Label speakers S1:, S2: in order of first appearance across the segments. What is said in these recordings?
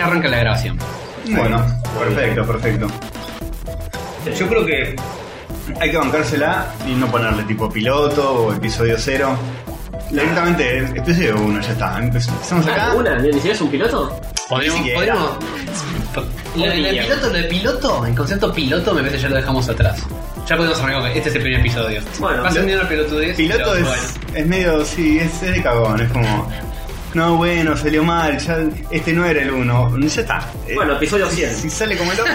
S1: arranca la grabación.
S2: Bueno, perfecto, perfecto. Yo creo que hay que bancársela y no ponerle tipo piloto o episodio cero. Directamente, episodio uno, ya está. Ah, Empezamos acá.
S3: ¿Una? ¿Ni siquiera es un piloto?
S1: Podríamos.
S2: Ni siquiera.
S1: podríamos lo, de- lo de piloto, lo de piloto, el concepto piloto me parece que ya lo dejamos atrás. Ya podemos arrancar con este es el primer episodio.
S3: Bueno,
S1: Vas
S3: lo-
S1: entendiendo pelotudez.
S2: Piloto
S1: pero
S2: es,
S1: bueno.
S2: es medio, sí, es, es de cagón, es como. No, bueno, salió mal, ya este no era el uno, ya está. Eh,
S3: Bueno, episodio
S2: si,
S3: 100.
S2: si sale como el otro,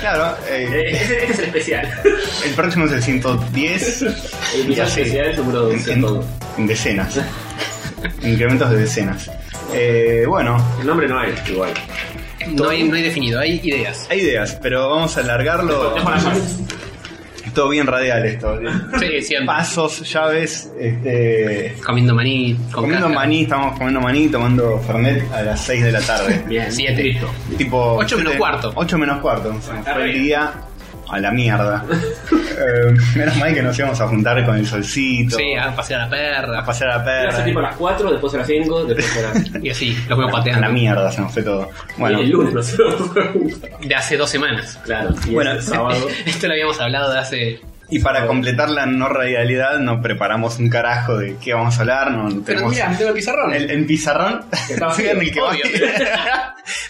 S2: claro, eh,
S3: Eh, Este, este es el especial.
S2: el próximo es el 110.
S3: El
S2: y
S3: episodio
S2: así.
S3: especial número
S2: En- en,
S3: 201.
S2: en decenas. Incrementos de decenas. Eh, bueno,
S3: El nombre no es igual.
S1: no, hay, no hay definido, hay ideas.
S2: hay ideas, pero vamos a alargarlo.
S3: Es para más.
S2: Todo bien radial esto.
S1: Sí, siempre.
S2: Pasos, llaves, este.
S1: Comiendo maní, con
S2: Comiendo
S1: caca.
S2: maní, estamos comiendo maní, tomando Fernet a las 6 de la tarde.
S3: Bien,
S1: Siete.
S3: listo.
S2: Tipo.
S1: Ocho menos
S2: siete-
S1: cuarto.
S2: ocho menos cuarto. Se nos
S3: está
S2: fue el
S3: bien.
S2: día a la mierda. Eh, menos mal que nos íbamos a juntar con el solcito.
S1: Sí, a pasear a la
S2: a
S1: perra.
S2: pasear a la
S3: Era
S2: perra.
S3: tipo a las 4, después a las 5, después a las.
S1: Y así, los veo
S2: A
S1: pateando.
S2: la mierda se nos fue todo. Bueno,
S3: El lunes, no sé.
S1: De hace dos semanas.
S3: Claro, y
S2: Bueno,
S3: bueno, el sábado.
S1: Esto lo habíamos hablado de hace.
S2: y para completar la no radialidad, no preparamos un carajo de qué vamos a hablar. No tenemos
S1: tengo el pizarrón.
S2: el, el pizarrón
S3: Está
S2: sí, en, el que
S1: obvio.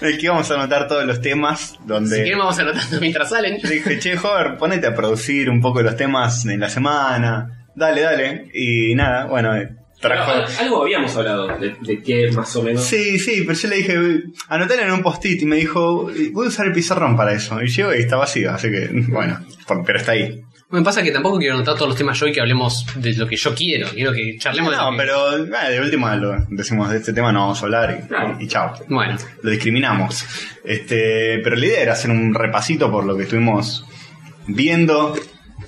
S2: en el que vamos a anotar todos los temas.
S1: Si
S2: Donde
S1: quieren, vamos anotando mientras salen.
S2: Yo dije, che, joder, ponete a producir un poco los temas de la semana. Dale, dale. Y nada, bueno, eh, trajo.
S3: Pero, algo habíamos hablado de, de qué más o menos.
S2: Sí, sí, pero yo le dije, anotalo en un post-it y me dijo, "Eh, voy a usar el pizarrón para eso. Y llego y está vacío, así que, bueno, por- pero está ahí.
S1: Me pasa que tampoco quiero anotar todos los temas yo y que hablemos de lo que yo quiero. Quiero que charlemos de
S2: No,
S1: lo que-
S2: pero eh, de última lo decimos de este tema no vamos a hablar y,
S3: Claro.
S2: y chao.
S1: Bueno,
S2: Lo discriminamos. Este, pero la idea era hacer un repasito por lo que estuvimos viendo,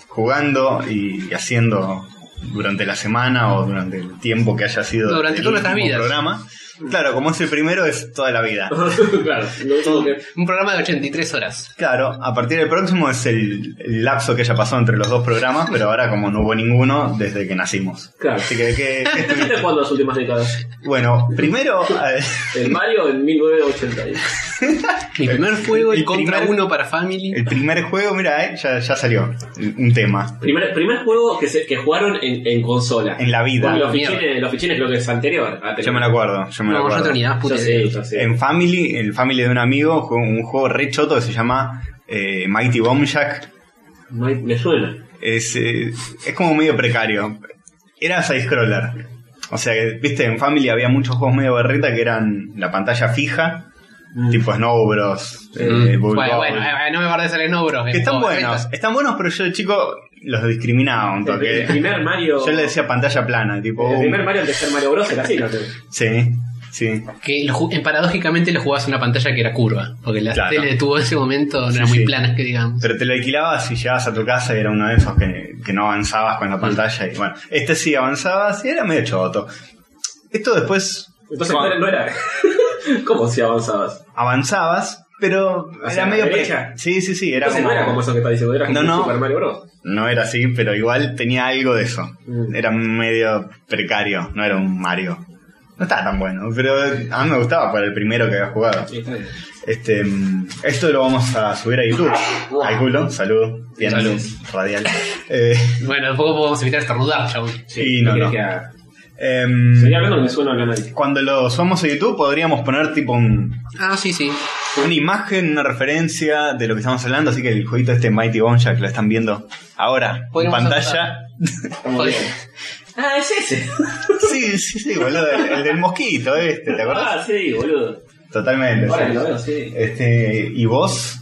S2: jugando y, y haciendo durante la semana o durante el tiempo que haya sido
S1: Durante
S2: el
S1: todas nuestras
S2: último
S1: vidas.
S2: programa. Claro, como es el primero es toda la vida.
S3: claro, lo último que.
S1: un programa de 83 horas.
S2: Claro, a partir del próximo es el, el lapso que haya pasado entre los dos programas, pero ahora como no hubo ninguno desde que nacimos.
S3: Claro.
S2: Así que, ¿qué- qué
S3: ¿Qué
S2: estuviste?
S3: estás jugando las últimas décadas?
S2: Bueno, primero... eh,
S3: El Mario en 1980.
S1: Mi primer juego, el
S2: el
S1: Contra
S2: primer-
S1: 1 para Family.
S2: El primer juego, mira, eh, ya, ya salió un tema.
S3: Primer, primer juego que, se, que jugaron en, en consola.
S2: En la vida.
S3: Porque Los
S1: Mierda.
S3: fichines, los fichines creo que es anterior. a tener-
S2: Yo me lo acuerdo, yo me lo
S1: No, yo no
S2: acuerdo.
S1: tenía nada, puta
S3: Yo
S1: idea.
S3: sé, Eh, yo sé.
S2: En Family, el Family de un amigo, jugó un juego re choto que se llama eh, Mighty Bombjack.
S3: No hay- me suena.
S2: Es, eh, es como medio precario. Era side-scroller. O sea que, viste, en Family había muchos juegos medio berreta que eran la pantalla fija, Mm.
S3: Mm.
S2: tipo Snow Bros. eh,
S1: Mm.
S2: Bull
S1: Bueno,
S2: Bowl.
S1: bueno, eh, no me guardes el Snow Bros.
S2: que están
S1: Pobre,
S2: buenos, están buenos, pero yo de chico los discriminaba un
S3: El, el
S2: toque.
S3: primer Mario.
S2: Yo le decía pantalla plana, tipo.
S3: El
S2: um,
S3: primer Mario antes de ser Mario Bros. era así, ¿no?
S2: Sí, sí.
S1: Que lo ju- eh, paradójicamente lo jugabas en una pantalla que era curva. Porque la
S2: Claro.
S1: tele de tubo en ese momento no
S2: Sí,
S1: eran muy
S2: sí.
S1: planas, que digamos.
S2: Pero te lo alquilabas y llegabas a tu casa y era uno de esos que, que no avanzabas con la pantalla. Y bueno, este sí avanzabas y era medio choto. Esto después
S3: Entonces no era. no era- ¿Cómo si avanzabas?
S2: avanzabas, pero
S3: Hacia
S2: era
S3: la
S2: medio. pre-
S3: derecha.
S2: Sí, sí, sí. Era
S3: Entonces
S2: como,
S3: no era como eso que estás diciendo, era como
S2: No, no.
S3: Super Mario Bros.
S2: No era así, pero igual tenía algo de eso.
S3: Mm.
S2: Era medio precario, no era un Mario. No estaba tan bueno, pero a mí me gustaba para el primero que había jugado.
S3: Sí, está bien.
S2: Este, mm, esto lo vamos a subir a YouTube.
S3: Ah.
S2: Al culo, salud, bien,
S1: Salud.
S2: radial. Eh,
S1: Bueno, tampoco podemos evitar estornudar, chabón.
S2: Y no,
S3: querés
S2: no.
S3: que haga-
S2: em,
S3: Seguí hablando que me suena a nadie.
S2: Cuando lo subamos a YouTube podríamos poner tipo un-
S1: Ah, sí, sí.
S2: una imagen, una referencia de lo que estamos hablando, así que el jueguito este Mighty Bonjack lo están viendo ahora en
S1: Podríamos
S2: pantalla.
S3: Estamos bien. Ah, es ese.
S2: sí, sí, sí, boludo, el, el del mosquito este, ¿te acordás?
S3: Ah, sí, boludo.
S2: Totalmente.
S3: Ahora que
S2: sí.
S3: lo veo, sí.
S2: Este, y vos,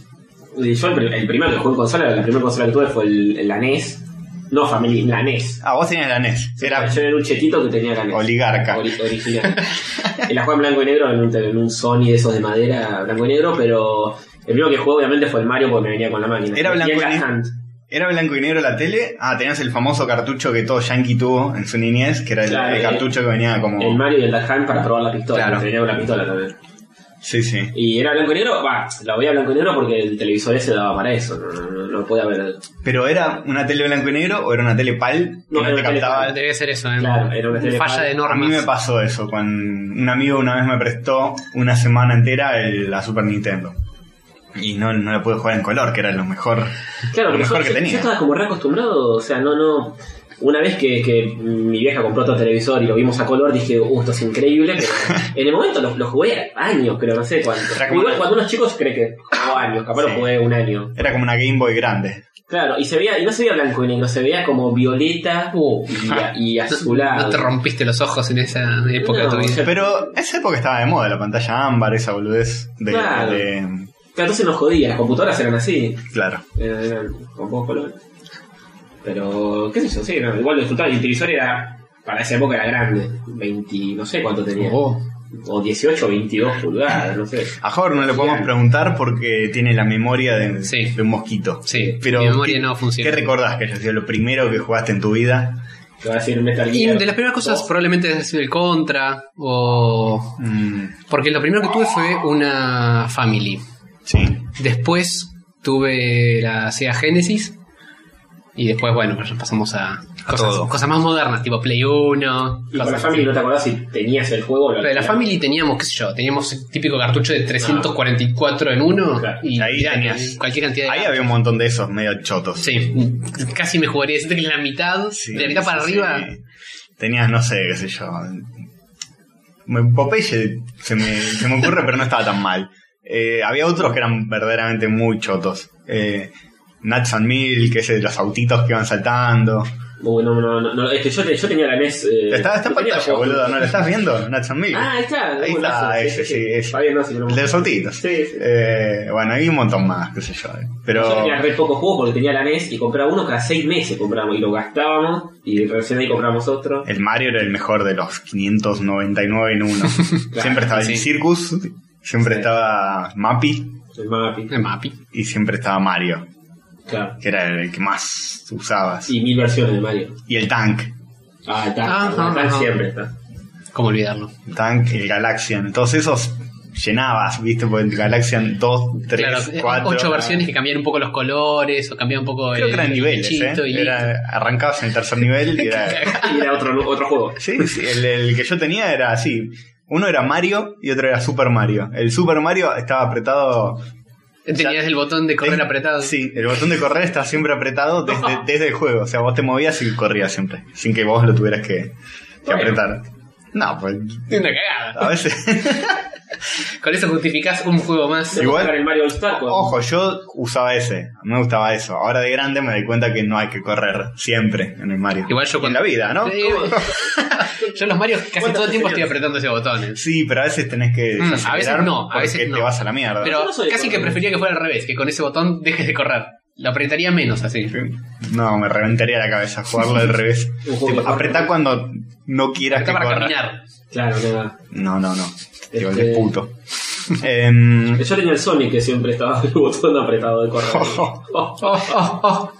S3: Y yo el, pri- el primero que jugué en consola, la primera consola que tuve fue el, el- la NES. No, Family, la E NES.
S2: ah, vos tenías la NES, era
S3: Yo era un chetito que tenía la NES.
S2: oligarca.
S3: Ori- original. y la jugué en blanco y negro en un, en un Sony de esos de madera, blanco y negro, pero el primero que jugué obviamente fue el Mario porque me venía con la máquina.
S2: Era blanco
S3: en
S2: y
S3: la
S2: negro.
S3: Hand.
S2: Era blanco y negro la tele, ah, tenías el famoso cartucho que todo yankee tuvo en su niñez, que era el,
S3: Claro,
S2: el
S3: el-
S2: cartucho que venía como...
S3: El Mario y el Dark Hand para probar la pistola.
S2: Claro.
S3: Claro. Venía con la pistola también.
S2: Sí, sí.
S3: Y era blanco y negro, va, la veía blanco y negro porque el televisor ese daba para eso, no, no, no, no podía ver.
S2: ¿Pero era una tele blanco y negro o era una tele pal?
S3: No,
S2: que
S3: era
S2: te
S3: una tele
S2: captaba?
S3: pal.
S1: Debe ser eso, ¿eh?
S3: Claro, era una tele
S1: falla
S3: pal.
S1: de
S2: A mí me
S1: normas.
S2: pasó eso, cuando un amigo una vez me prestó una semana entera el- la Super Nintendo. Y no, no la pude jugar en color, que era lo mejor,
S3: Claro,
S2: lo
S3: porque yo,
S2: mejor que
S3: yo- yo
S2: tenía.
S3: estaba como re acostumbrado, o sea, no, no. Una vez que, que mi vieja compró otro televisor y lo vimos a color, dije, uh, esto es increíble, pero en el momento lo, lo jugué años, pero no sé cuánto.
S2: Era como-
S3: Igual cuando unos chicos creen que jugó años, capaz
S2: Sí.
S3: lo jugué un año.
S2: Era como una Game Boy grande.
S3: Claro, y se veía, y no se veía blanco y negro, se veía como violeta
S1: Uh,
S3: y, a- y azulado.
S1: no te rompiste los ojos en esa época
S3: No,
S1: de tu
S3: o
S1: vida.
S3: sea,
S2: Pero esa época estaba de moda, la pantalla ámbar, esa boludez de...
S3: Claro.
S2: de-
S3: Claro, entonces nos jodía, las computadoras eran así,
S2: claro.
S3: eran Eh, con pocos colores. Pero, qué sé yo, sí, no, igual lo disfrutaba. Y el televisor era, para esa época era grande, 20, no sé cuánto tenía,
S1: Oh.
S3: o 18 o 22 pulgadas, no sé.
S2: A Jorge no le podemos
S3: Bien.
S2: preguntar porque tiene la memoria de,
S1: Sí.
S2: de un mosquito.
S1: Sí,
S2: pero
S1: mi memoria
S2: ¿qué-
S1: no funciona.
S2: ¿Qué recordás que haya sido lo primero que jugaste en tu vida?
S3: Te va a decir Metal
S1: Y
S3: Gear.
S1: de las primeras cosas
S3: dos.
S1: probablemente es el contra o...
S2: Mm,
S1: Porque lo primero que tuve fue una Family.
S2: sí.
S1: Después tuve la Sega Genesis. Y después, bueno, pues pasamos a, cosas,
S2: todo.
S1: cosas más modernas, tipo Play 1.
S3: Y con la
S1: cosas
S3: Family
S1: así.
S3: no te acordás si tenías el juego o lo
S1: Pero de la
S3: alquilabas.
S1: Family teníamos, qué sé yo, teníamos el típico cartucho de 344 en uno.
S3: Claro.
S1: Y
S2: Ahí
S1: mirá,
S2: tenías-
S1: cualquier cantidad de...
S2: Ahí había un montón de esos medio chotos.
S1: Sí, casi me jugaría decirte que la mitad,
S2: Sí,
S1: de la mitad
S2: sí,
S1: para
S2: sí.
S1: arriba,
S2: Tenías, no sé, qué sé yo. Me, Popeye se me, se me ocurre, pero no estaba tan mal. Eh, había otros que eran verdaderamente muy chotos. Eh, Nuts and Milk, ese de los autitos que iban saltando.
S3: Uy, no, no, no, no, es que yo, te- yo tenía la NES. eh,
S2: Está, está en
S3: yo tenía
S2: pantalla,
S3: juegos-
S2: boludo. ¿No lo estás viendo? Nuts and Milk.
S3: Ah, ahí está.
S2: Ahí
S3: un
S2: está,
S3: lazo,
S2: ese, sí, ese.
S3: Está bien, no, si me lo
S2: El de los
S3: mostré.
S2: autitos.
S3: Sí, sí.
S2: Eh, bueno, hay un montón más, qué sé yo. eh.
S3: Yo
S2: Pero
S3: tenía re pocos juegos porque tenía la NES y compraba uno cada seis meses compramos y lo gastábamos y recién ahí compramos otro.
S2: el Mario era el mejor de los 599 en uno. siempre estaba
S1: sí.
S2: el Circus, siempre
S3: Sí.
S2: estaba Mappy.
S3: El Mappy.
S1: de Mappy.
S2: y siempre estaba Mario,
S3: Claro.
S2: que era el que más usabas. Y,
S3: Y mil versiones de Mario.
S2: el Tank,
S3: Ah, está.
S1: Ajá,
S3: está
S1: ajá.
S3: siempre está.
S1: ¿Cómo olvidarlo?
S2: el Tank, el Galaxian, todos esos llenabas, viste, por el Galaxian 2, 3,
S1: claro, eh,
S2: 4.
S1: ocho versiones que cambian un poco los colores o cambian un poco
S2: Creo
S1: el,
S2: que eran
S1: el
S2: niveles,
S1: bichito y
S2: ¿eh? Era, arrancabas en el tercer nivel y era.
S3: Y era otro, otro juego.
S2: sí, sí, el, el que yo tenía era así. Uno era Mario y otro era Super Mario. El Super Mario estaba apretado.
S1: Tenías el botón de correr
S2: desde-
S1: apretado.
S2: Sí, el botón de correr estaba siempre apretado desde, desde el juego. O sea, vos te movías y corrías siempre. Sin que vos lo tuvieras que, que
S3: Bueno.
S2: apretar. No, pues
S1: Una cagada.
S2: A veces.
S1: Con eso justificás un juego más.
S2: Sí. Igual-
S3: Era el Mario All Star. pues. cuando-
S2: Ojo, yo usaba ese. A mí me gustaba eso. Ahora de grande me doy cuenta que no hay que correr siempre en el Mario.
S1: Igual yo
S2: Y
S1: cuando-
S2: En la vida, ¿no?
S1: Sí, yo en los Mario casi
S3: ¿Cuántas
S1: todo el tiempo estoy
S3: señoras?
S1: apretando ese botón.
S2: Sí, pero a veces tenés que
S1: Mm, a
S2: desacelerar
S1: veces no, a veces
S2: porque
S1: no.
S2: te vas a la mierda.
S1: Pero
S3: Yo no soy de
S1: casi que
S3: correr.
S1: prefería que fuera al revés, que con ese botón dejes de correr. Lo apretaría menos así.
S2: No, me reventaría la cabeza jugarlo al revés.
S3: Un juego
S2: Tipo,
S3: que-
S2: apretá cuando no quieras
S1: Está
S2: que
S1: para
S2: corra.
S1: caminar.
S3: Claro, nada.
S2: No, no, no. Te
S3: Este-
S2: volvés puto. Em,
S3: Yo tenía el Sonic que siempre estaba el botón apretado de correr.
S1: Oh, oh, oh.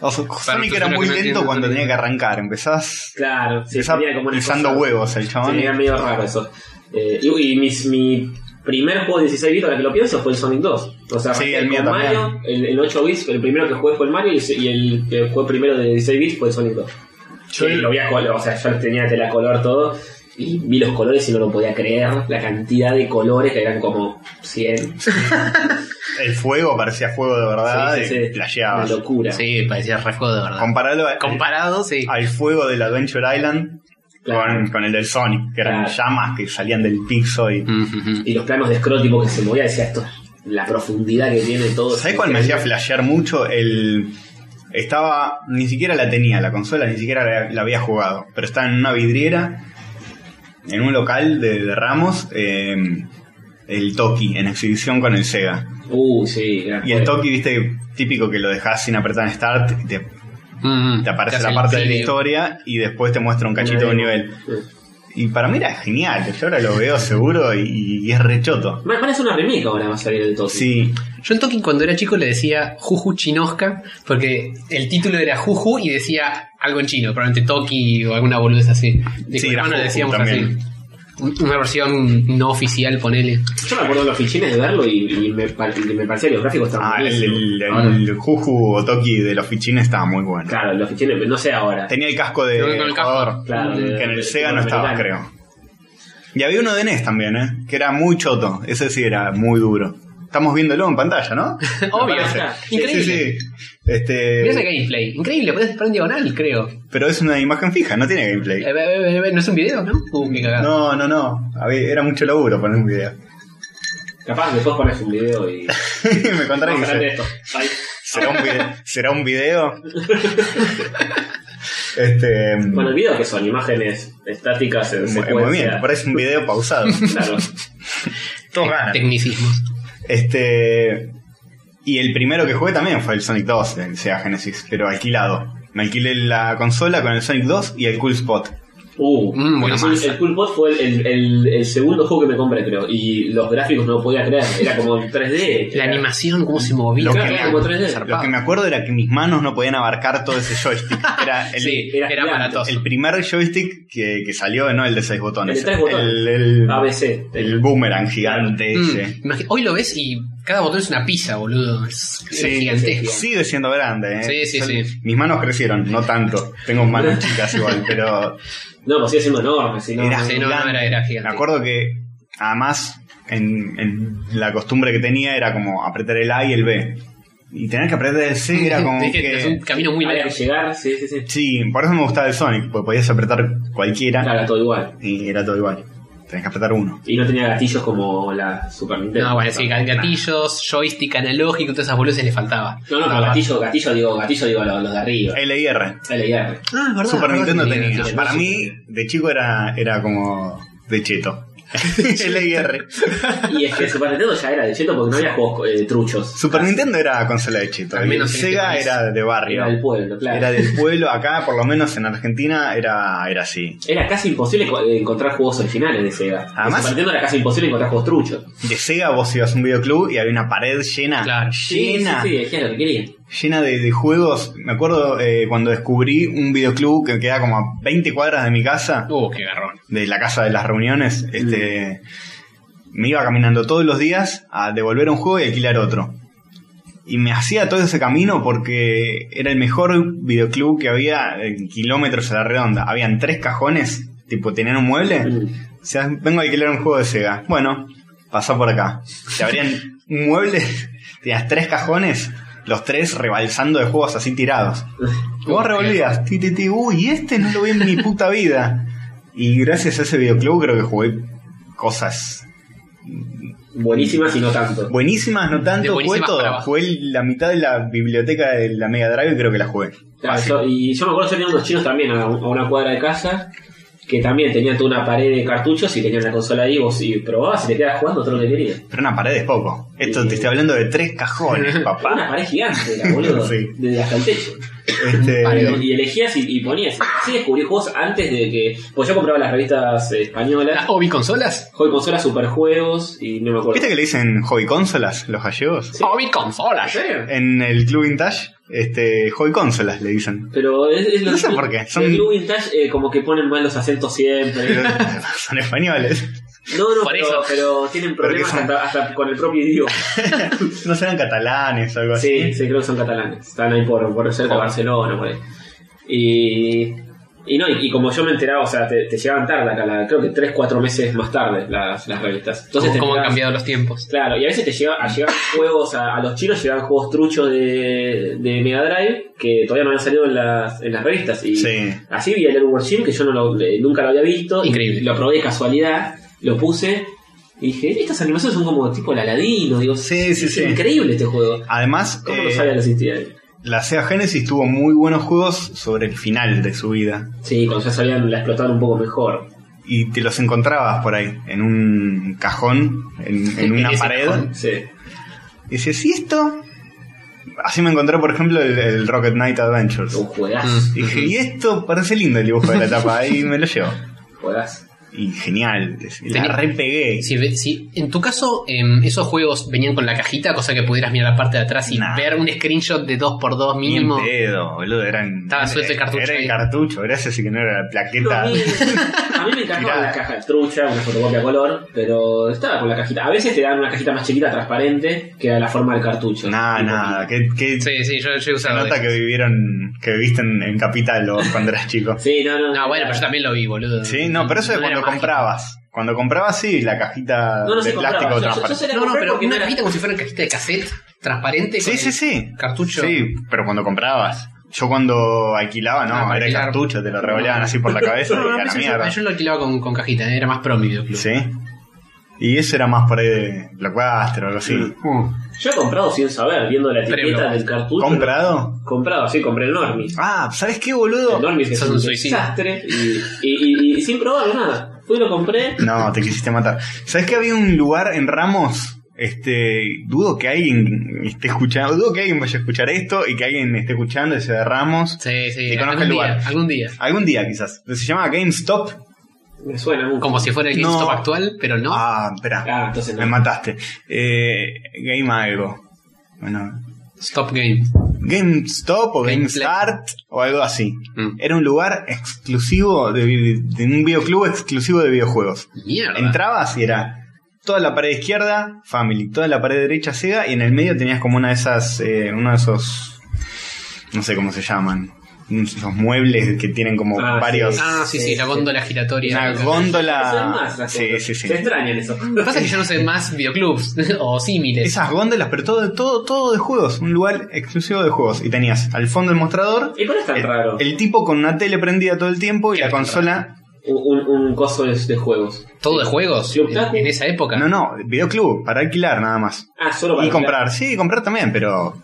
S2: o sea, Sonic
S1: entonces
S2: era
S1: lo
S2: muy
S1: que no
S2: lento
S1: entiendo,
S2: cuando
S1: Sonic.
S2: tenía que arrancar. Empezás,
S3: Claro, sí,
S2: empezás
S3: tenía como una
S2: pisando
S3: cosa-
S2: huevos el
S3: Sí,
S2: chabón.
S3: era medio raro eso. Eh, y y mis- mi primer juego de 16 bits, ahora que lo pienso, fue el Sonic 2. O sea,
S2: Sí,
S3: arranqué
S2: el mío
S3: con
S2: también.
S3: Mario, el, el 8 bits, el primero que jugué fue el Mario y, se- y el que jugué primero de 16 bits fue el Sonic 2.
S2: Yo-
S3: Y lo vi a color, o sea, yo tenía tela color todo y vi los colores y no lo podía creer, la cantidad de colores que eran como 100.
S2: El fuego parecía fuego de verdad
S3: Sí, sí,
S2: y
S3: sí.
S2: flasheabas.
S3: Una locura.
S1: Sí, parecía re juego de verdad.
S2: Compararlo a-
S1: Comparado, sí.
S2: al fuego del Adventure Island
S3: Claro.
S2: con, con el del Sonic, que eran
S3: Claro.
S2: llamas que salían del piso y.
S1: Mm, mm, mm.
S3: Y los planos de scroll tipo que se movía, decía esto, la profundidad que tiene todo.
S2: ¿Sabes cuál me hacía flashear mucho? El. Estaba. Ni siquiera la tenía la consola, ni siquiera la, la había jugado. Pero estaba en una vidriera, en un local de, de Ramos, eh, el Toki, en exhibición con el Sega.
S3: Uh, sí, gran
S2: Y el
S3: juego.
S2: Toki, viste, típico que lo dejás sin apretar en Start, y te,
S1: Mm, mm.
S2: te aparece
S1: hace
S2: la
S1: el
S2: parte de la
S1: preview.
S2: historia y después te muestra un cachito de un nivel.
S3: Sí.
S2: Y para mí era genial, yo ahora lo veo seguro y, y es rechoto.
S3: Van van a hacer una remake ahora, va a salir el Toki.
S2: Sí,
S1: Yo el Toki cuando era chico le decía Juju Chinosca, porque el título era Juju y decía algo en chino, probablemente Toki o alguna boludez así. De
S2: Sí,
S1: mi
S2: era
S1: hermano le
S2: Juju
S1: decíamos
S2: también.
S1: así. una versión no oficial, ponele.
S3: Yo me acuerdo de los fichines de verlo y, y me, par- y me parecía que los gráficos estaban
S2: Ah, el,
S3: buenísimos.
S2: el, el
S3: Ahora-
S2: Juju Otoki de los fichines estaba muy bueno.
S3: Claro, los fichines, no sé ahora.
S2: Tenía el casco de
S1: Creo que con el casco.
S2: jugador,
S3: Claro, de-
S2: que en el
S3: de-
S2: Sega
S3: de-
S2: no
S3: de-
S2: estaba,
S3: de-
S2: creo. Y había uno de NES también, ¿eh? Que era muy choto. Ese sí era muy duro. Estamos viéndolo en pantalla, ¿no?
S1: Obvio,
S2: Me parece.
S3: está.
S2: Sí, sí,
S1: Increíble.
S2: sí. Este,
S1: Mira ese gameplay. Increíble, puedes disparar en diagonal, creo.
S2: pero es una imagen fija, no tiene
S1: Eh,
S2: gameplay.
S1: eh, eh, eh, ¿No es un video, no? Uh, qué cagada.
S2: No, no, no. Había- era mucho laburo poner un video.
S3: Capaz después pones un video y.
S2: Me
S3: Vamos a hablar de
S2: contradice.
S3: esto. Ay.
S2: ¿Será un video? ¿Será un video? este.
S3: Bueno, el video que son imágenes estáticas en
S2: en mo- en
S3: secuencia.
S2: movimiento, parece un video pausado.
S3: Claro.
S2: Todo raro.
S1: Tecnicismos.
S2: Este. Y el primero que jugué también fue el Sonic 2 en Sega Genesis, pero alquilado. Me alquilé la consola con el Sonic 2 y el Cool Spot.
S3: Uh,
S1: Mm, buena
S3: el, Cool-
S1: masa.
S3: el Cool Pod fue el, el- el- el segundo juego que me compré, creo. Y los gráficos no lo podía creer. Era como en 3D.
S1: La
S3: Era-
S1: animación, cómo se movía.
S2: Lo
S3: Claro, era como 3D.
S1: Zarpado.
S2: Lo que me acuerdo era que mis manos no podían abarcar todo ese joystick. Era el,
S1: Sí, era,
S3: era gigante.
S1: aparatoso.
S2: el primer joystick que, que salió, no el de 6 botones.
S3: El de tres botones.
S2: El, el-
S3: ABC.
S2: el boomerang gigante
S1: Mm,
S2: ese.
S1: imagi- Hoy lo ves y cada botón es una pizza, boludo. Es es
S2: Sí,
S1: gigantesco.
S2: Sigue siendo grande, ¿eh?
S1: Sí, sí,
S2: Son-
S1: sí.
S2: Mis manos crecieron, no tanto. Tengo manos chicas igual, pero
S3: No, pues sigue siendo enorme. Si no,
S2: Era-
S1: Sí, no, no, era, era
S2: Me
S1: gigante.
S2: acuerdo que, además, en, en la costumbre que tenía era como apretar el A y el B. Y tener que apretar el C era como
S1: Es que es un
S2: que...
S1: camino muy
S3: había que
S1: largo.
S3: llegar, sí, sí, sí.
S2: Sí, por eso me gustaba el Sonic, porque podías apretar cualquiera
S3: Claro, todo igual.
S2: y era todo igual. Tenés que apretar uno.
S3: Y no tenía gatillos como la Super Nintendo.
S1: No, bueno, sí, gatillos, joystick analógico, todas esas boludeces le faltaba. Ah,
S3: No, no, pero gatillo, gatillo digo, gatillo digo los, los de arriba.
S2: LIR.
S3: LIR.
S1: Ah, es verdad,
S2: Super
S1: es verdad
S2: Nintendo
S1: que
S2: tenía.
S1: gatillos.
S2: Para mí, de chico era, era como de cheto. LIR.
S3: Y es que Super Nintendo ya era de cheto porque no había juegos eh, truchos.
S2: Super Nintendo era consola de cheto.
S1: Al
S2: y
S1: menos en este
S2: Sega
S1: país.
S2: era de barrio.
S3: Era del pueblo, claro.
S2: Era
S3: Era,
S2: del pueblo. Acá, por lo menos en Argentina, era, era así.
S3: casi imposible co- eh, encontrar juegos originales de Sega.
S2: Además-
S3: En Super Nintendo era casi imposible encontrar juegos truchos.
S2: de Sega vos ibas a un videoclub y había una pared llena,
S1: Claro.
S3: Sí, sí,
S2: llena,
S3: sí, elegían lo que querían.
S2: llena de, de juegos. Me acuerdo eh, cuando descubrí un videoclub que queda como a 20 cuadras de mi casa,
S1: Uh, qué garrón.
S2: de la casa de las reuniones, este me iba caminando todos los días a devolver un juego y alquilar otro. Y me hacía todo ese camino porque era el mejor videoclub que había en kilómetros a la redonda. Habían tres cajones, tipo tenían un mueble.
S3: Mm.
S2: O sea, vengo a alquilar un juego de Sega. Bueno, pasá por acá. Te abrían un mueble, tenías tres cajones, los tres rebalsando de juegos así tirados. Vos revolvías, ti, ti, ti, uy, este no lo vi en mi puta vida. Y gracias a ese videoclub creo que jugué cosas
S3: Buenísimas y no tanto.
S2: buenísimas, no
S1: De
S2: tanto, jugué
S1: buenísimas para
S2: todo.
S1: abajo.
S2: Jugué la mitad de la biblioteca de la Mega Drive, creo que la jugué.
S3: Claro, yo- y yo me acuerdo que tenían unos chinos también a, un- a una cuadra de casa que también tenían toda una pared de cartuchos y tenían la consola ahí vos y probabas y te quedabas jugando todo lo que querías.
S2: Pero una pared es poco. Esto te
S3: Sí.
S2: estoy hablando de tres cajones,
S3: Una
S2: papá.
S3: pared gigante, era, boludo,
S2: Sí.
S3: desde hasta el techo.
S2: Este,
S3: Y, y elegías y, y ponías. Así descubrí juegos antes de que. Pues yo compraba las revistas eh, españolas.
S1: ¿Las Obi consolas?
S3: Hoy consolas superjuegos y no me acuerdo.
S2: ¿Viste que le dicen hobby consolas los gallegos?
S3: Sí.
S1: Obi consolas. ¿eh?
S3: serio?
S2: En el Club Vintage, este, hobby consolas le dicen.
S3: Pero es, es
S2: No
S3: lo-
S2: sé por qué, son-
S3: El Blue Vintage eh, como que ponen mal los acentos siempre.
S2: Pero son españoles.
S3: No, no,
S1: Por
S3: pero,
S1: eso.
S3: pero tienen problemas
S2: Porque son-
S3: hasta, hasta con el propio idioma.
S2: No serán catalanes o algo
S3: Sí,
S2: así.
S3: sí, creo que son catalanes. Están ahí por, por cerca de
S1: Joder.
S3: Barcelona, por ahí. Y, y no, y, y como yo me enteraba, o sea, te, te llegaban tarde acá, la- creo que 3, 4 meses más tarde las, las revistas. Entonces te
S1: ¿Cómo han
S3: enterabas-
S1: cambiado los tiempos?
S3: Claro, y a veces te llegaban, llegaban juegos, a, a los chinos llegaban juegos truchos de, de Mega Drive que todavía no habían salido en las, en las revistas. Y
S2: Sí.
S3: así vi el Airworld Gym que yo no lo- eh, nunca lo había visto. y
S1: Increíble.
S3: Lo probé de casualidad, lo puse y dije, estas animaciones son como tipo el Aladino. Digo,
S2: Sí, sí,
S3: es
S2: sí.
S3: increíble este juego.
S2: Además,
S3: ¿Cómo
S2: eh,
S3: lo sabían los existir?
S2: la Sega Genesis tuvo muy buenos juegos sobre el final de su vida.
S3: Sí, cuando ya sabían la explotaron un poco mejor.
S2: Y te los encontrabas por ahí, en un cajón, en, en
S1: En
S2: una
S1: ese
S2: pared.
S1: cajón.
S3: Sí.
S2: Y dices, ¿y esto? Así me encontré, por ejemplo, el, el Rocket Knight Adventures. Mm.
S3: Un juegazo,
S2: Y dije, y esto parece lindo el dibujo de la tapa, y me lo llevo.
S3: un juegazo.
S2: y genial. es- La
S1: Tenía-
S2: repegué.
S1: Si, ve- si- en tu caso, em, esos juegos venían con la cajita, cosa que pudieras mirar la parte de atrás y
S2: Nah.
S1: ver un screenshot de 2x2
S2: Ni en
S1: mínimo.
S2: pedo, boludo. Eran,
S1: Estaba suelto el cartucho
S2: Era el
S1: ahí.
S2: cartucho, gracias y que no era la
S3: No,
S2: plaqueta.
S3: a, mí, a mí me encantaba
S2: Mirá.
S3: la caja trucha, una fotocopia a color, pero estaba con la cajita. A veces te dan una cajita más chiquita, transparente, que era la forma del cartucho.
S2: nada,
S3: Un
S2: nada.
S3: poquito.
S2: Qué, qué
S1: Sí, sí, yo, yo he
S2: se
S1: usado.
S2: nota
S1: eso.
S2: que vivieron, que viviste en, en Capital vos cuando eras chico.
S3: Sí, no, no.
S1: No, bueno, pero yo también lo vi, boludo.
S2: Sí, no, pero eso es
S1: era
S2: cuando
S1: mágico.
S2: comprabas. Cuando comprabas, sí, la cajita
S3: No, no
S2: de
S3: se compraba.
S2: plástico
S3: Yo- yo- yo
S2: transparente.
S3: solía
S1: No, no,
S3: comprar
S1: pero
S3: porque
S1: una
S3: era-
S1: cajita como si fuera una cajita de cassette transparente.
S2: Sí,
S1: con
S2: sí,
S1: el
S2: sí.
S1: Cartucho.
S2: Sí, pero cuando comprabas. Yo cuando alquilaba, no,
S1: Ah, para
S2: era el
S1: alquilar.
S2: cartucho, te lo revoleaban así por la cabeza
S1: No,
S2: y
S1: no,
S2: a
S1: no,
S2: la
S1: yo-
S2: mierda.
S1: yo, yo lo alquilaba con, con cajita, eh, era más pro mi videoclub.
S2: Sí. Y eso era más por ahí de Blockbuster o algo así.
S1: Mm.
S3: Yo he comprado sin saber, viendo la
S1: Pero
S3: etiqueta
S1: no.
S3: del cartucho.
S2: ¿Comprado?
S3: Comprado, sí, compré el Normis.
S2: Ah, ¿sabes qué, boludo?
S3: El Normis que es
S1: Sos
S3: un
S1: un suicida.
S3: desastre y, y- y- y sin probarlo nada. Fui, lo compré.
S2: No, te quisiste matar. ¿Sabes que había un lugar en Ramos? Este, dudo que alguien esté escuchando, dudo que alguien vaya a escuchar esto y que alguien esté escuchando ese de Ramos.
S1: Sí, sí.
S2: Y conozco
S1: algún
S2: el
S1: día,
S2: lugar.
S1: Algún día.
S2: Algún día quizás. Se llamaba GameStop.
S3: Me suena mucho.
S1: Como si fuera el
S2: No.
S1: GameStop actual, pero no.
S2: Ah, espera.
S3: Ah, entonces
S2: Me
S3: no.
S2: mataste. Eh, game algo. Bueno,
S1: Stop Game.
S2: GameStop o
S1: Gameplay.
S2: GameStart o algo así.
S1: Mm.
S2: Era un lugar exclusivo de, vi- de un videoclub exclusivo de videojuegos.
S1: Mierda.
S2: Entrabas y era toda la pared izquierda Family, toda la pared derecha Sega y en el medio tenías como una de esas, eh, uno de esos, no sé cómo se llaman, esos muebles que tienen como
S3: Ah, sí.
S2: varios,
S1: ah, sí, sí,
S3: Sí,
S1: la
S3: sí.
S1: góndola giratoria.
S2: una
S3: No se ven más
S2: góndola,
S3: esas
S2: Ah, sí,
S3: cosas.
S2: sí, sí.
S3: Se extrañan eso.
S1: Lo que pasa es que yo no sé más videoclubs o símiles.
S2: Esas góndolas, pero todo, todo, todo de juegos, un lugar exclusivo de juegos. Y tenías al fondo el mostrador,
S3: ¿Y por qué es tan
S2: el,
S3: raro?
S2: el tipo con una tele prendida todo el tiempo y
S1: ¿Qué
S2: la
S1: es tan
S2: consola.
S3: Un, un- un coso de, de juegos.
S1: Todo de juegos
S3: Club
S1: en,
S3: Taco.
S1: en esa época.
S2: No, no, videoclub, para alquilar nada más.
S3: Ah, solo para
S2: Y comprar, sí, comprar también, pero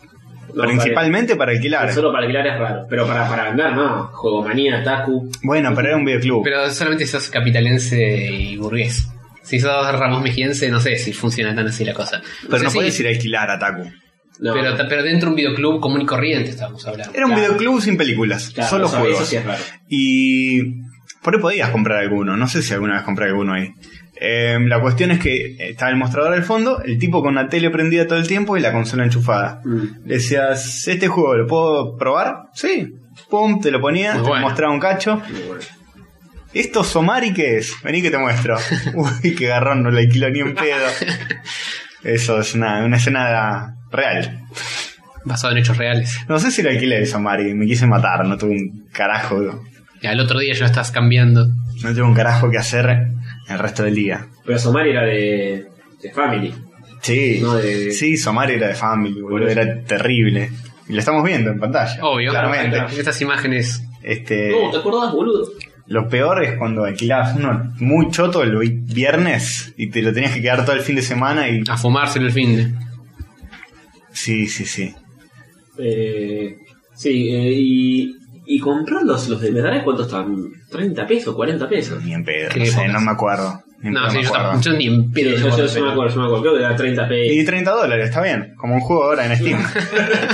S3: No,
S2: principalmente para alquilar.
S3: alquilar. Solo para alquilar es raro. Pero para, para andar, no. Juegomanía, Taku.
S2: Bueno, pero era un videoclub.
S1: Pero solamente si sos capitalense y burgués. Si sos Ramos Mejiense, no sé si funciona tan así la cosa.
S2: Pero
S1: Sí,
S2: no
S1: sí,
S2: podías ir a alquilar a Taku.
S3: No,
S1: pero,
S3: no.
S1: pero dentro de un videoclub común y corriente estábamos hablando.
S2: Era un
S3: Claro.
S2: videoclub sin películas,
S3: Claro,
S2: solo
S3: eso-
S2: juegos.
S3: Eso sí es raro.
S2: Y por ahí podías comprar alguno, no sé si alguna vez compré alguno ahí. Eh, la cuestión es que estaba el mostrador al fondo, el tipo con la tele prendida todo el tiempo y la consola enchufada.
S3: Mm.
S2: Le Decías, ¿este juego lo puedo probar? Sí. Pum, te lo ponía,
S1: Muy
S2: te
S1: bueno.
S2: mostraba un cacho.
S3: Muy bueno.
S2: ¿Esto Somari qué es? Vení que te muestro. Uy, qué garrón, no lo alquilo ni en pedo. Eso es una, una escena real.
S1: Basado en hechos reales.
S2: No sé si lo alquilé el Somari, me quise matar, no tuve un carajo. No
S1: Y al otro día ya lo estás cambiando.
S2: tuve un carajo que hacer el resto del día.
S3: Pero Somari era de, de Family.
S2: Sí,
S3: No, de-
S2: sí, Somari era de Family, boludo,
S3: Por eso.
S2: era terrible. Y lo estamos viendo en pantalla.
S1: Obvio.
S2: Claramente.
S1: Estas imágenes.
S2: Este,
S3: No, ¿te acordás, boludo?
S2: Lo peor es cuando alquilabas uno muy choto el vi- viernes y te lo tenías que quedar todo el fin de semana y...
S1: A fumárselo el fin de.
S2: Sí, sí, sí.
S3: Eh, sí, eh, y, y comprar los, los de Metal ¿cuánto están? ¿30 pesos? ¿40 pesos?
S2: Ni en pedo,
S1: Qué
S2: no sé,
S1: épocas.
S2: no me acuerdo. Ni en
S1: No,
S2: pedo
S1: sí,
S2: me
S1: yo,
S2: acuerdo.
S1: tampoco- yo ni en
S3: Pero
S1: pedo.
S3: yo, yo, yo me acuerdo, yo me acuerdo, creo que era 30 pesos.
S2: Y 30 dólares, está bien. Como un juego ahora en Steam.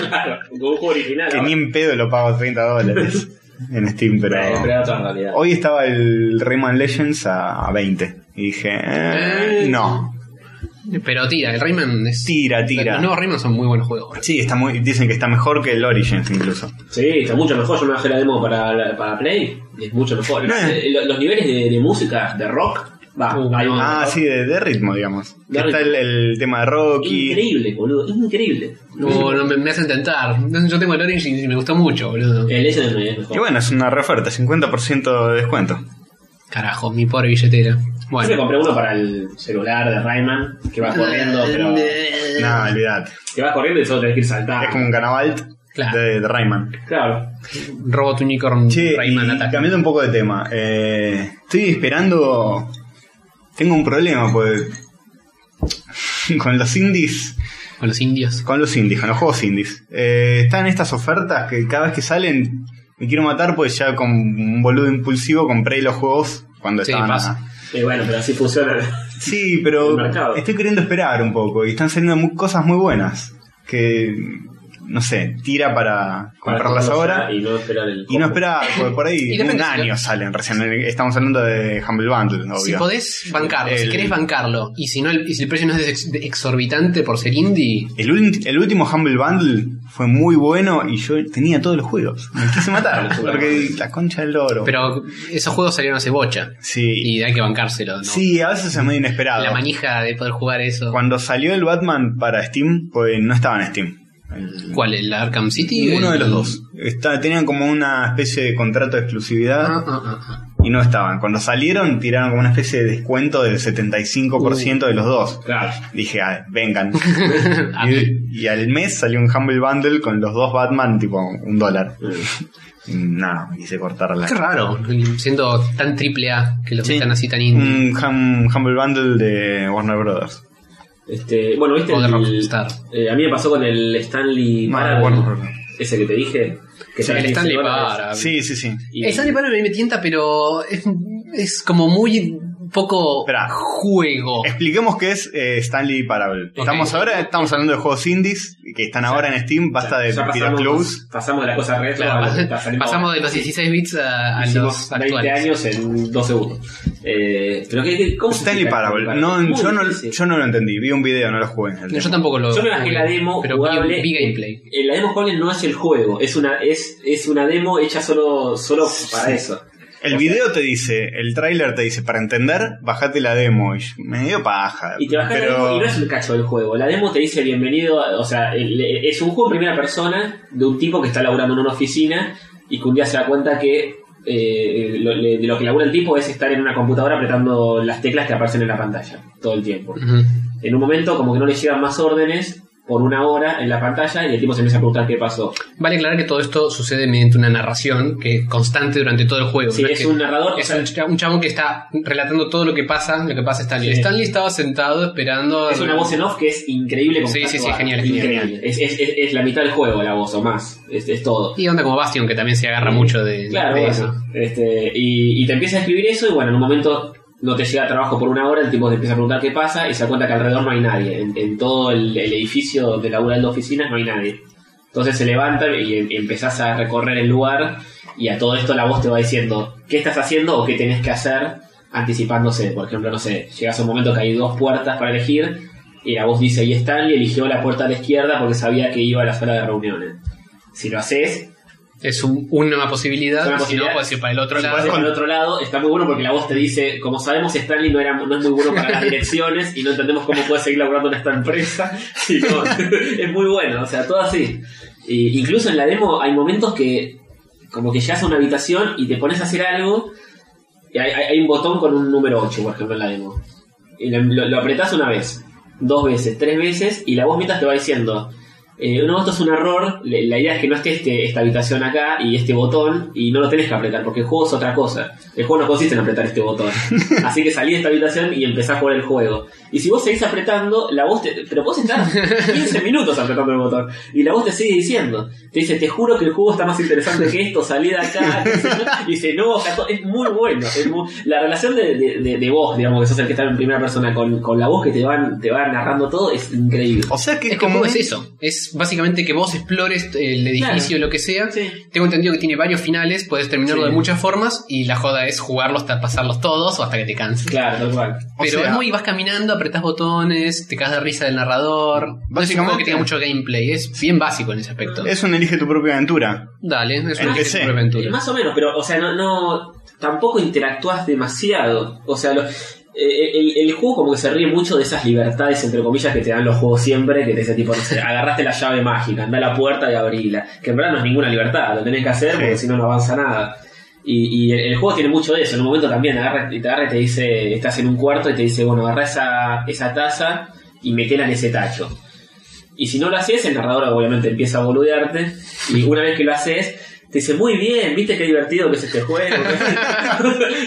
S3: claro, como un juego original.
S2: que
S3: ¿no?
S2: ni en pedo lo pago 30 dólares en Steam,
S3: Eh, pero
S2: pero...
S3: era otra realidad.
S2: Hoy estaba el Rayman Legends a a 20. Y dije, eh,
S1: Eh,
S2: no.
S1: Pero tira, el Rayman es.
S2: Tira, tira.
S1: Los nuevos Rayman son muy buenos juegos.
S2: Sí, está muy, dicen que está mejor que el Origins incluso.
S3: Sí, está mucho mejor. Yo me bajé la demo para, la- para Play y es mucho mejor.
S2: No es-
S3: Eh, lo- los niveles de, de música, de rock, va,
S1: Uh,
S3: hay un
S2: Ah,
S3: rock
S2: sí, de, de ritmo, digamos.
S3: De
S2: está el,
S3: ritmo.
S2: el tema de Rocky.
S3: Increíble, boludo, increíble.
S1: No, no me, me hacen tentar. Yo tengo el Origin y me gustó mucho, boludo.
S3: El Legend es mejor.
S2: Y bueno, es una reoferta, 50% de descuento.
S1: Carajo, mi pobre billetera.
S3: Yo me
S1: Bueno.
S3: compré uno para el celular de Rayman, que va
S1: Ah,
S3: corriendo, pero.
S1: Eh.
S2: No, olvidate.
S3: Que va corriendo y solo tenés que ir saltando.
S2: Es como un canabalt
S1: Claro.
S2: de, de Rayman.
S3: Claro.
S1: Robot Unicorn
S2: Che,
S1: Rayman
S2: y
S1: Attack.
S2: cambiando un poco de tema. eh, estoy esperando. Tengo un problema, pues. Con los indies.
S1: Con los indios.
S2: Con los indies, con los juegos indies. Eh, están estas ofertas que cada vez que salen me quiero matar, pues ya con un boludo impulsivo compré los juegos cuando
S1: Sí,
S2: estaban. a-
S1: pasa.
S3: Y bueno, pero así funciona.
S2: Sí,
S3: El
S2: pero
S3: mercado.
S2: estoy queriendo esperar un poco y están saliendo mu- cosas muy buenas. Que no sé, tira para comprarlas
S3: Para
S2: ahora.
S3: Y no esperar el.
S2: Y no
S3: combo.
S2: espera, porque por
S1: Y
S2: ahí un
S1: depende si
S2: año
S1: lo-
S2: salen recién. Estamos hablando de Humble Bundle, obvio.
S1: Si podés bancarlo, si
S2: El-
S1: querés bancarlo, y si no el, y si el precio no es ex- exorbitante por ser indie,
S2: El, ulti- el último Humble Bundle fue muy bueno y yo tenía todos los juegos. Me quise matar, porque la concha del oro.
S1: pero esos juegos salieron hace bocha.
S2: sí,
S1: Y hay que bancárselo, ¿no?
S2: sí, a veces es medio inesperado.
S1: La manija de poder jugar eso.
S2: Cuando salió el Batman para Steam, pues no estaba en Steam. El-
S1: ¿Cuál? ¿El Arkham City?
S2: Ninguno de
S1: El-
S2: los dos. Está- tenían como una especie de contrato de exclusividad
S1: Ah, ah, ah, ah.
S2: y no estaban. Cuando salieron, tiraron como una especie de descuento del
S1: Uh.
S2: 75% de los dos.
S3: Claro.
S2: Dije, "Ah, vengan.
S1: A mí.
S2: y, y al mes salió un Humble Bundle con los dos Batman, tipo un dólar.
S3: Mm.
S2: No, quise cortarla.
S1: Qué raro, siendo tan triple A que los
S2: Ah, Sí. Mm,
S1: metan así tan indie.
S2: Un hum- Humble Bundle de Warner Brothers.
S3: Este, bueno, viste.
S1: O de
S3: el-
S1: Rockstar.
S3: eh, a mí me pasó con el Stanley
S2: No,
S3: Parable,
S2: bueno.
S3: ese que te dije. Que
S1: Sí,
S3: sale
S1: el
S3: 15
S1: Stanley
S3: dólares.
S1: Parable.
S2: Sí, sí, sí.
S3: Y-
S1: El Stanley Parable me tienta, pero es, es como muy poco
S2: Esperá.
S1: juego.
S2: Expliquemos qué es eh, Stanley Parable. Estamos ahora estamos hablando de juegos indies que están ahora en Steam. Basta
S3: Ya
S2: de Peter
S3: pasamos,
S2: Close.
S3: pasamos de la cosa retro
S1: Claro,
S3: a la-
S1: pas-
S3: la salida.
S1: pasamos de los 16 bits a, a
S3: Hicimos
S1: los
S3: 20
S1: actuales.
S3: años en dos segundos. Eh, pero ¿qué, qué- ¿cómo se
S2: Stanley
S3: explica
S2: Parable.
S3: Stanley
S2: No,
S3: Parable?
S2: yo, no,
S3: Muy difícil.
S2: yo no lo entendí. Vi un video, no lo jugué.
S1: No, yo tampoco lo.
S3: Yo me bajé
S1: jugué,
S3: la demo
S1: Pero vi-
S3: jugable.
S1: vi gameplay.
S3: Eh, La demo jugable no es el juego, es una, es, es una demo hecha solo, solo para eso.
S2: El
S3: O sea,
S2: video te dice, el tráiler te dice, para entender, bajate la demo. Y yo- me dio paja.
S3: Y te bajas la
S2: pero
S3: demo y no es un cacho del juego. La demo te dice bienvenido, a- o sea, el- el- es un juego en primera persona de un tipo que está laburando en una oficina y que un día se da cuenta que eh, lo, le- de lo que labura el tipo es estar en una computadora apretando las teclas que aparecen en la pantalla todo el tiempo.
S1: Ujú.
S3: En un momento como que no le llegan más órdenes por una hora en la pantalla y el tipo se empieza a preguntar qué pasó.
S1: Vale aclarar que todo esto sucede mediante una narración que es constante durante todo el juego.
S3: Si
S1: No
S3: es
S1: que-
S3: un narrador,
S1: es un cha- un chabón que está relatando todo lo que pasa, lo que pasa a Stanley.
S3: Sí.
S1: Stanley estaba sentado esperando.
S3: Es una voz en off que es increíble. como
S1: Sí,
S3: está
S1: sí, sí,
S3: actuada.
S1: genial,
S3: Es
S1: genial.
S3: increíble. Es, es- es- es la mitad del juego la voz o más. Es, es todo.
S1: Y onda como Bastion, que también se agarra mucho de,
S3: Claro,
S1: de
S3: bueno,
S1: eso.
S3: este, y, y te empieza a escribir eso y bueno, en un momento no te llega a trabajo por una hora, el tipo te empieza a preguntar qué pasa y se da cuenta que alrededor no hay nadie. En, en todo el, el edificio donde labura el de oficinas no hay nadie. Entonces se levanta y, em- empezás a recorrer el lugar y a todo esto la voz te va diciendo qué estás haciendo o qué tenés que hacer anticipándose. Por ejemplo, no sé, llegas a un momento que hay dos puertas para elegir y la voz dice, y Stanley eligió la puerta a la izquierda porque sabía que iba a la sala de reuniones. Si lo haces,
S1: Es un- una posibilidad,
S3: Es una
S1: si no,
S3: posibilidad.
S1: puedes ir para el otro
S3: si
S1: lado.
S3: vas por el otro lado, está muy bueno porque la voz te dice, como sabemos, Stanley no, era, no es muy bueno para las direcciones y no entendemos cómo puede seguir laburando en esta empresa. Y no, es muy bueno, o sea, todo así. Y incluso en la demo hay momentos que como que llegas a una habitación y te pones a hacer algo y hay, hay- hay un botón con un número 8, por ejemplo, en la demo. Y lo, lo- lo apretás una vez, dos veces, tres veces y la voz mientras te va diciendo... Eh, no, esto es un error. le- La idea es que no esté este- esta habitación acá y este botón y no lo tenés que apretar porque el juego es otra cosa. El juego no consiste en apretar este botón. Así que salí de esta habitación y empezás a jugar el juego. Y si vos seguís apretando, la voz te... Pero vos estar 15 minutos apretando el botón y la voz te sigue diciendo. Te dice, te juro que el juego está más interesante que esto, salí de acá. Dice, "No", dice, no, acá to- es muy bueno. es muy- La relación de, de- de- de vos, digamos, que sos el que está en primera persona con, con la voz que te van, te van narrando todo, es increíble.
S2: O sea que
S1: Es
S2: es,
S1: que el
S2: como
S1: juego es
S2: un-
S1: eso. Es básicamente que vos explores eh, el edificio, lo que sea.
S3: Sí.
S1: Tengo entendido que tiene varios finales, puedes terminarlo
S3: Sí.
S1: de muchas formas y la joda es jugarlo hasta pasarlos todos o hasta que te canses.
S3: Claro, tal cual.
S2: o
S1: Pero
S2: sea,
S1: es muy, vas caminando, apretás botones, te cagas de risa del narrador. No es un juego que
S2: Básicamente-
S1: tenga mucho gameplay, es bien básico en ese aspecto.
S2: es un elige tu propia aventura.
S1: Dale, es
S2: El
S1: una
S2: que
S1: que
S2: sé.
S1: aventura.
S3: Eh, Más o menos, pero, o sea, no, no tampoco interactúas demasiado. O sea, lo- eh, el, el juego como que se ríe mucho de esas libertades, entre comillas, que te dan los juegos siempre, que te dice tipo, no sé, agarraste la llave mágica, anda a la puerta y abrila. Que en verdad no es ninguna libertad, lo tenés que hacer porque
S2: Sí.
S3: si no, no avanza nada. Y, y el, el juego tiene mucho de eso. En un momento también agarra, te agarra y te dice, estás en un cuarto y te dice, bueno, agarra esa, esa taza y metela en ese tacho. Y si no lo haces, el narrador obviamente empieza a boludearte. Y una vez que lo haces, te dice, muy bien, viste qué divertido que es este juego.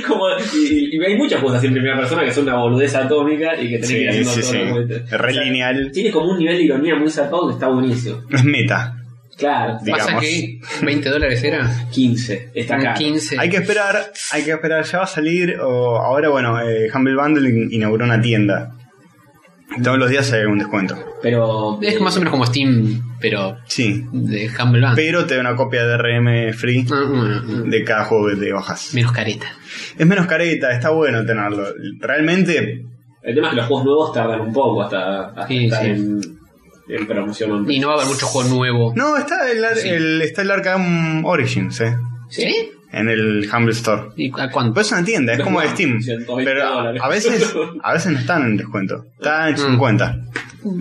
S3: Como- y, y hay muchas cosas en primera persona que son una boludez atómica y que tenés que
S2: Sí,
S3: ir haciendo
S2: sí,
S3: todo
S2: sí.
S3: lo que-
S2: Es Re
S3: O sea,
S2: lineal.
S3: Tiene como un nivel de ironía muy zarpado que está buenísimo.
S2: Es meta.
S3: Claro,
S1: Pasa
S2: digamos.
S1: que 20 dólares era.
S3: 15, está acá.
S1: 15.
S2: Hay que esperar, hay que esperar, ya va a salir, o ahora bueno, eh, Humble Bundle in- inauguró una tienda. Todos los días hay un descuento.
S3: Pero.
S1: Es más o menos como Steam, pero
S2: Sí.
S1: de Humble Band.
S2: Pero te da una copia de RM free
S1: Ah, bueno, mm,
S2: de cada juego que te bajas.
S1: menos careta.
S2: Es menos careta, está bueno tenerlo. Realmente,
S3: El tema es que los juegos nuevos tardan un poco hasta, hasta
S1: Sí,
S3: estar
S1: sí.
S3: En, en promoción.
S1: Y no va a haber mucho juego nuevo.
S2: no, está el, ar-
S1: Sí.
S2: el- está el Arkham Origins, eh,
S1: ¿Sí?
S2: en el Humble Store.
S1: ¿Y a cuánto?
S2: Pues es una tienda, es como de Steam.
S3: 120
S2: Pero a-
S3: dólares.
S2: a veces, a veces no están en descuento. Están en
S1: Mm.
S2: 50.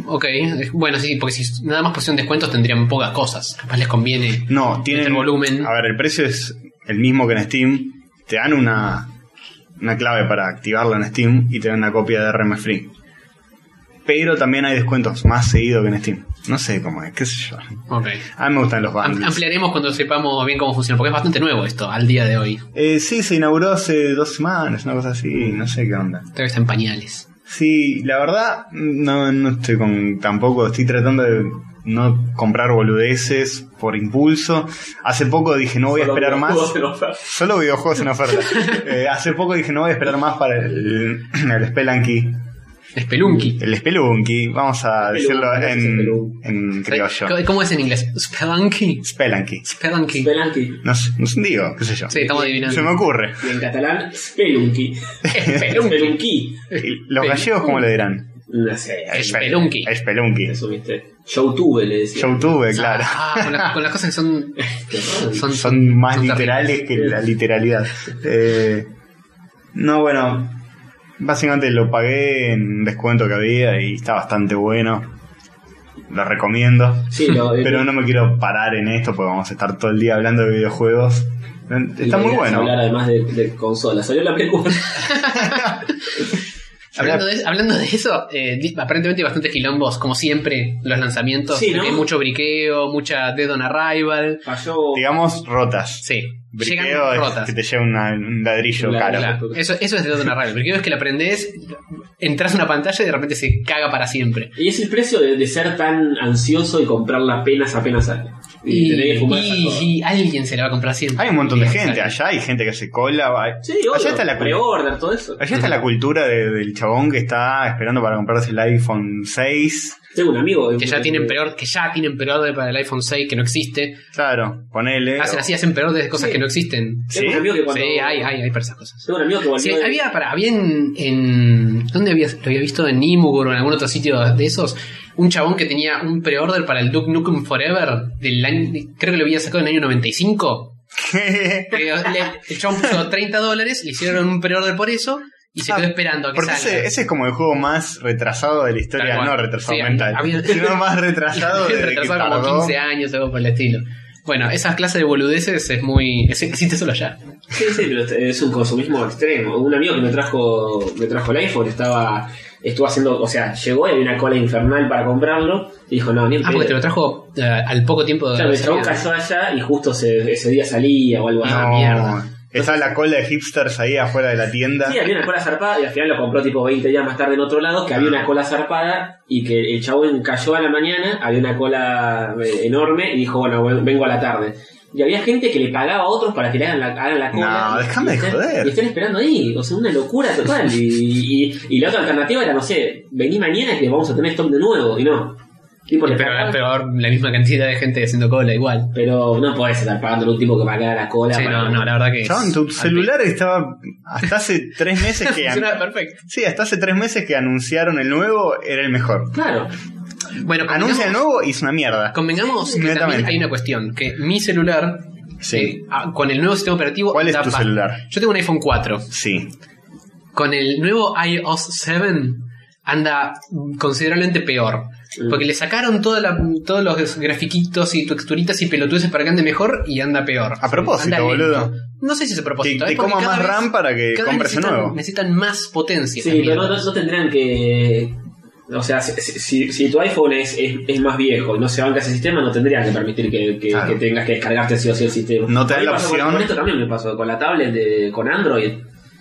S1: Ok, eh, bueno, sí, porque si nada más pusieron descuentos tendrían pocas cosas. Capaz les conviene.
S2: No, tienen.
S1: Meter volumen.
S2: A ver, el precio es el mismo que en Steam. Te dan una, una clave para activarla en Steam y te dan una copia de RM Free. Pero también hay descuentos más seguido que en Steam. No sé cómo es, qué sé yo.
S1: Ok.
S2: A mí me gustan los
S1: Am-
S2: bundles.
S1: ampliaremos cuando sepamos bien cómo funciona, porque es bastante nuevo esto, al día de hoy.
S2: Eh, sí, se inauguró hace dos semanas, una cosa así, no sé qué onda.
S1: Todavía está en pañales.
S2: Sí, la verdad, no, no estoy con. tampoco, estoy tratando de no comprar boludeces por impulso. Hace poco dije, no voy a esperar más. Solo videojuegos en oferta. Eh, hace poco dije, no voy a esperar más para el, el Spelunky.
S1: Spelunky.
S2: El Spelunky, vamos a
S3: Spelunky,
S2: decirlo
S3: ¿qué es
S2: en,
S3: Spelunky?
S2: en criollo.
S1: ¿Cómo- ¿Cómo es en inglés? Spelunky.
S2: Spelunky.
S1: Spelunky.
S3: Spelunky.
S2: No, sé- no sé, digo, qué sé yo.
S1: Sí, estamos
S2: Se
S1: adivinando.
S2: me ocurre.
S3: Y en catalán, Spelunky.
S1: Spelunky.
S3: Spelunky.
S2: ¿Y ¿Los gallegos cómo le dirán?
S3: No sé.
S1: Spelunky.
S2: Spelunky.
S3: Eso, viste. Showtube le decía.
S2: Youtube, claro.
S1: Ah, con, las- con las cosas que son. Son,
S2: Son más
S1: son
S2: literales que la literalidad. Eh, no, bueno. Básicamente lo pagué en un descuento que había y está bastante bueno. Lo recomiendo.
S3: Sí, lo,
S2: Pero no me quiero parar en esto porque vamos a estar todo el día hablando de videojuegos. Está
S3: y
S2: muy
S3: vamos a
S2: bueno.
S3: Hablar además de, de consolas. Salió la Play 4.
S1: Hablando de, hablando de eso, eh, di- aparentemente hay bastantes quilombos, como siempre, los lanzamientos.
S3: Sí, ¿no?
S1: Hay mucho briqueo, mucha Dead on Arrival.
S3: Falló.
S2: Digamos, rotas.
S1: Sí,
S2: Briqueo
S1: llegan
S2: es
S1: rotas.
S2: que te lleva una- un ladrillo
S3: Claro,
S2: caro.
S1: Claro, eso, eso es Dead on Arrival. Briqueo es que lo aprendes, entras a una pantalla y de repente se caga para siempre.
S3: Y es el precio de, de ser tan ansioso y comprarla apenas apenas sale. Y,
S1: Y,
S3: tener que fumar esas
S1: y-
S3: cosas.
S1: y alguien se la va a comprar siempre.
S2: Hay un montón de
S1: Bien,
S2: gente.
S1: claro.
S2: Allá hay gente que se cola. va-
S3: Sí, obvio,
S2: Allá está la cultura.
S3: pre-order, todo eso.
S2: Allá está la cultura de- del chabón que está esperando para comprarse el iPhone 6.
S3: Tengo un amigo
S1: Que
S3: eh,
S1: ya tienen
S3: eh,
S1: peor, que ya tienen peor para el iPhone 6 que no existe.
S2: Claro, ponele.
S1: Hacen así, hacen peor de cosas
S3: Sí.
S1: que no existen.
S2: Sí.
S3: Tengo un amigo que cuando.
S1: Sí, hay, hay, hay para esas cosas.
S3: Tengo un amigo que volvió.
S1: Sí,
S3: de-
S1: había, para, había en, en- ¿Dónde había, lo había visto? En Imgur o en algún otro sitio de esos. Un chabón que tenía un pre-order para el Duke Nukem Forever del año. Creo que lo había sacado en el año 95. Que le- el chabón puso 30 dólares, le hicieron un pre-order por eso y se
S2: Ah,
S1: quedó esperando a que
S2: Porque
S1: salga.
S2: ese, ese es como el juego más retrasado de la historia.
S1: Tal cual.
S2: No retrasado
S1: Sí,
S2: mental.
S1: había-
S2: sino más retrasado de que
S1: Retrasado como
S2: tardó.
S1: 15 años o algo por el estilo. Bueno, esas clases de boludeces es muy. es- existe solo allá.
S3: Sí, sí, pero este, es un consumismo extremo. Un amigo que me trajo, me trajo el iPhone estaba. Estuvo haciendo. O sea, llegó y había una cola infernal para comprarlo. Y dijo, no, ni en
S1: Ah,
S3: pedo.
S1: porque te lo trajo eh, al poco tiempo de.
S3: Claro, el chabón
S1: salida.
S3: cayó allá y justo se- ese día salía o algo así.
S1: Ah,
S2: No,
S1: mierda.
S2: Estaba la cola de hipsters ahí afuera de la tienda.
S3: Sí, había una cola zarpada y al final lo compró tipo 20 días más tarde en otro lado, que había
S1: Ah.
S3: una cola zarpada y que el chabón cayó a la mañana, había una cola eh, enorme y dijo, bueno, bueno, vengo a la tarde. Y había gente que le pagaba a otros para que le hagan la, hagan la cola.
S2: No,
S3: Y-
S2: dejame
S3: y
S2: de
S3: están-
S2: joder.
S3: Y están esperando ahí, o sea, una locura total. Y, y- y la otra alternativa era, no sé, vení mañana que vamos a tener stock de nuevo, y no. Tipo, le
S1: Pero,
S3: pagaba-
S1: pero ahora la misma cantidad de gente haciendo cola igual.
S3: pero no podés estar pagándole a un tipo que va a quedar la cola.
S1: Sí,
S3: para-
S1: no, no, la verdad que es-
S2: Chabón, tu
S1: al-
S2: celular estaba hasta hace tres meses que an-
S1: Funciona perfecto.
S2: sí, hasta hace tres meses que anunciaron el nuevo era el mejor.
S3: Claro.
S1: Bueno,
S2: Anuncia
S1: convengamos-
S2: el nuevo y es una mierda.
S1: Convengamos que también
S2: Inmediatamente.
S1: hay una cuestión, que mi celular,
S2: Sí.
S1: eh, ah, con el nuevo sistema operativo...
S2: ¿Cuál es
S1: da
S2: tu
S1: pa-
S2: celular?
S1: Yo tengo un iPhone 4.
S2: Sí.
S1: Con el nuevo iOS 7 anda considerablemente peor.
S3: Mm.
S1: Porque le sacaron toda la- todos los grafiquitos y texturitas y pelotudeces para que ande mejor y anda peor.
S2: A propósito,
S1: Anda lento.
S2: boludo.
S1: No sé si es a
S2: Que
S1: propósito.
S2: te
S1: es porque
S2: coma
S1: cada
S2: más
S1: vez-
S2: RAM para que
S1: cada vez
S2: compres el
S1: necesitan-
S2: nuevo.
S1: Necesitan más potencia.
S3: Sí,
S1: esas
S3: pero no,
S1: mierdas.
S3: no- no tendrían que. O sea, si, si- si tu iPhone es, es, es más viejo y no se banca ese sistema, no tendrían que permitir que, que-
S2: Claro.
S3: que tengas que descargarte sí o sí el sistema.
S2: No te
S3: A mí
S2: da la
S3: pasó con-
S2: opción.
S3: Con, esto también me pasó, con la tablet de, con Android.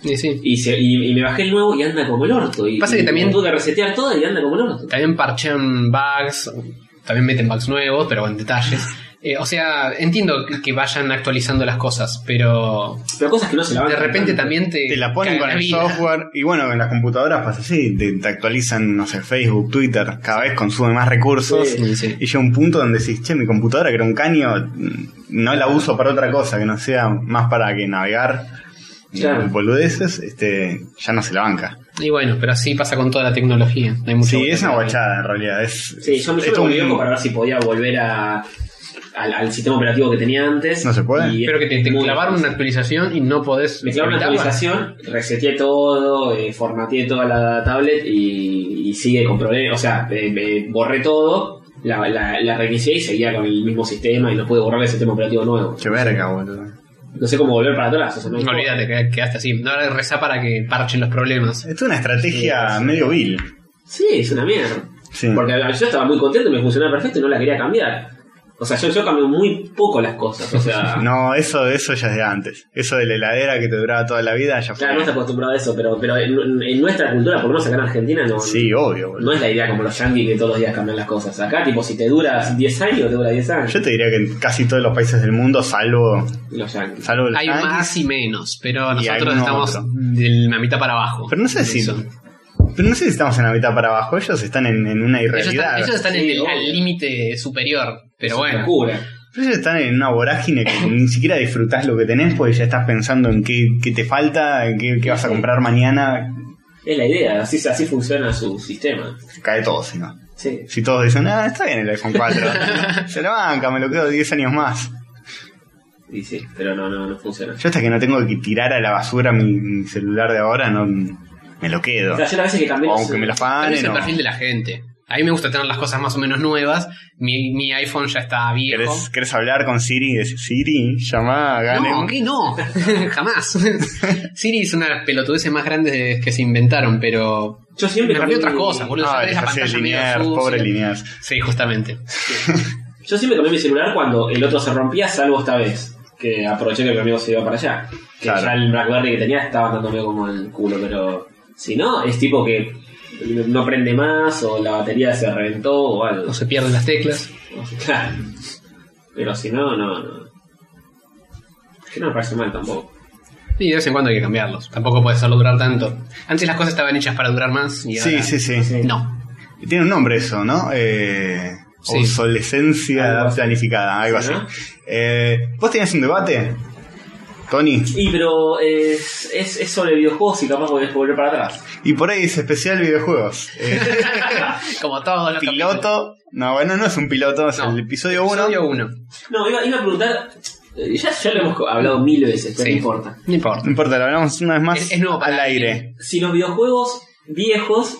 S1: Y sí.
S3: Y, se- y, y me bajé el nuevo y anda como el orto. Y,
S1: Pasa que
S3: y
S1: también-
S3: tuve que resetear todo y anda como el orto.
S1: También parchean bugs, también meten bugs nuevos, pero en detalles. Eh, o sea, entiendo que, que vayan actualizando las cosas, pero
S3: Pero cosas que no se la van
S1: de
S3: a
S1: repente
S3: contar.
S1: también te.
S2: Te la ponen
S1: cagan
S2: con el
S1: vida.
S2: software. Y bueno, en las computadoras pasa así. Te, te actualizan, no sé, Facebook, Twitter. Cada vez consume más recursos.
S3: Sí.
S1: Sí, sí.
S2: Y llega un punto donde decís, che, mi computadora que era un caño, mm, no la uso para otra cosa, que no sea más para que navegar. y
S3: Claro.
S2: Boludeces, este, ya no se la banca.
S1: Y bueno, pero así pasa con toda la tecnología. Hay mucha
S2: Sí,
S1: vuelta
S2: es una
S1: que darle.
S2: guachada en realidad. Es,
S3: Sí, yo me, yo
S2: es
S3: me
S2: un-
S3: volví loco para ver si podía volver a, al, al sistema operativo que tenía antes.
S2: No se puede.
S3: Y es
S1: Pero que te, te
S3: muy-
S1: clavaron una actualización y no podés.
S3: Me clavaron una
S1: evitarla.
S3: actualización, reseteé todo, eh, formateé toda la tablet y, y sigue con problemas. O sea, eh, me borré todo, la, la, la reinicié y seguía con el mismo sistema y no pude borrar el sistema operativo nuevo.
S2: Qué verga, boludo.
S3: No sé cómo volver para atrás. O sea, no hay
S1: No,
S3: forma.
S1: olvídate, que- quedaste así. No, Ahora reza para que parchen los problemas.
S2: Es una estrategia
S3: Sí, sí.
S2: medio vil.
S3: Sí, es una mierda.
S2: Sí.
S3: Porque yo estaba muy contento, me funcionaba perfecto y no la quería cambiar. O sea, yo, yo cambio muy poco las cosas. O sea,
S2: No, eso, eso ya es de antes. Eso de la heladera que te duraba toda la vida ya fue.
S3: claro, no está acostumbrado a eso, pero, pero en, en nuestra cultura, por lo menos acá en Argentina, no,
S2: Sí, obvio, boludo.
S3: no es la idea como los yankees que todos los días cambian las cosas. Acá, tipo, si te duras 10 años, te dura 10 años.
S2: Yo te diría que en casi todos los países del mundo, salvo,
S3: Los yankees.
S2: salvo los
S1: Hay
S2: yanquis.
S1: más y menos, pero
S2: Y
S1: nosotros
S2: alguno
S1: estamos
S2: otro.
S1: de la mitad para abajo.
S2: Pero no sé
S1: de
S2: si-
S1: eso.
S2: Pero no sé si estamos en la mitad para abajo, ellos están en, en una
S1: Ellos
S2: irrealidad.
S1: están, ellos están en
S3: Sí,
S1: el
S3: obvio.
S1: al límite superior, pero
S3: Es una
S1: bueno.
S3: locura.
S2: Pero ellos están en una vorágine que ni siquiera disfrutás lo que tenés porque ya estás pensando en qué, qué te falta, en qué, qué vas a comprar mañana.
S3: Es la idea, así, así funciona su sistema.
S2: Cae todo, si no.
S3: Sí.
S2: Si todos dicen, ah, está bien el iPhone 4. Se la banca, me lo quedo 10 años más.
S3: Y sí, pero no, no, no funciona.
S2: Yo hasta que no tengo que tirar a la basura mi, mi celular de ahora, no me lo quedo.
S3: O sea, yo las veces que cambié.
S2: Aunque me lo
S1: También es
S2: afanen
S1: el
S2: o-
S1: perfil de la gente. A mí me gusta tener las cosas más o menos nuevas. Mi, mi iPhone ya está viejo.
S2: ¿Querés, querés hablar con Siri y decir, Siri, llamá, gane.
S1: No, ¿qué no? Jamás. Siri es una de las pelotudeces más grandes que se inventaron, pero
S3: Yo siempre
S1: me cambió otras
S3: mi-
S1: cosas, boludo. Ya
S2: Ay,
S1: tenés la
S2: Ah, ya sé,
S1: pantalla medio
S2: Liniers,
S1: sucia.
S2: pobre Liniers.
S1: Sí, justamente.
S3: Yo siempre cambié mi celular cuando el otro se rompía, salvo esta vez. Que aproveché que mi amigo se iba para allá. Que
S2: Claro.
S3: ya el Blackberry que tenía estaba andando medio como el culo, pero si no, es tipo que no prende más, o la batería se reventó, o algo.
S1: No se pierden las teclas.
S3: Claro. Pero si no, no, no. Que no me parece mal tampoco.
S1: Y de vez en cuando hay que cambiarlos. Tampoco puedes solo durar tanto. Antes las cosas estaban hechas para durar más. Y
S2: Sí,
S1: ahora-
S2: sí, sí,
S3: Sí.
S1: No.
S2: Tiene un nombre eso, ¿no? Eh,
S1: Sí.
S2: Obsolescencia
S3: Algo así.
S2: planificada, algo
S3: Sí,
S2: así.
S3: ¿no?
S2: Eh, ¿Vos tenías un debate, Tony?
S3: Y pero eh, es, es, es sobre videojuegos y capaz podés volver para atrás.
S2: Y por ahí dice especial videojuegos. Eh,
S1: Como todos los
S2: piloto. No, bueno, no es un piloto, es
S1: No.
S2: el episodio
S1: capítulos.
S2: 1.
S1: Episodio uno.
S3: No, iba, iba a preguntar. eh, Ya, ya lo hemos co- hablado mil veces, pero
S1: Sí.
S3: no importa.
S1: No
S2: No
S1: importa.
S2: importa, lo hablamos una vez más
S1: Es- es nuevo para
S2: al
S1: alguien.
S2: aire.
S3: si los videojuegos viejos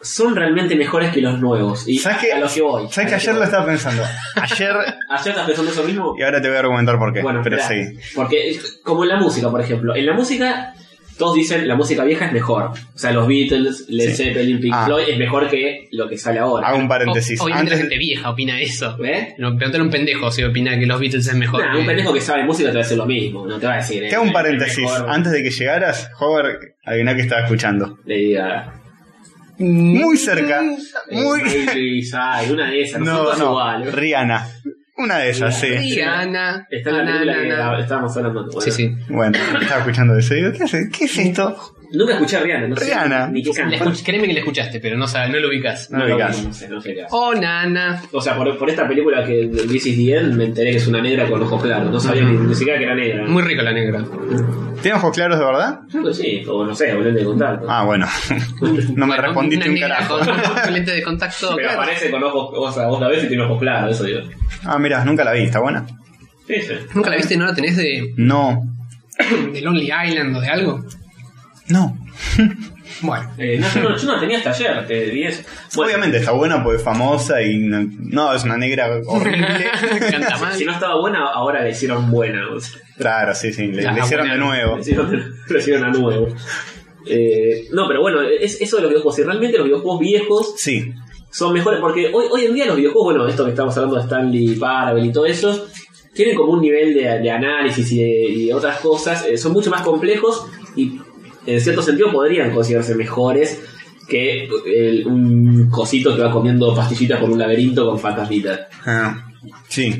S3: son realmente mejores que los nuevos. Y
S2: ¿Sabes
S3: a,
S2: que-
S3: a lo que voy.
S2: ¿Sabes que
S3: A
S2: ayer
S3: voy.
S2: lo estaba pensando? Ayer,
S3: ¿Ayer estás pensando eso mismo?
S2: y ahora te voy a argumentar por qué.
S3: bueno,
S2: pero
S3: esperá.
S2: seguí.
S3: Porque es como en la música, por ejemplo. En la música, todos dicen la música vieja es mejor. O sea, los Beatles, Led
S2: Sí.
S3: Zeppelin, Pink
S2: Ah.
S3: Floyd es mejor que lo que sale ahora.
S2: Hago un paréntesis.
S1: O- obviamente la
S2: Antes,
S1: gente vieja opina eso.
S3: ¿Eh?
S1: No, Preguntale a un pendejo si opina que los Beatles es mejor.
S3: Nah,
S1: que-
S3: un pendejo que sabe música te va a decir lo mismo, no te va a decir. eh,
S2: te hago un
S3: es
S2: paréntesis.
S3: mejor.
S2: Antes de que llegaras, Hover, adiviná que estaba escuchando.
S3: Le diga.
S2: Muy cerca.
S3: eh,
S2: Muy.
S3: Miley Cyrus, una de esas, no, son
S2: No,
S3: todas
S2: no.
S3: iguales.
S2: Rihanna. Una de esas, sí.
S1: Rihanna.
S3: eh. Está en la película
S1: na, na,
S3: que
S1: na.
S3: la- estábamos hablando. Bueno.
S1: Sí, sí.
S2: Bueno, estaba escuchando eso. Digo, ¿qué, hace? ¿Qué es esto?
S3: Nunca escuché a Rihanna, no sé.
S2: Rihanna.
S3: Ni qué
S1: La
S3: canta.
S1: escuch- créeme que la escuchaste, pero no, sabes, no lo ubicas.
S2: No lo ubicás.
S3: No sé, no sé qué hace.
S1: Oh, nana.
S3: O sea, por, por esta película que de This is the End, me enteré que es una negra con ojos claros. No sabía ni, ni siquiera que era negra.
S1: Muy rico la negra.
S2: ¿Tiene ojos claros de verdad?
S3: Yo que sí, o no sé, volvente de contacto.
S2: Ah, bueno. No me
S1: Bueno,
S2: respondiste
S1: una
S2: un
S1: negra
S2: carajo.
S1: Con un lente de contacto.
S3: Pero
S1: claro.
S3: aparece con ojos, o sea, vos la ves y tiene ojos claros, eso digo.
S2: Ah, mira, nunca la vi, está buena.
S3: Sí, sí.
S1: ¿Nunca la viste? ¿No la tenés de,
S2: No.
S1: de Lonely Island o de algo?
S2: No.
S1: Bueno.
S3: Eh, no, yo no, yo no la tenía hasta ayer, te vi eso. Bueno,
S2: Obviamente está buena porque es famosa y no, no, es una negra horrible.
S1: Canta mal.
S3: Si no estaba buena, ahora la hicieron buena. o sea,
S2: claro, sí, sí, le,
S1: Ya,
S2: le hicieron
S1: bueno.
S2: de nuevo.
S3: la hicieron, la hicieron a nuevo. Eh, no, pero bueno, es, eso de los videojuegos. Si realmente los videojuegos viejos
S2: Sí,
S3: son mejores, porque hoy, hoy en día los videojuegos, bueno, esto que estamos hablando de Stanley Parable y todo eso, tienen como un nivel de, de análisis y de, y de otras cosas, eh, son mucho más complejos y en cierto sentido podrían considerarse mejores que el- un cosito que va comiendo pastillitas por un laberinto con fantasmitas.
S2: Ah, Sí,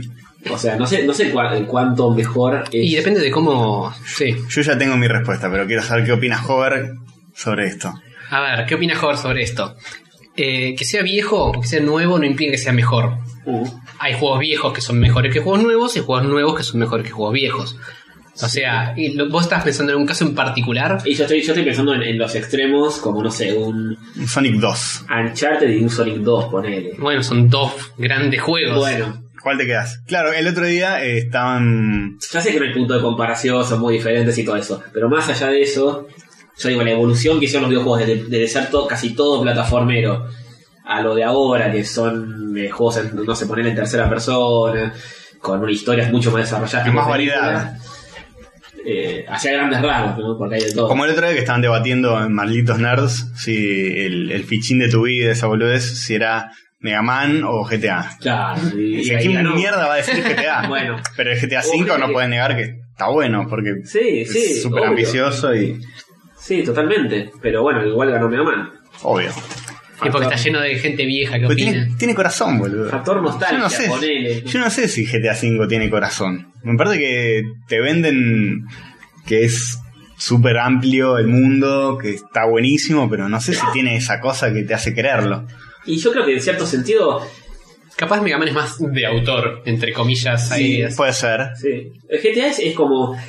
S3: O sea, no sé, no sé cua- cuánto mejor es.
S1: Y depende de cómo. Sí.
S2: yo ya tengo mi respuesta, pero quiero saber qué opina Hover sobre esto.
S1: A ver, ¿qué opina Jorge sobre esto? Eh, que sea viejo o que sea nuevo no implica que sea mejor.
S3: Uh,
S1: Hay juegos viejos que son mejores que juegos nuevos y juegos nuevos que son mejores que juegos viejos. O sea, y lo- vos estás pensando en un caso en particular.
S3: Y yo estoy, yo estoy pensando en, en los extremos, como no sé, un
S2: Sonic 2.
S3: Uncharted y un Sonic 2, ponele.
S1: Bueno, son dos grandes juegos.
S3: Bueno,
S2: ¿Cuál te quedas? Claro, el otro día eh, estaban.
S3: ya sé que no hay punto de comparación, son muy diferentes y todo eso. Pero más allá de eso, yo digo, la evolución que hicieron los videojuegos desde, desde ser todo- casi todo plataformero a lo de ahora, que son eh, juegos, en, no sé, poner en tercera persona, con historias mucho más desarrolladas.
S2: Con
S3: que
S2: más
S3: una
S2: variedad.
S3: película, Eh, hacia grandes rasgos, ¿no? Porque hay de todo.
S2: Como el otro día que estaban debatiendo en Malditos Nerds si el, el fichín de tu vida, esa boludez, si era Mega Man o GTA.
S3: Claro, y,
S2: Y
S3: y ahí
S2: aquí
S3: ganó.
S2: mierda va a decir GTA.
S3: Bueno.
S2: Pero el GTA
S3: Ojo,
S2: 5 no
S3: que-
S2: puedes negar que está bueno, porque
S3: Sí, sí.
S2: es súper
S3: obvio.
S2: ambicioso y.
S3: Sí, totalmente. Pero bueno, igual ganó Mega Man.
S2: Obvio.
S1: Y porque
S3: Factor-
S1: está lleno de gente vieja que
S2: Pero
S1: opina.
S2: tiene, tiene corazón, boludo.
S3: Factor nostalgia,
S2: yo no sé,
S3: ponele.
S2: Yo no sé si GTA V tiene corazón. Me parece que te venden que es súper amplio el mundo, que está buenísimo, pero no sé si tiene esa cosa que te hace quererlo.
S3: Y yo creo que en cierto sentido,
S1: Capaz Mega Man es más de autor, entre comillas. ahí.
S3: Sí.
S2: Puede ser.
S3: sí. El GTA es, es como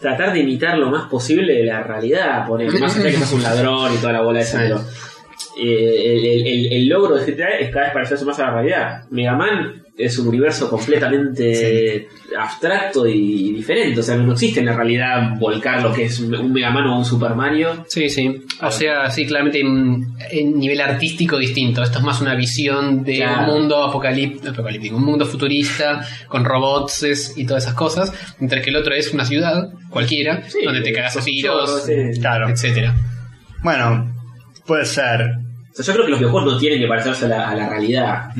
S3: tratar de imitar lo más posible de la realidad, ponele. Más allá de que sos un ladrón y toda la bola de esa,
S1: Sí.
S3: pero. eh, el, el- el- el logro de GTA es cada vez parecerse más a la realidad. Mega Man es un universo completamente abstracto y diferente. O sea, no existe en la realidad volcar lo que es un, un Mega Man o un Super Mario.
S1: Sí, sí. O
S3: Ah.
S1: sea, sí, claramente en, en nivel artístico distinto. Esto es más una visión de
S3: Claro.
S1: un mundo apocalip- apocalíptico, un mundo futurista, con robots y todas esas cosas, mientras que el otro es una ciudad cualquiera,
S3: Sí,
S1: donde te cagas a
S3: sí,
S1: tiros,
S3: sí.
S2: Claro.
S1: etcétera.
S2: Bueno, puede ser.
S3: O sea, yo creo que los videojuegos no tienen que parecerse a la, a la realidad.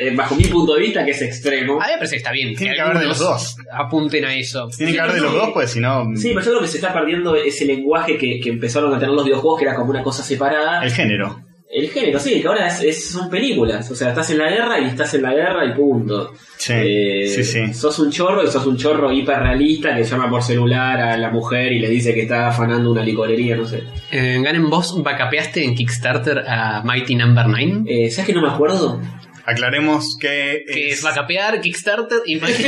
S3: Eh, Bajo mi punto de vista, que es extremo.
S1: A mí me parece que está bien.
S2: Tiene que haber de los
S1: algunos Apunten a eso.
S2: Tiene
S3: Sí,
S2: que haber de
S3: no,
S2: los
S3: no,
S2: dos,
S3: eh.
S2: pues si no.
S3: Sí, pero yo creo que se está perdiendo ese lenguaje que, que empezaron a tener los videojuegos, que era como una cosa separada.
S2: El
S3: El,
S2: género.
S3: género, sí, que ahora es- es- son películas. O sea, estás en la guerra y estás en la guerra y punto.
S2: Sí,
S3: Eh,
S2: sí, sí.
S3: Sos un chorro y sos un chorro hiperrealista que llama por celular a la mujer y le dice que está afanando una licorería, no sé.
S1: Eh, Ganen, ¿vos vacapeaste en Kickstarter a Mighty Number 9?
S3: Eh, ¿Sabes que no me acuerdo?
S2: Aclaremos que.
S1: Que es vacapear, Kickstarter y Mighty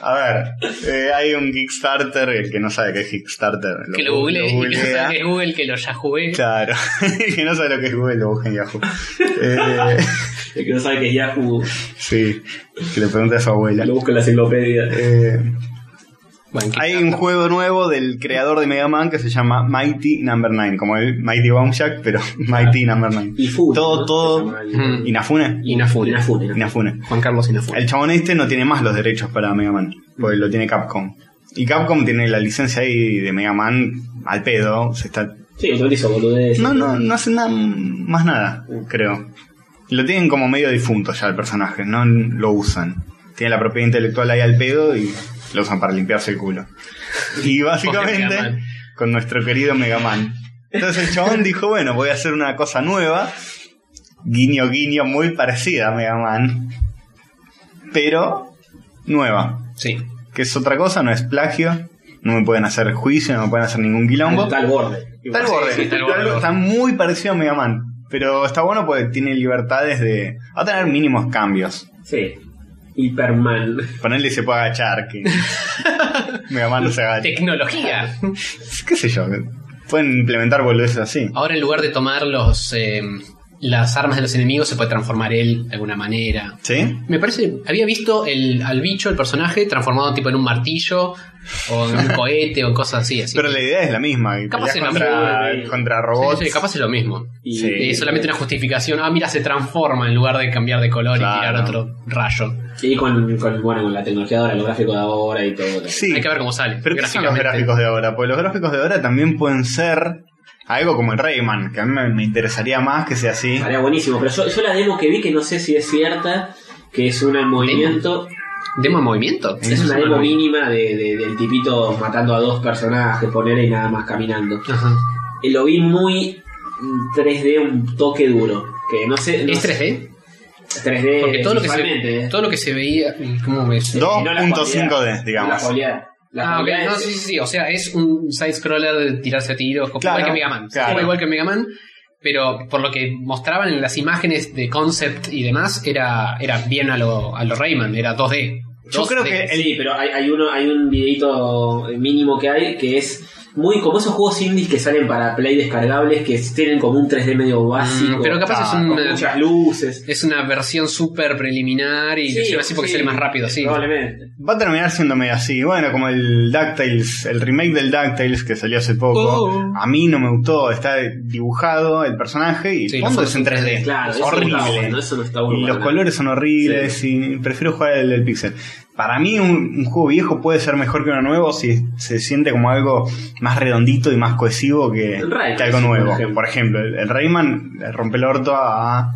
S2: A ver, eh, hay un Kickstarter, el que no sabe qué es Kickstarter. lo
S1: que lo
S2: gu-
S1: google y que no
S2: googlea.
S1: sabe que es Google, que lo ya jugué.
S2: Claro, que no sabe lo que es Google, lo busca en Yahoo. Eh,
S3: El que no sabe que es Yahoo,
S2: sí, que le pregunta a su abuela.
S3: lo busca en la enciclopedia.
S2: Eh,
S1: Bueno, Kickstarter.
S2: hay un juego nuevo del creador de Mega Man que se llama Mighty Number 9, como el Mighty Bombshack, pero Mighty Number 9.
S3: Y Fun.
S2: Todo, todo.
S1: Mm.
S2: ¿Inafune?
S1: Inafune.
S3: Inafune. Inafune.
S2: Inafune.
S1: Juan Carlos Inafune.
S2: El chabón este no tiene más los derechos para Mega Man, porque lo tiene Capcom. Y Capcom tiene la licencia ahí de Mega Man al pedo, se está
S3: Sí, el hizo boludez.
S2: No, no, no hacen nada, más nada, creo. Lo tienen como medio difunto ya el personaje, no lo usan. Tiene la propiedad intelectual ahí al pedo y lo usan para limpiarse el culo.
S1: Pobre
S2: Y
S1: Mega
S2: básicamente,
S1: Man.
S2: con nuestro querido Mega Man. Entonces el chabón dijo, bueno, voy a hacer una cosa nueva, guiño guiño, muy parecida a Mega Man, pero nueva.
S1: Sí.
S2: Que es otra cosa, no es plagio, no me pueden hacer juicio, no me pueden hacer ningún quilombo.
S3: Está al borde.
S2: Está al borde.
S1: Sí, sí, está
S2: está,
S1: al borde.
S2: está muy parecido a Mega Man. Pero está bueno porque tiene libertades de. Va a tener mínimos cambios.
S3: Sí. Hiperman.
S2: Ponerle se puede agachar. Que Mega Man no se agacha.
S1: Tecnología.
S2: ¿Qué sé yo? Pueden implementar boludeces así.
S1: Ahora en lugar de tomar los eh, las armas de los enemigos, se puede transformar él de alguna manera.
S2: ¿Sí?
S1: Me parece, había visto el, al bicho, el personaje, transformado tipo en un martillo o en un cohete o cosas así. así.
S2: Pero la idea es la misma. que
S1: Capaz
S2: peleás
S1: es la
S2: contra,
S3: misma.
S2: contra
S1: Sí,
S2: robots.
S1: sí, capaz es lo mismo.
S3: Y,
S2: Sí.
S1: Eh, solamente una justificación. Ah, mira, se transforma en lugar de cambiar de color y
S2: Claro.
S1: tirar otro rayo.
S3: Y con, con, bueno, con la tecnología de ahora, los gráficos de ahora y todo.
S2: Sí,
S1: Hay que ver cómo sale.
S2: Pero ¿qué son los gráficos de ahora? Porque los gráficos de ahora también pueden ser algo como el Rayman, que a mí me me interesaría más que sea así.
S3: Estaría buenísimo. Pero yo, yo la demo que vi, que no sé si es cierta, que es una en movimiento.
S1: ¿Demo en movimiento?
S3: Es una demo mínima de, de- del tipito matando a dos personajes, poner y nada más caminando.
S1: Ajá.
S3: Y lo vi muy 3D un toque duro. Que no sé. no
S1: ¿Es
S3: sé-
S1: 3D?
S3: 3D.
S1: Porque todo lo que
S3: Eh, visualmente,
S1: se,
S3: eh.
S1: todo lo que se veía. ¿Cómo ves?
S3: No la
S2: 2.5D,
S3: cualidad. La
S2: digamos.
S3: cualidad. La
S1: Ah, ok,
S3: cualidad
S1: no,
S3: es-
S1: sí, sí, sí. O sea, es un side-scroller de tirarse a tiros, como
S2: Claro,
S1: igual que Mega Man.
S2: claro.
S1: Como igual que Mega Man, pero por lo que mostraban en las imágenes de concept y demás, era, era bien a lo, a lo Rayman, era 2D.
S2: Yo creo que el-
S3: Sí, pero hay, hay uno, hay un videito mínimo que hay que es muy como esos juegos indies que salen para play descargables que tienen como un 3D medio básico.
S1: Mm, pero capaz
S2: ah,
S1: es, un-
S3: con muchas luces.
S1: es una versión súper preliminar y lo
S3: Sí,
S1: lleva así porque
S3: sí,
S1: sale más rápido, sí.
S3: Probablemente.
S2: Va a terminar siendo medio así. Bueno, como el DuckTales, el remake del DuckTales que salió hace poco.
S1: Oh.
S2: A mí no me gustó. Está dibujado el personaje y
S1: Sí,
S2: el
S1: la
S2: fondo
S1: foto
S2: es en 3D.
S3: Claro,
S2: es
S3: eso no
S2: horrible.
S3: está bueno, eso no está bueno
S2: y
S3: para
S2: los
S3: nada.
S2: colores son horribles y prefiero jugar el del Pixel. Para mí un, un juego viejo puede ser mejor que uno nuevo si se siente como algo más redondito y más cohesivo que,
S3: El Rayman,
S2: que algo
S3: por
S2: nuevo.
S3: ejemplo.
S2: Por ejemplo, el, el Rayman le rompe el orto a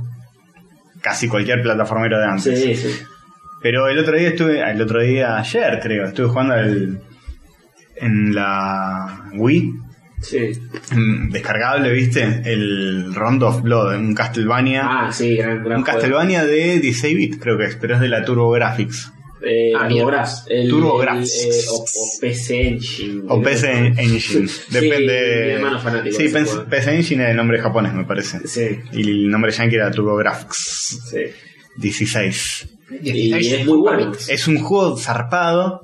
S2: casi cualquier plataformero de antes.
S3: Sí, sí.
S2: Pero el otro día estuve, el otro día ayer creo, estuve jugando al- en la Wii,
S3: sí.
S2: mm, descargable, ¿viste? El Rondo of Blood, un Castlevania.
S3: Ah, sí, gran, gran
S2: un
S3: juego.
S2: Castlevania de 16 bits, creo que es, pero es de la Turbo Graphics.
S3: Eh,
S1: Ah, bien.
S3: TurboGrafx. El,
S2: TurboGrafx.
S3: el, eh, o, o PC Engine.
S2: O PC Engine,
S3: mi
S2: depende.
S3: hermano fanático
S2: sí,
S3: de ese
S2: PC,
S3: juego.
S2: PC Engine es el nombre japonés, me parece.
S3: Sí,
S2: Y el nombre yankee era Turbo Graphics
S3: sí.
S2: 16.
S3: Y es muy bueno. Sí.
S2: Es un juego zarpado,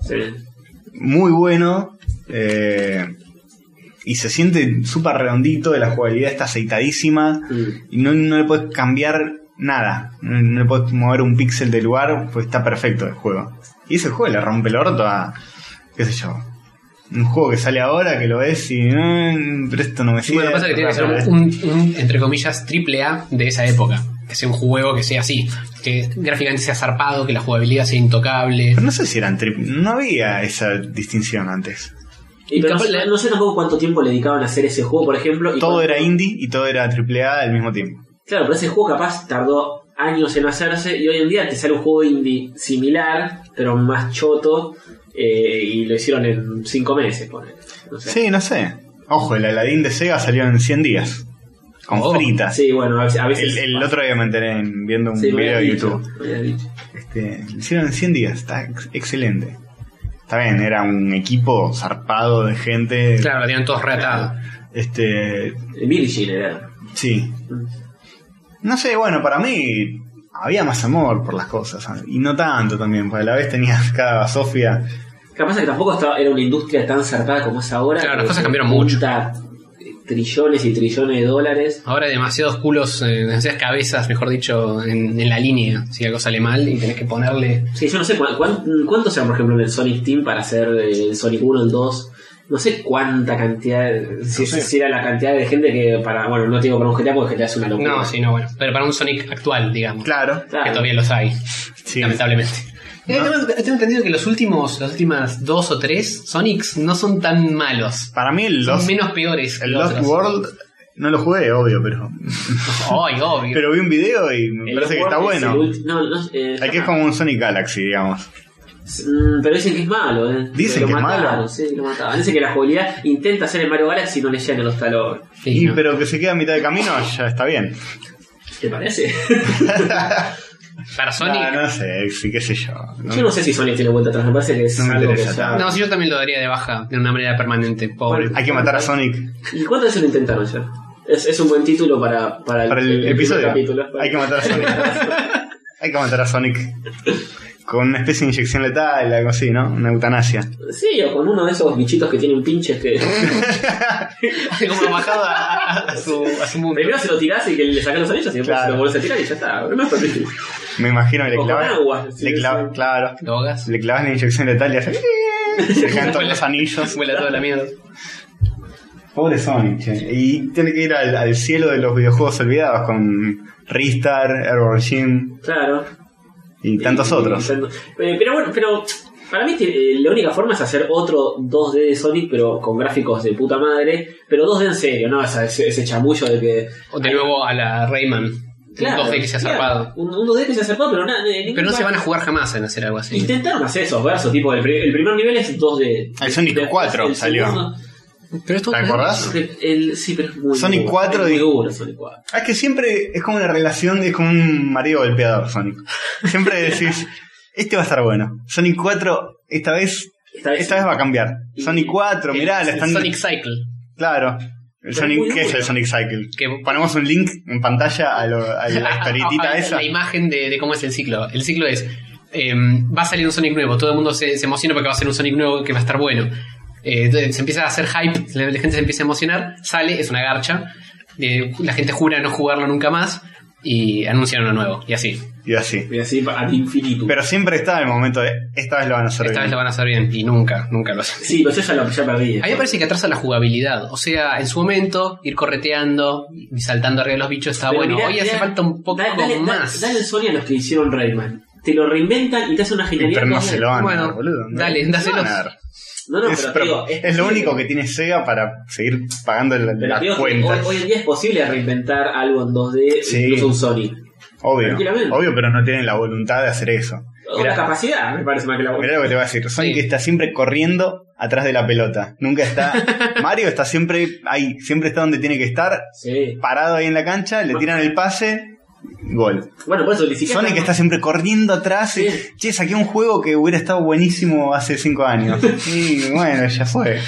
S2: muy bueno eh, y se siente súper redondito, la jugabilidad está aceitadísima
S3: Mm.
S2: y no, no le puedes cambiar nada, no, no le puedes mover un píxel de lugar, pues está perfecto el juego. Y ese juego le rompe el orto a, qué sé yo, un juego que sale ahora que lo ves y, "Mm, pero esto no me
S1: Sí,
S2: sirve.
S1: bueno, pasa que tiene que ser un, un, entre comillas, triple A de esa época. Que sea un juego que sea así, que gráficamente sea zarpado, que la jugabilidad sea intocable.
S2: Pero no sé si eran trip, no había esa distinción antes.
S3: Y pero
S1: capaz
S3: no, sé-
S1: la-
S3: no sé tampoco cuánto tiempo le dedicaban a hacer ese juego, por ejemplo. y
S2: Todo
S3: cuánto-
S2: era indie y todo era AAA al mismo tiempo.
S3: Claro, pero ese juego capaz tardó años en hacerse y hoy en día te sale un juego indie similar, pero más choto, eh, y lo hicieron en 5 meses, ponele. No sé.
S2: Sí, no sé. Ojo, el Aladdin de Sega salió en 100 días. Con
S1: Oh.
S2: fritas.
S3: Sí, bueno, a veces... a veces-
S2: El, el otro día me enteré en- viendo un
S3: Sí, me
S2: video de
S3: habías dicho,
S2: YouTube.
S3: me habías dicho.
S2: Este, lo hicieron en 100 días, está ex- excelente. Está bien, era un equipo zarpado de gente.
S1: Claro, la tienen todos reatados.
S2: Este,
S3: El Virgin era.
S2: sí. No sé, bueno, para mí había más amor por las cosas. Y no tanto también, porque a la vez tenías cada Sofía.
S3: Capaz que tampoco estaba- era una industria tan zarpada como es ahora.
S1: Claro, las
S3: que
S1: cosas cambiaron mucho.
S3: junta Trillones y trillones de dólares.
S1: Ahora hay demasiados culos, eh, demasiadas cabezas, mejor dicho, en, en la línea. Si algo sale mal y tenés que ponerle.
S3: Sí, yo no sé cuán- cuán- cuántos eran, por ejemplo, en el Sonic Team para hacer eh, el Sonic 1, el 2. No sé cuánta cantidad, si,
S2: sé.
S3: si era la cantidad de gente que para, bueno, no te digo para un GTA porque GTA es una locura.
S1: No, sí, no, bueno. Pero para un Sonic actual, digamos.
S2: Claro.
S3: Claro.
S1: Que todavía los hay,
S2: Sí.
S1: lamentablemente.
S2: No.
S1: Eh, tengo- tengo entendido que los últimos, las últimas dos o tres Sonics no son tan malos.
S2: Para mí el
S1: Son
S2: Lost,
S1: menos peores. que
S2: el Lost
S1: otros.
S2: World no lo jugué, obvio, pero,
S1: Ay, obvio.
S2: pero vi un video y me
S3: El
S2: parece que
S3: World
S2: está
S3: es el
S2: bueno.
S3: ulti- no, no, eh,
S2: Aquí es como un Sonic Galaxy, digamos.
S3: Mm, Pero dicen que es malo, ¿eh?
S2: Dicen
S3: Lo
S2: que es
S3: mataron,
S2: malo.
S3: Sí, lo mataron. Dicen que la jugabilidad intenta hacer el Mario Galaxy y no le llegan a los talones.
S1: Sí,
S2: Y,
S1: no.
S2: Pero que se queda a mitad de camino, ya está bien.
S3: ¿Te parece?
S1: Para Sonic.
S2: Ah, no sé, sí, qué sé yo. No-
S3: Yo no sé si Sonic tiene vuelta atrás, me parece que es
S2: No me
S3: algo que
S2: interesa
S3: ya...
S2: tanto.
S1: No, sí, yo también lo daría de baja de una manera permanente, pobre.
S3: Bueno,
S2: Hay que matar a Sonic
S3: ¿Y cuántas veces lo intentaron ya? Es, es un buen título para, para,
S2: para el,
S3: primer
S2: episodio.
S3: capítulo.
S2: Hay que matar a Sonic. Hay que matar a Sonic. Con una especie de inyección letal, algo así, ¿no? Una eutanasia.
S3: Sí, o con uno de esos bichitos que tienen pinches que...
S1: Como bajado a, a- a su, a su mundo.
S3: Primero se lo tirás y que le sacas los anillos y después
S2: Claro.
S3: se lo volvés a tirar y ya está. No es tan difícil.
S2: Me imagino que le
S3: O con
S2: clavas.
S3: agua, sí,
S2: le clavas,
S3: sí.
S2: claro.
S1: Drogas.
S2: Le clavas la inyección letal y hace. Se le caen todos los anillos.
S1: Huele a toda la mierda.
S2: Pobre Sonic, che. Y tiene que ir al, al cielo de los videojuegos olvidados con Ristar, Error Jim
S3: Claro.
S2: y tantos
S3: Y- y-
S2: otros.
S3: tanto- Eh, pero bueno, pero para mí eh, la única forma es hacer otro 2D de Sonic, pero con gráficos de puta madre. Pero 2D en serio, ¿no? Esa- ese, ese chamullo de que...
S1: O de nuevo a la Rayman.
S3: Claro,
S1: un 2D que se ha
S3: claro,
S1: zarpado.
S3: Un, un 2D que se ha zarpado, pero nada... eh,
S1: Pero no
S3: ningún-
S1: se van a jugar jamás en hacer algo así.
S3: Intentaron hacer esos versos, tipo, el, pri- el primer nivel es 2 de.
S2: Ah, El Sonic
S3: de-
S2: 4
S3: el
S2: salió.
S3: segundo-
S1: Pero esto
S2: ¿Te acordás?
S3: El- sí, pero es muy.
S2: Sonic
S3: duro,
S2: 4
S3: es muy
S2: y-
S3: duro, Sonic 4.
S2: Ah, Es que siempre es como una relación, es como un marido golpeador, Sonic. Siempre decís, este va a estar bueno. Sonic 4, esta vez,
S3: Esta vez,
S2: esta vez va a cambiar.
S3: Y-
S2: Sonic 4, mirá, la
S1: El
S2: están.
S1: Eh, Sonic Cycle.
S2: Claro. El
S3: Pero
S2: Sonic,
S3: muy
S2: ¿Qué es
S3: duro.
S2: el Sonic Cycle?
S1: Que-
S2: Ponemos un link en pantalla a, lo- a la historietita
S1: a- a-
S2: esa.
S1: La imagen de, de cómo es el ciclo. El ciclo es. em, va a salir un Sonic nuevo. Todo el mundo se, se emociona porque va a ser un Sonic nuevo que va a estar bueno. Eh, entonces se empieza a hacer hype, la, la gente se empieza a emocionar, sale, es una garcha. eh, la gente jura no jugarlo nunca más y anuncian uno nuevo. Y así.
S2: Y así.
S3: y así ad infinitum.
S2: Pero siempre está el momento de, esta vez lo van a hacer
S1: Esta
S2: bien.
S1: vez lo van a hacer bien y nunca, nunca lo hacen.
S3: sí, pero yo ya lo ya perdí.
S1: A mí me parece que atrasa la jugabilidad. O sea, en su momento, ir correteando y saltando arriba de los bichos está
S3: Pero
S1: bueno.
S3: mirá,
S1: Hoy hace
S3: mirá,
S1: falta un poco
S3: dale, dale,
S1: más.
S3: Dale, el Sony a los que hicieron Rayman. Te lo reinventan y te hacen una genialidad.
S2: Pero Ah, no
S3: que-
S2: se lo van a
S1: Bueno,
S2: dar, boludo. No,
S1: dale,
S2: no se
S1: dáselos.
S2: van a dar.
S3: No, no,
S2: es,
S3: pero,
S2: pero
S3: digo,
S2: es lo único que tiene Sega para seguir pagando la-
S3: Pero
S2: las
S3: digo que hoy,
S2: cuentas.
S3: hoy en día es posible reinventar algo en 2D,
S2: Sí.
S3: incluso un Sonic.
S2: Obvio,
S3: Tranquilamente.
S2: obvio, pero no tienen la voluntad de hacer eso.
S3: O la
S2: Mirá,
S3: capacidad, me parece más que la
S2: mirá lo que te va a decir. Sonic
S1: Sí.
S2: está siempre corriendo atrás de la pelota. Nunca está. Mario está siempre ahí, siempre está donde tiene que estar,
S3: Sí.
S2: parado ahí en la cancha, le tiran el pase, gol.
S3: Bueno, por eso ni siquiera.
S2: Sonic está siempre corriendo atrás. y,
S3: Sí.
S2: che, saqué un juego que hubiera estado buenísimo hace cinco años. Y bueno, ya fue.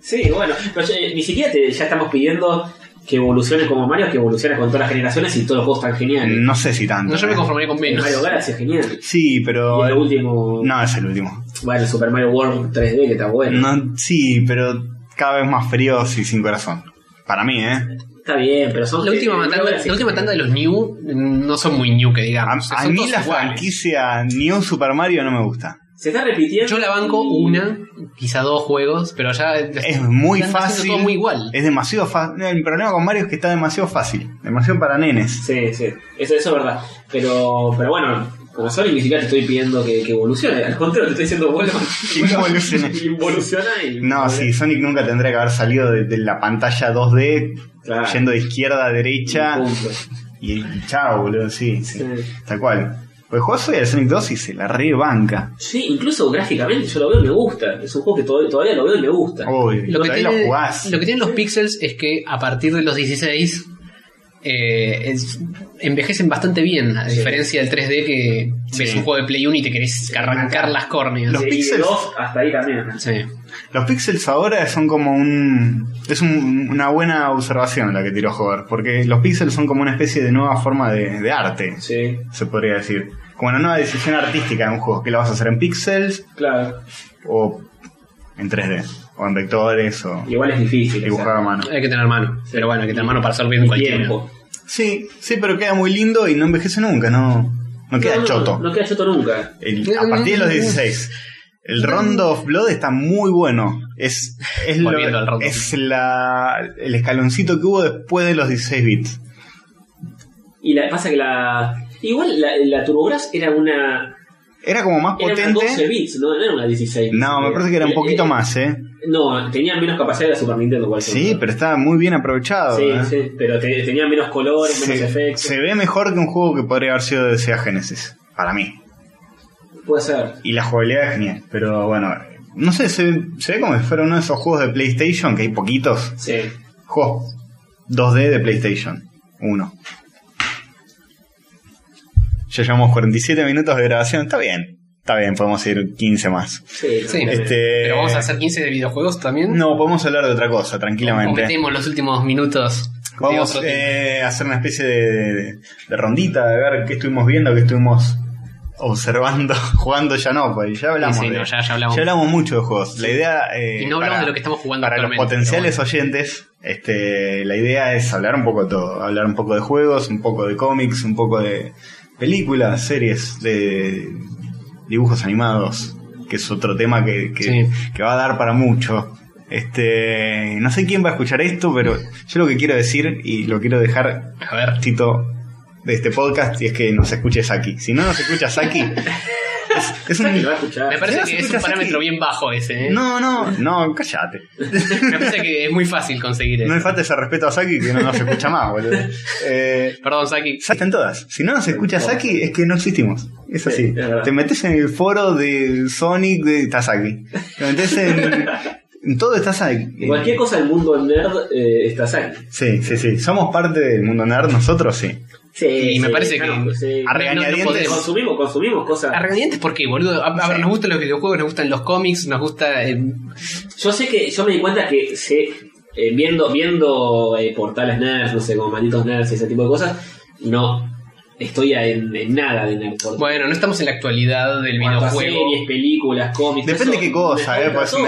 S3: Sí, bueno, pero ya- eh, ni siquiera te- ya estamos pidiendo que evolucione como Mario, que evolucione con todas las generaciones y todos los juegos tan geniales.
S2: No sé si tanto.
S1: No, yo me
S2: eh.
S1: conformaría con menos.
S3: Mario Galaxy es genial.
S2: Sí,
S3: y el
S2: pero.
S3: último.
S2: eh, No, es el último.
S3: Bueno, el Super Mario World 3D, que está bueno.
S2: No, sí, pero cada vez más fríos y sin corazón. Para mí, ¿eh?
S3: Está bien, pero son.
S1: La
S3: eh,
S1: última,
S3: Mario
S1: tanda,
S3: Galaxy
S1: la
S3: es
S1: última
S3: genial.
S1: tanda de los New mm, no son muy New, que
S2: A,
S1: digamos. O sea,
S2: a
S1: son
S2: mí
S1: todos
S2: la
S1: iguales.
S2: franquicia New Super Mario no me gusta.
S3: Se está repitiendo.
S1: Yo la banco una, quizá dos juegos, pero ya.
S2: Es muy
S1: están haciendo
S2: fácil.
S1: Todo muy igual.
S2: Es demasiado fácil. El problema con Mario es que está demasiado fácil. Demasiado para nenes.
S3: Sí, sí, eso, eso es verdad. Pero, pero bueno, como Sonic ni siquiera te estoy pidiendo que, que evolucione. Al contrario, te estoy diciendo vuelva.
S2: Que no evolucione.
S3: Involuciona y.
S2: No, sí, Sonic nunca tendría que haber salido de, de la pantalla 2D,
S3: Claro.
S2: yendo de izquierda a derecha.
S3: Punto.
S2: Y, chao, boludo, sí, sí.
S3: Sí.
S2: Tal cual. Pues jugás hoy al Sonic 2 y se la rebanca.
S3: Sí, incluso gráficamente yo lo veo y me gusta. Es un juego que to- todavía lo veo y me gusta.
S2: Obvio.
S1: Lo que,
S2: Todavía
S1: tiene-
S2: lo jugás.
S1: lo que tienen los pixels es que a partir de los 16 eh, es- envejecen bastante bien, a
S3: Sí.
S1: diferencia del 3D que
S2: Sí.
S1: ves un juego de Play 1 y te querés arrancar las córneas.
S2: Los
S3: Sí,
S2: píxeles.
S3: Y dos, hasta ahí también.
S1: Sí.
S2: Los pixels ahora son como un. Es un- una buena observación la que tiró Hover, porque los pixels son como una especie de nueva forma de, de arte,
S3: Sí,
S2: se podría decir. Como una nueva decisión artística en un juego, que la vas a hacer en pixels
S3: claro.
S2: o en 3D, o en vectores, o
S3: Igual es difícil. o sea,
S2: dibujado a mano.
S1: Hay que tener mano. Pero bueno, hay que tener mano para hacer bien
S3: y
S1: cualquiera.
S3: tiempo.
S2: Sí, sí, pero queda muy lindo y no envejece nunca, no, no queda
S3: No, no,
S2: choto.
S3: No, queda choto nunca.
S2: El- a partir de los 16. El Rondo of Blood está muy bueno. Es, es, lo-
S1: Volviendo al Rondo.
S2: es la, el escaloncito que hubo después de los 16 bits.
S3: Y la, pasa que la. Igual la, la TurboGrafx era una.
S2: Era como más
S3: Era una 12
S2: potente.
S3: bits, no, no era una 16.
S2: No, me parece que era un poquito
S3: Eh,
S2: más, ¿eh?
S3: No, tenía menos capacidad de la Super Nintendo, por
S2: Sí,
S3: ejemplo.
S2: pero estaba muy bien aprovechado.
S3: Sí,
S2: ¿eh?
S3: sí, pero te- tenía menos colores, menos
S2: Se,
S3: efectos.
S2: se ve mejor que un juego que podría haber sido de Sega Genesis, para mí.
S3: Puede ser.
S2: Y la jugabilidad es genial, pero bueno, no sé, se, se ve como si fuera uno de esos juegos de PlayStation, que hay poquitos.
S3: Sí.
S2: Juegos 2D de PlayStation 1. Ya llevamos 47 minutos de grabación. Está bien. Está bien, podemos ir 15 más.
S1: Sí.
S3: Sí, seguramente.
S2: Este,
S1: Pero vamos a hacer 15 de videojuegos también.
S2: No, podemos hablar de otra cosa,
S1: O
S2: tranquilamente.
S1: metemos los últimos minutos. de
S2: Vamos
S1: otro tema.
S2: eh, a hacer una especie de, de- de rondita, de ver qué estuvimos viendo, qué estuvimos observando, jugando ya no, pues ya hablamos.
S1: Sí, sí,
S2: de-
S1: no, ya- ya hablamos.
S2: mucho de juegos. La idea... eh,
S1: Y no hablamos
S2: para-
S1: de lo que estamos jugando
S2: Para los
S1: actualmente,
S2: potenciales oyentes, este, la idea es hablar un poco de todo. Hablar un poco de juegos, un poco de cómics, un poco de películas, series, de dibujos animados, que es otro tema que, que-
S1: Sí.
S2: que va a dar para mucho. Este, no sé quién va a escuchar esto, pero yo lo que quiero decir y lo quiero dejar
S1: A ver.
S2: Tito de este podcast y es que nos escuche Saki. Si no nos escucha Saki, es, es un...
S3: Saki lo va a escuchar.
S1: Me parece
S2: Ya
S1: que
S2: se
S1: es
S2: escucha
S1: un parámetro
S2: así.
S1: bien bajo ese, ¿eh?
S2: No, no, no, cállate.
S1: Me parece que es muy fácil conseguir eso.
S2: No le falta ese respeto a Saki que no nos escucha más, boludo. Eh,
S1: Perdón, Saki.
S2: Saki está en todas. Si no nos escucha Saki, es que no existimos. Es
S3: Sí,
S2: así.
S3: es verdad.
S2: Te metes en el foro de Sonic de Tasaki. Te metes en. En todo estás ahí.
S3: En cualquier cosa del mundo nerd eh, estás ahí.
S2: Sí, sí, sí. Somos parte del mundo nerd nosotros, sí.
S3: Sí, pues,
S1: Y me parece que
S3: sí.
S2: a regañadientes-
S1: No, no podemos.
S3: consumimos, consumimos cosas.
S1: Arrependientes, ¿por qué, boludo? A, a ver, nos gustan los videojuegos, nos gustan los cómics, nos gusta. eh,
S3: Yo sé que yo me di cuenta que sé, eh, viendo, viendo eh, portales nerds, no sé, como malditos nerds y ese tipo de cosas, no estoy en, en nada de nerd. Por-
S1: bueno, no estamos en la actualidad del
S3: cuanto a
S1: videojuego.
S3: series, películas, cómics.
S2: Depende
S3: eso
S2: qué cosa,
S3: me
S2: eh, pues si me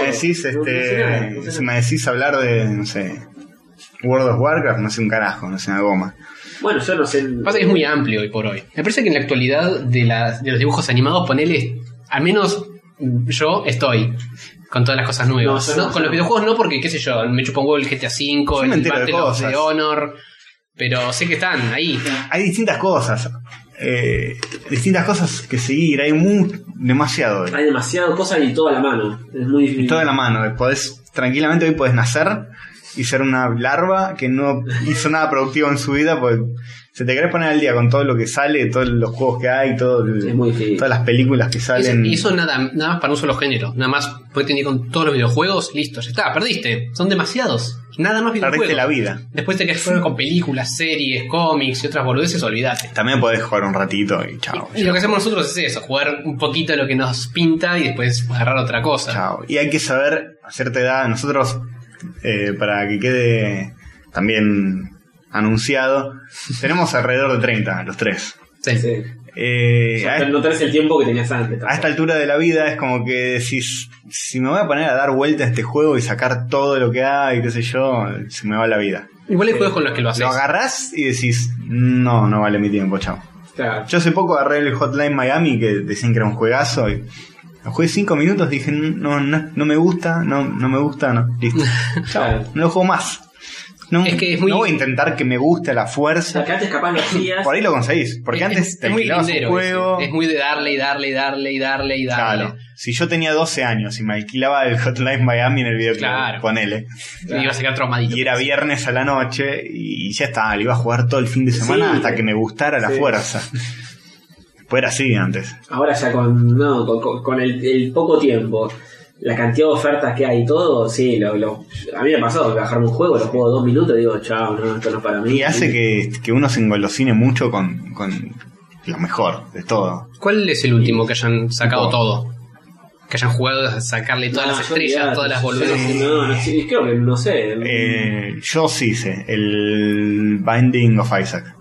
S2: decís,
S3: todo. No- no sé nada,
S2: este,
S3: no sé
S2: si
S3: nada.
S2: me decís hablar de, no sé, World of Warcraft, no sé un carajo, no sé una goma.
S3: Bueno, yo no sé.
S1: Lo que pasa es que es muy amplio hoy por hoy. Me parece que en la actualidad de, las- de los dibujos animados, ponele, al menos mm, yo estoy con todas las cosas nuevas.
S3: No, yo no,
S1: No, con
S3: yo
S1: los
S3: no.
S1: videojuegos no, porque qué sé yo, me chupa un huevo el GTA
S2: Yo
S1: V,
S2: me
S1: el
S2: entero de
S1: Battle of
S2: cosas.
S1: the Honor, pero sé que están ahí.
S2: Hay distintas cosas, eh, distintas cosas que seguir, hay mu demasiado. eh.
S3: Hay demasiado cosas y toda la mano. Es muy difícil.
S2: Todo en la mano, eh, podés, tranquilamente hoy podés nacer y ser una larva que no hizo nada productivo en su vida, pues si te querés poner al día con todo lo que sale, todos los juegos que hay, todo el-
S3: Es muy difícil.
S2: todas las películas que
S1: Eso-
S2: salen.
S1: Y eso nada, nada más para un solo género. Nada más puedes tener con todos los videojuegos, listo, ya está, perdiste. Son demasiados. Nada más videojuegos.
S2: Perdiste la vida.
S1: Después te quedas fuera con películas, series, cómics y otras boludeces, olvídate.
S2: También podés jugar un ratito y chao.
S1: Y lo que hacemos nosotros es eso, jugar un poquito lo que nos pinta y después agarrar otra cosa.
S2: Chao. Y hay que saber, a cierta edad, nosotros, eh, para que quede también anunciado, tenemos alrededor de 30, los tres.
S1: Sí.
S3: Sí.
S2: Eh,
S3: O
S2: a,
S3: sea,
S2: est-
S3: no tenés el tiempo que tenías antes.
S2: a esta altura de la vida es como que si, si me voy a poner a dar vuelta a este juego y sacar todo lo que hay, qué sé yo, se me va la vida.
S1: Igual hay juegos con los que lo haces.
S2: Lo agarrás y decís, no, no vale mi tiempo, chao.
S3: Claro.
S2: Yo hace poco agarré el Hotline Miami que decían que era un juegazo y lo jugué 5 minutos, dije, no, no, no me gusta, no, no me gusta, no, listo.
S3: Claro.
S2: No lo juego más. No,
S1: Es que es muy-
S2: no voy a intentar que me guste a la
S3: O sea,
S2: fuerza.
S3: que antes capaz lo hacías.
S2: Por ahí lo conseguís. Porque
S1: Es-
S2: antes
S1: es,
S2: te
S1: es muy
S2: alquilabas
S1: lindero
S2: un juego.
S1: ese. Es muy de darle y darle y darle y darle y darle.
S2: Claro. Si yo tenía 12 años y me alquilaba el Hotline Miami en el videoclub,
S1: Claro.
S2: ponele.
S1: Y iba a sacar traumadito.
S2: Y era viernes a la noche y ya está, le iba a jugar todo el fin de semana
S3: Sí.
S2: hasta que me gustara la
S3: Sí.
S2: fuerza. Pues era así antes.
S3: Ahora ya con, no, con, con- con el, el poco tiempo, la cantidad de ofertas que hay y todo, sí, lo, lo- a mí me pasó bajarme un juego, lo juego dos minutos y digo, chao, no, esto no es para mí.
S2: Y hace que, que uno se engolosine mucho con, con lo mejor de todo.
S1: ¿Cuál es el último que hayan sacado
S2: Tipo-
S1: todo? Que hayan jugado a sacarle todas
S3: No,
S1: las
S3: yo
S1: estrellas,
S3: olvidate,
S1: todas las
S3: yo
S1: boludeces.
S3: No, sé, no, no sí, creo que no sé.
S2: Eh, yo sí hice el Binding of Isaac.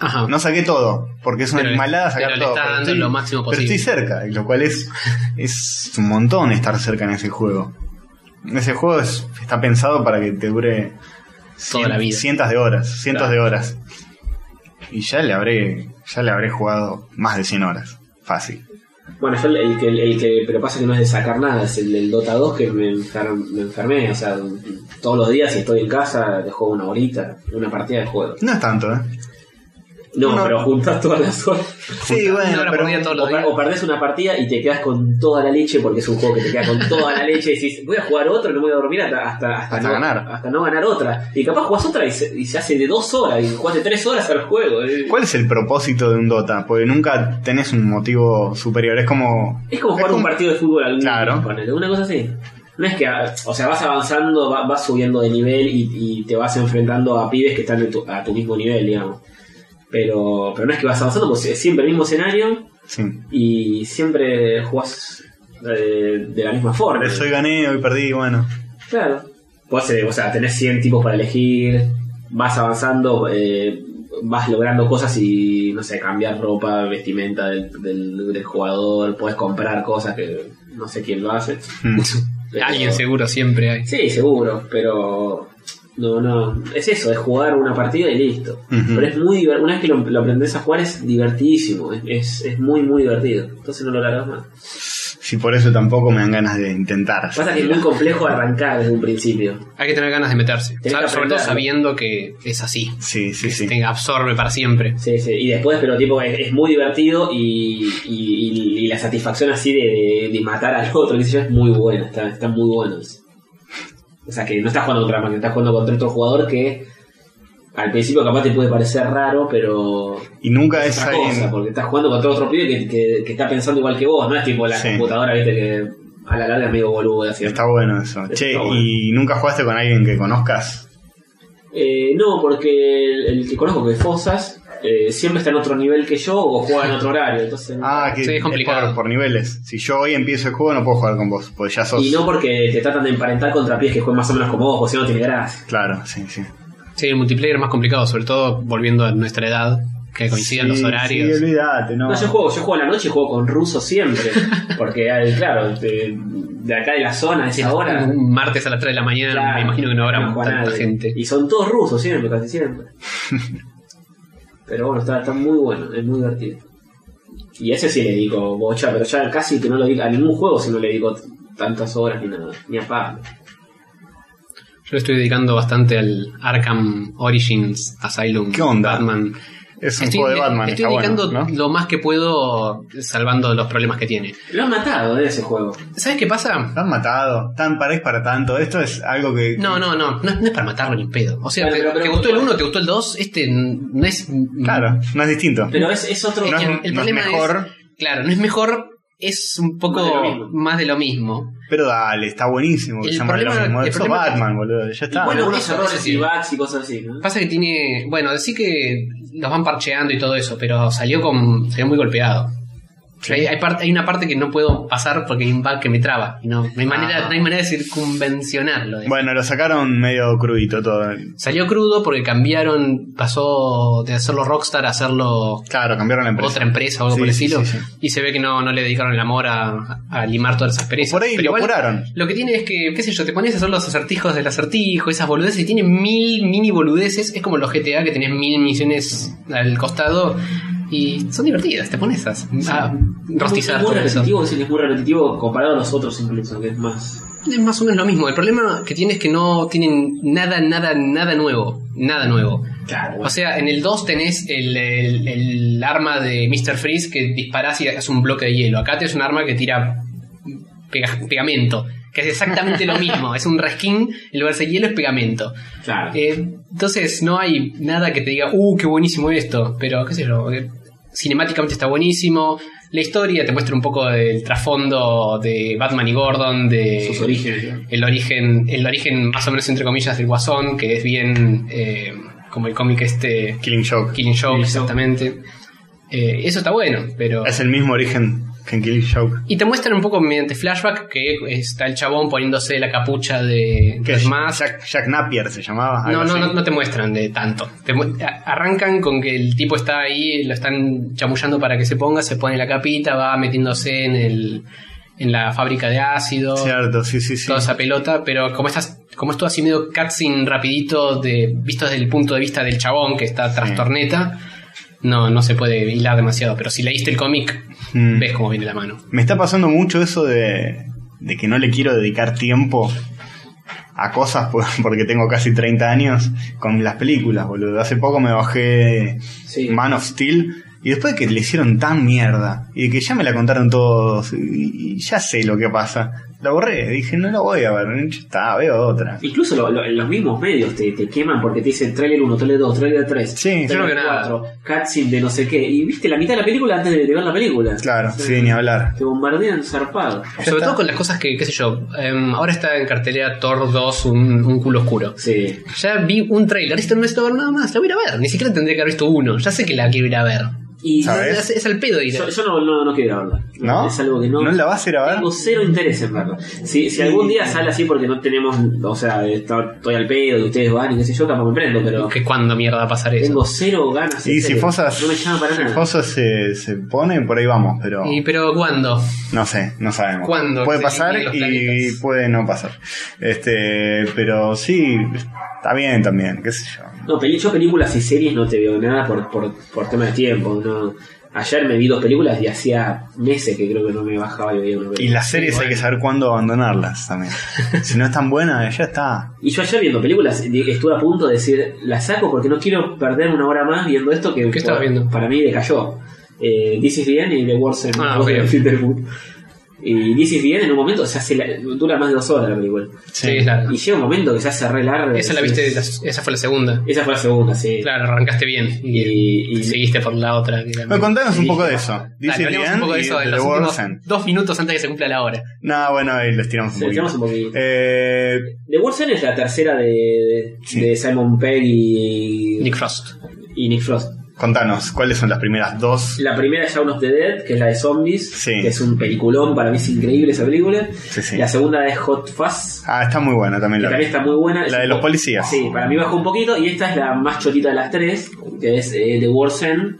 S1: Ajá.
S2: No saqué todo, porque es una
S1: Pero-
S2: animalada sacar
S1: pero le
S2: todo.
S1: está dando lo máximo
S2: pero estoy
S1: posible.
S2: cerca, y lo cual es, es un montón estar cerca en ese juego. Ese juego es- está pensado para que te dure
S1: Toda la vida.
S2: cientos de horas, cientos
S3: Claro.
S2: de horas. Y ya le habré, ya le habré jugado más de 100 horas. Fácil.
S3: Bueno, yo el, el que, el que, pero pasa que no es de sacar nada, es el del Dota 2 que me, enfer- me enfermé, o sea, todos los días si estoy en casa, te juego una horita, una partida de juego.
S2: No es tanto, ¿eh?
S3: No,
S2: Uno-
S3: pero juntas todas las horas.
S2: Sí, bueno,
S1: hora por
S2: pero
S1: día todos
S3: O,
S1: los días.
S3: per- o perdés una partida y te quedas con toda la leche porque es un juego que te queda con toda la leche y decís, voy a jugar otro, no voy a dormir hasta, hasta,
S2: Hasta
S3: no,
S2: ganar.
S3: Hasta no ganar otra. Y capaz jugás otra y se, y se hace de dos horas y jugaste tres horas al juego. eh.
S2: ¿Cuál es el propósito de un Dota? Porque nunca tenés un motivo superior. Es como.
S3: Es como
S2: es
S3: jugar un
S2: como-
S3: partido de fútbol algún
S2: Claro.
S3: ponele, una cosa así. No es que, ah, o sea, vas avanzando, va- vas subiendo de nivel y, y te vas enfrentando a pibes que están en tu- a tu mismo nivel, digamos. Pero, pero no es que vas avanzando, porque es siempre el mismo escenario
S2: Sí.
S3: y siempre jugás eh, de la misma forma.
S2: Hoy gané, hoy perdí, bueno.
S3: Claro. Podés, eh, o sea, tenés 100 tipos para elegir, vas avanzando, eh, vas logrando cosas y, no sé, cambiar ropa, vestimenta del, del- del jugador, podés comprar cosas que no sé quién lo hace.
S2: Mm.
S3: Pero-
S1: Alguien seguro siempre hay.
S3: Sí, seguro, pero... No, no, es eso, es jugar una partida y listo.
S2: Ujú.
S3: Pero es muy divertido, una vez que lo, lo aprendés a jugar es divertidísimo, es, es, es muy, muy divertido. Entonces no lo largas más.
S2: Si por eso tampoco me dan ganas de intentar.
S3: Pasa que es muy complejo arrancar desde un principio.
S1: Hay que tener ganas de meterse.
S3: Tenés
S1: Sab-
S3: que
S1: sobre todo
S3: aprenderlo.
S1: sabiendo que es así.
S2: Sí, sí,
S1: Que
S2: sí.
S1: te absorbe para siempre.
S3: Sí, sí, y después, pero tipo, es, es muy divertido y, y- y- y la satisfacción así de, de- de matar al otro, qué sé yo, es muy buena, está, está muy bueno. eso. O sea, que no estás jugando contra máquina, estás jugando contra otro jugador que al principio capaz te puede parecer raro, pero
S2: Y nunca es
S3: otra cosa,
S2: alguien.
S3: porque estás jugando contra otro pibe que, que- que está pensando igual que vos, no es tipo la
S2: Sí.
S3: computadora, viste, que a la larga es medio boludo así.
S2: Está bueno eso.
S3: Está
S2: che,
S3: bueno.
S2: ¿y nunca jugaste con alguien que conozcas?
S3: Eh, no, porque el, el que conozco que es Fosas eh, siempre está en otro nivel que yo o juega en otro horario. Entonces, no.
S2: Ah, que
S1: Sí, es
S2: por-
S1: complicado.
S2: Por, niveles. Si yo hoy empiezo el juego, no puedo jugar con vos, porque ya sos.
S3: Y no porque te tratan de emparentar contra pies que juegan más o menos como vos, porque si no tiene gracia.
S2: Claro, sí, sí.
S1: Sí, el multiplayer es más complicado, sobre todo volviendo a nuestra edad, que coincidan
S2: Sí,
S1: los horarios.
S2: Sí, olvídate, no.
S3: No, yo juego, yo juego a la noche y juego con rusos siempre. Porque, eh, claro, de, de acá de la zona, de esa hora.
S1: Un martes a las 3 de la mañana,
S3: claro,
S1: me imagino que no habrá
S3: juega
S1: tanta
S3: nadie.
S1: gente.
S3: Y son todos rusos siempre, casi siempre. pero bueno, está, está muy bueno, es muy divertido. Y ese sí le digo bocha, pero ya casi que no lo digo a ningún juego si no le digo t- tantas horas ni nada, ni a Pablo.
S1: Yo le estoy dedicando bastante al Arkham Origins, Asylum,
S2: ¿Qué onda?
S1: Batman.
S2: Es un
S1: estoy
S2: juego de
S1: le-
S2: Batman,
S1: estoy
S2: está
S1: dedicando
S2: bueno, ¿no?
S1: lo más que puedo salvando los problemas que tiene.
S3: Lo han matado de ese juego.
S1: ¿Sabes qué pasa?
S2: Están matado, tan paréis para tanto. Esto es algo que.
S1: No, no, no, no, no es para matarlo ni en pedo. O sea,
S3: Bueno,
S1: te,
S3: pero- pero-
S1: te gustó el 1, te gustó el 2, este no es...
S2: Claro, no es distinto.
S3: Pero es, es otro.
S2: no es,
S1: el- el
S2: no es
S1: problema es-
S2: mejor,
S1: Claro, no es mejor, es un poco
S3: Más de lo mismo.
S1: más de lo mismo.
S2: pero dale, está buenísimo. que
S1: El
S2: se llame
S1: problema-
S2: lo mismo.
S1: el
S2: Eso es
S1: problema-
S2: Batman, boludo, ya está.
S3: y bueno,
S1: bueno,
S3: algunos
S1: eso- eso
S3: errores
S1: sí.
S3: y bugs y cosas así, ¿no?
S1: Pasa que tiene, bueno, sí que los van parcheando y todo eso, pero salió con salió muy golpeado. Hay, hay parte- hay una parte que no puedo pasar porque hay un bug que me traba. y No, no hay manera,
S2: Ah.
S1: no hay manera de circunvencionarlo. de-
S2: Bueno, lo sacaron medio crudito todo.
S1: Salió crudo porque cambiaron, pasó de hacerlo Rockstar a hacerlo
S2: Claro, cambiaron la empresa.
S1: otra empresa o algo
S2: Sí,
S1: por el
S2: sí,
S1: estilo.
S2: sí, sí.
S1: Y se ve que no, no le dedicaron el amor a, a limar todas esas perezas.
S2: Por ahí
S1: Pero
S2: lo
S1: igual,
S2: curaron.
S1: Lo que tiene es que, qué sé yo, te pones a hacer los acertijos del acertijo, esas boludeces, y tiene mil mini boludeces. Es como los GTA que tenés mil misiones al costado y son divertidas, te pones a, a rostizar
S3: es muy
S1: todo eso.
S3: repetitivo, sí, es muy repetitivo comparado a los otros incluso, que es más.
S1: Es más o menos lo mismo. El problema que tiene es que no tienen nada, nada, nada nuevo. Nada nuevo.
S3: Claro,
S1: O sea, en el 2 tenés el, el- el arma de Mr. Freeze que disparás y haces un bloque de hielo. Acá tenés un arma que tira pega- pegamento, que es exactamente lo mismo. Es un reskin, en lugar de hielo es pegamento.
S3: claro.
S1: Eh, entonces no hay nada que te diga, uh, qué buenísimo esto, pero qué sé yo, eh, cinemáticamente está buenísimo. La historia te muestra un poco del trasfondo de Batman y Gordon, de
S3: sus orígenes. ¿no?
S1: el origen, el origen más o menos entre comillas del Guasón, que es bien eh, como el cómic este
S2: Killing Joke.
S1: Killing Joke,
S3: Killing Joke.
S1: exactamente. Eh, eso está bueno, pero...
S2: Es el mismo origen que en Killing Joke.
S1: Y te muestran un poco mediante flashback que está el chabón poniéndose la capucha de...
S2: Que
S1: de
S2: es
S1: Mask.
S2: Jack, Jack Napier se llamaba. algo
S1: No, no,
S2: así.
S1: no, no te muestran de tanto. Te mu- a- arrancan con que el tipo está ahí, lo están chamullando para que se ponga, se pone la capita, va metiéndose en el en la fábrica de ácido,
S2: Cierto, sí, sí, sí.
S1: toda esa pelota, pero como estás como es todo así medio cutscene rapidito de visto desde el punto de vista del chabón que está trastorneta, no no se puede hilar demasiado, pero si leíste el cómic
S2: Mm.
S1: ves cómo viene la mano.
S2: Me está pasando mucho eso de, de que no le quiero dedicar tiempo a cosas por- porque tengo casi 30 años con las películas, boludo. Hace poco me bajé
S3: Sí.
S2: Man of Steel y después de que le hicieron tan mierda y de que ya me la contaron todos y, y ya sé lo que pasa, la borré. Dije, no la voy a ver, ya está, veo otra.
S3: Incluso lo- lo- en los mismos medios te, te queman porque te dicen trailer 1, trailer 2, trailer 3,
S2: Sí,
S1: yo no veo
S3: trailer
S1: nada.
S3: 4, cutscene de no sé qué. Y viste la mitad de la película antes de, de ver la película.
S2: Claro, sí, ni hablar.
S3: Te bombardean zarpado.
S2: Ya
S1: Sobre
S2: está.
S1: todo con las cosas que, qué sé yo, em, ahora está en cartelera Thor 2, un, un culo oscuro.
S3: Sí.
S1: Ya vi un trailer, esto no necesito ver nada más, la voy a ir a ver. Ni siquiera tendría que haber visto uno, ya sé que la quiero ir a ver.
S3: Y
S2: ¿Sabes?
S1: Es, es al pedo ir.
S3: Ah, yo, yo no, no, no quiero verla.
S2: ¿No?
S3: Es algo que no.
S2: ¿No la vas a ir a ver?
S3: Tengo cero interés en verla. Si, si algún día sale así porque no tenemos. O sea, está- estoy al pedo y ustedes van y qué sé yo, capaz me prendo, pero.
S1: Que cuando mierda va a pasar eso.
S3: Tengo cero ganas. en
S2: Y si
S3: serio.
S2: Fosas,
S3: No me llama para
S2: si
S3: nada.
S2: Fosas se, se pone, por ahí vamos, pero...
S1: Y pero cuándo?
S2: No sé, no sabemos.
S1: ¿Cuándo
S2: Puede
S1: se
S2: pasar
S1: alinean los
S2: y
S1: planetas?
S2: puede no pasar. Este, pero sí, está bien también, qué sé yo.
S3: No, peli- yo películas y series no te veo nada por, por, por tema de tiempo. No. Ayer me vi dos películas y hacía meses que creo que no me bajaba y veía una
S2: Y
S3: película.
S2: las series hay
S1: bueno.
S2: que saber cuándo abandonarlas también. si no es tan buena, ya está.
S3: Y yo ayer viendo películas di- estuve a punto de decir, la saco porque no quiero perder una hora más viendo esto que
S1: ¿Qué estabas
S3: por-
S1: viendo?
S3: para mí decayó. Eh, This is the End y The Worst End.
S1: Ah,
S3: Dos
S1: ok.
S3: de Peter Wood. Y This is the End en un momento se hace la- dura más de dos horas la película.
S1: Sí, es larga.
S3: Y llega un momento que se hace re larga.
S1: Esa la viste, la- esa fue la segunda.
S3: Esa fue la segunda, sí.
S1: Claro, arrancaste bien. Y,
S3: Y,
S1: y
S3: y-
S1: seguiste por la otra. que era-
S2: Bueno, contanos un poco de eso. This
S1: Dale,
S2: is
S1: hablemos
S2: the
S1: un
S2: end
S1: poco de
S2: y
S1: eso de
S2: The
S1: los
S2: World's
S1: últimos
S2: End.
S1: dos minutos antes de que se cumpla la hora.
S2: No, bueno, ahí les tiramos un
S3: Sí,
S2: poquito.
S3: tenemos un poquito.
S2: Eh,
S3: The World's End es la tercera de,
S2: Sí.
S3: de Simon Pegg y
S1: Nick Frost.
S3: y Nick Frost.
S2: contanos, ¿cuáles son las primeras dos?
S3: La primera es Shaun of the Dead, que es la de zombies,
S2: Sí.
S3: que es un peliculón, para mí es increíble esa película.
S2: Sí, sí.
S3: La segunda es Hot Fuzz,
S2: Ah, está muy buena también
S3: que
S2: la
S3: también está muy buena. Es
S2: La de
S3: un
S2: los
S3: po-
S2: policías.
S3: Sí, para mí bajó un poquito. Y esta es la más chotita de las tres, que es eh, The World's End,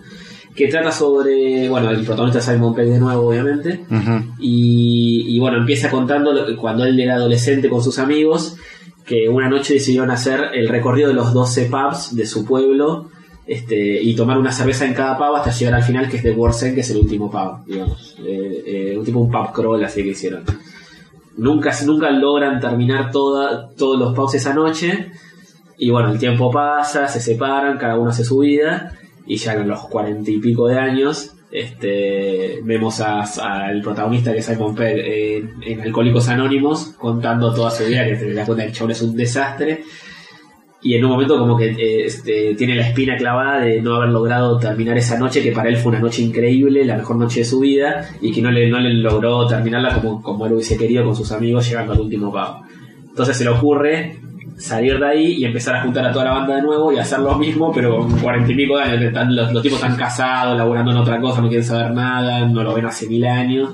S3: que trata sobre, bueno, el protagonista es Simon Pegg de nuevo, obviamente.
S2: Ujú.
S3: Y, y bueno, empieza contando lo que- cuando él era adolescente con sus amigos que una noche decidieron hacer el recorrido de los 12 pubs de su pueblo este, y tomar una cerveza en cada pub hasta llegar al final que es The World's End, que es el último pub, digamos. Eh, eh, un tipo un pub crawl así que hicieron. Nunca, nunca logran terminar toda, todos los pubs esa noche y bueno, el tiempo pasa, se separan, cada uno hace su vida y ya en los cuarenta y pico de años este, vemos a- al protagonista que es Simon Pegg eh, en Alcohólicos Anónimos contando toda su vida, que te das cuenta que el chabón es un desastre. Y en un momento como que eh, este, tiene la espina clavada de no haber logrado terminar esa noche, que para él fue una noche increíble, la mejor noche de su vida, y que no le, no le logró terminarla como, como él hubiese querido con sus amigos llegando al último pago. Entonces se le ocurre salir de ahí y empezar a juntar a toda la banda de nuevo y hacer lo mismo, pero con cuarenta y pico de años. que están- los, los tipos están casados, laburando en otra cosa, no quieren saber nada, no lo ven hace mil años.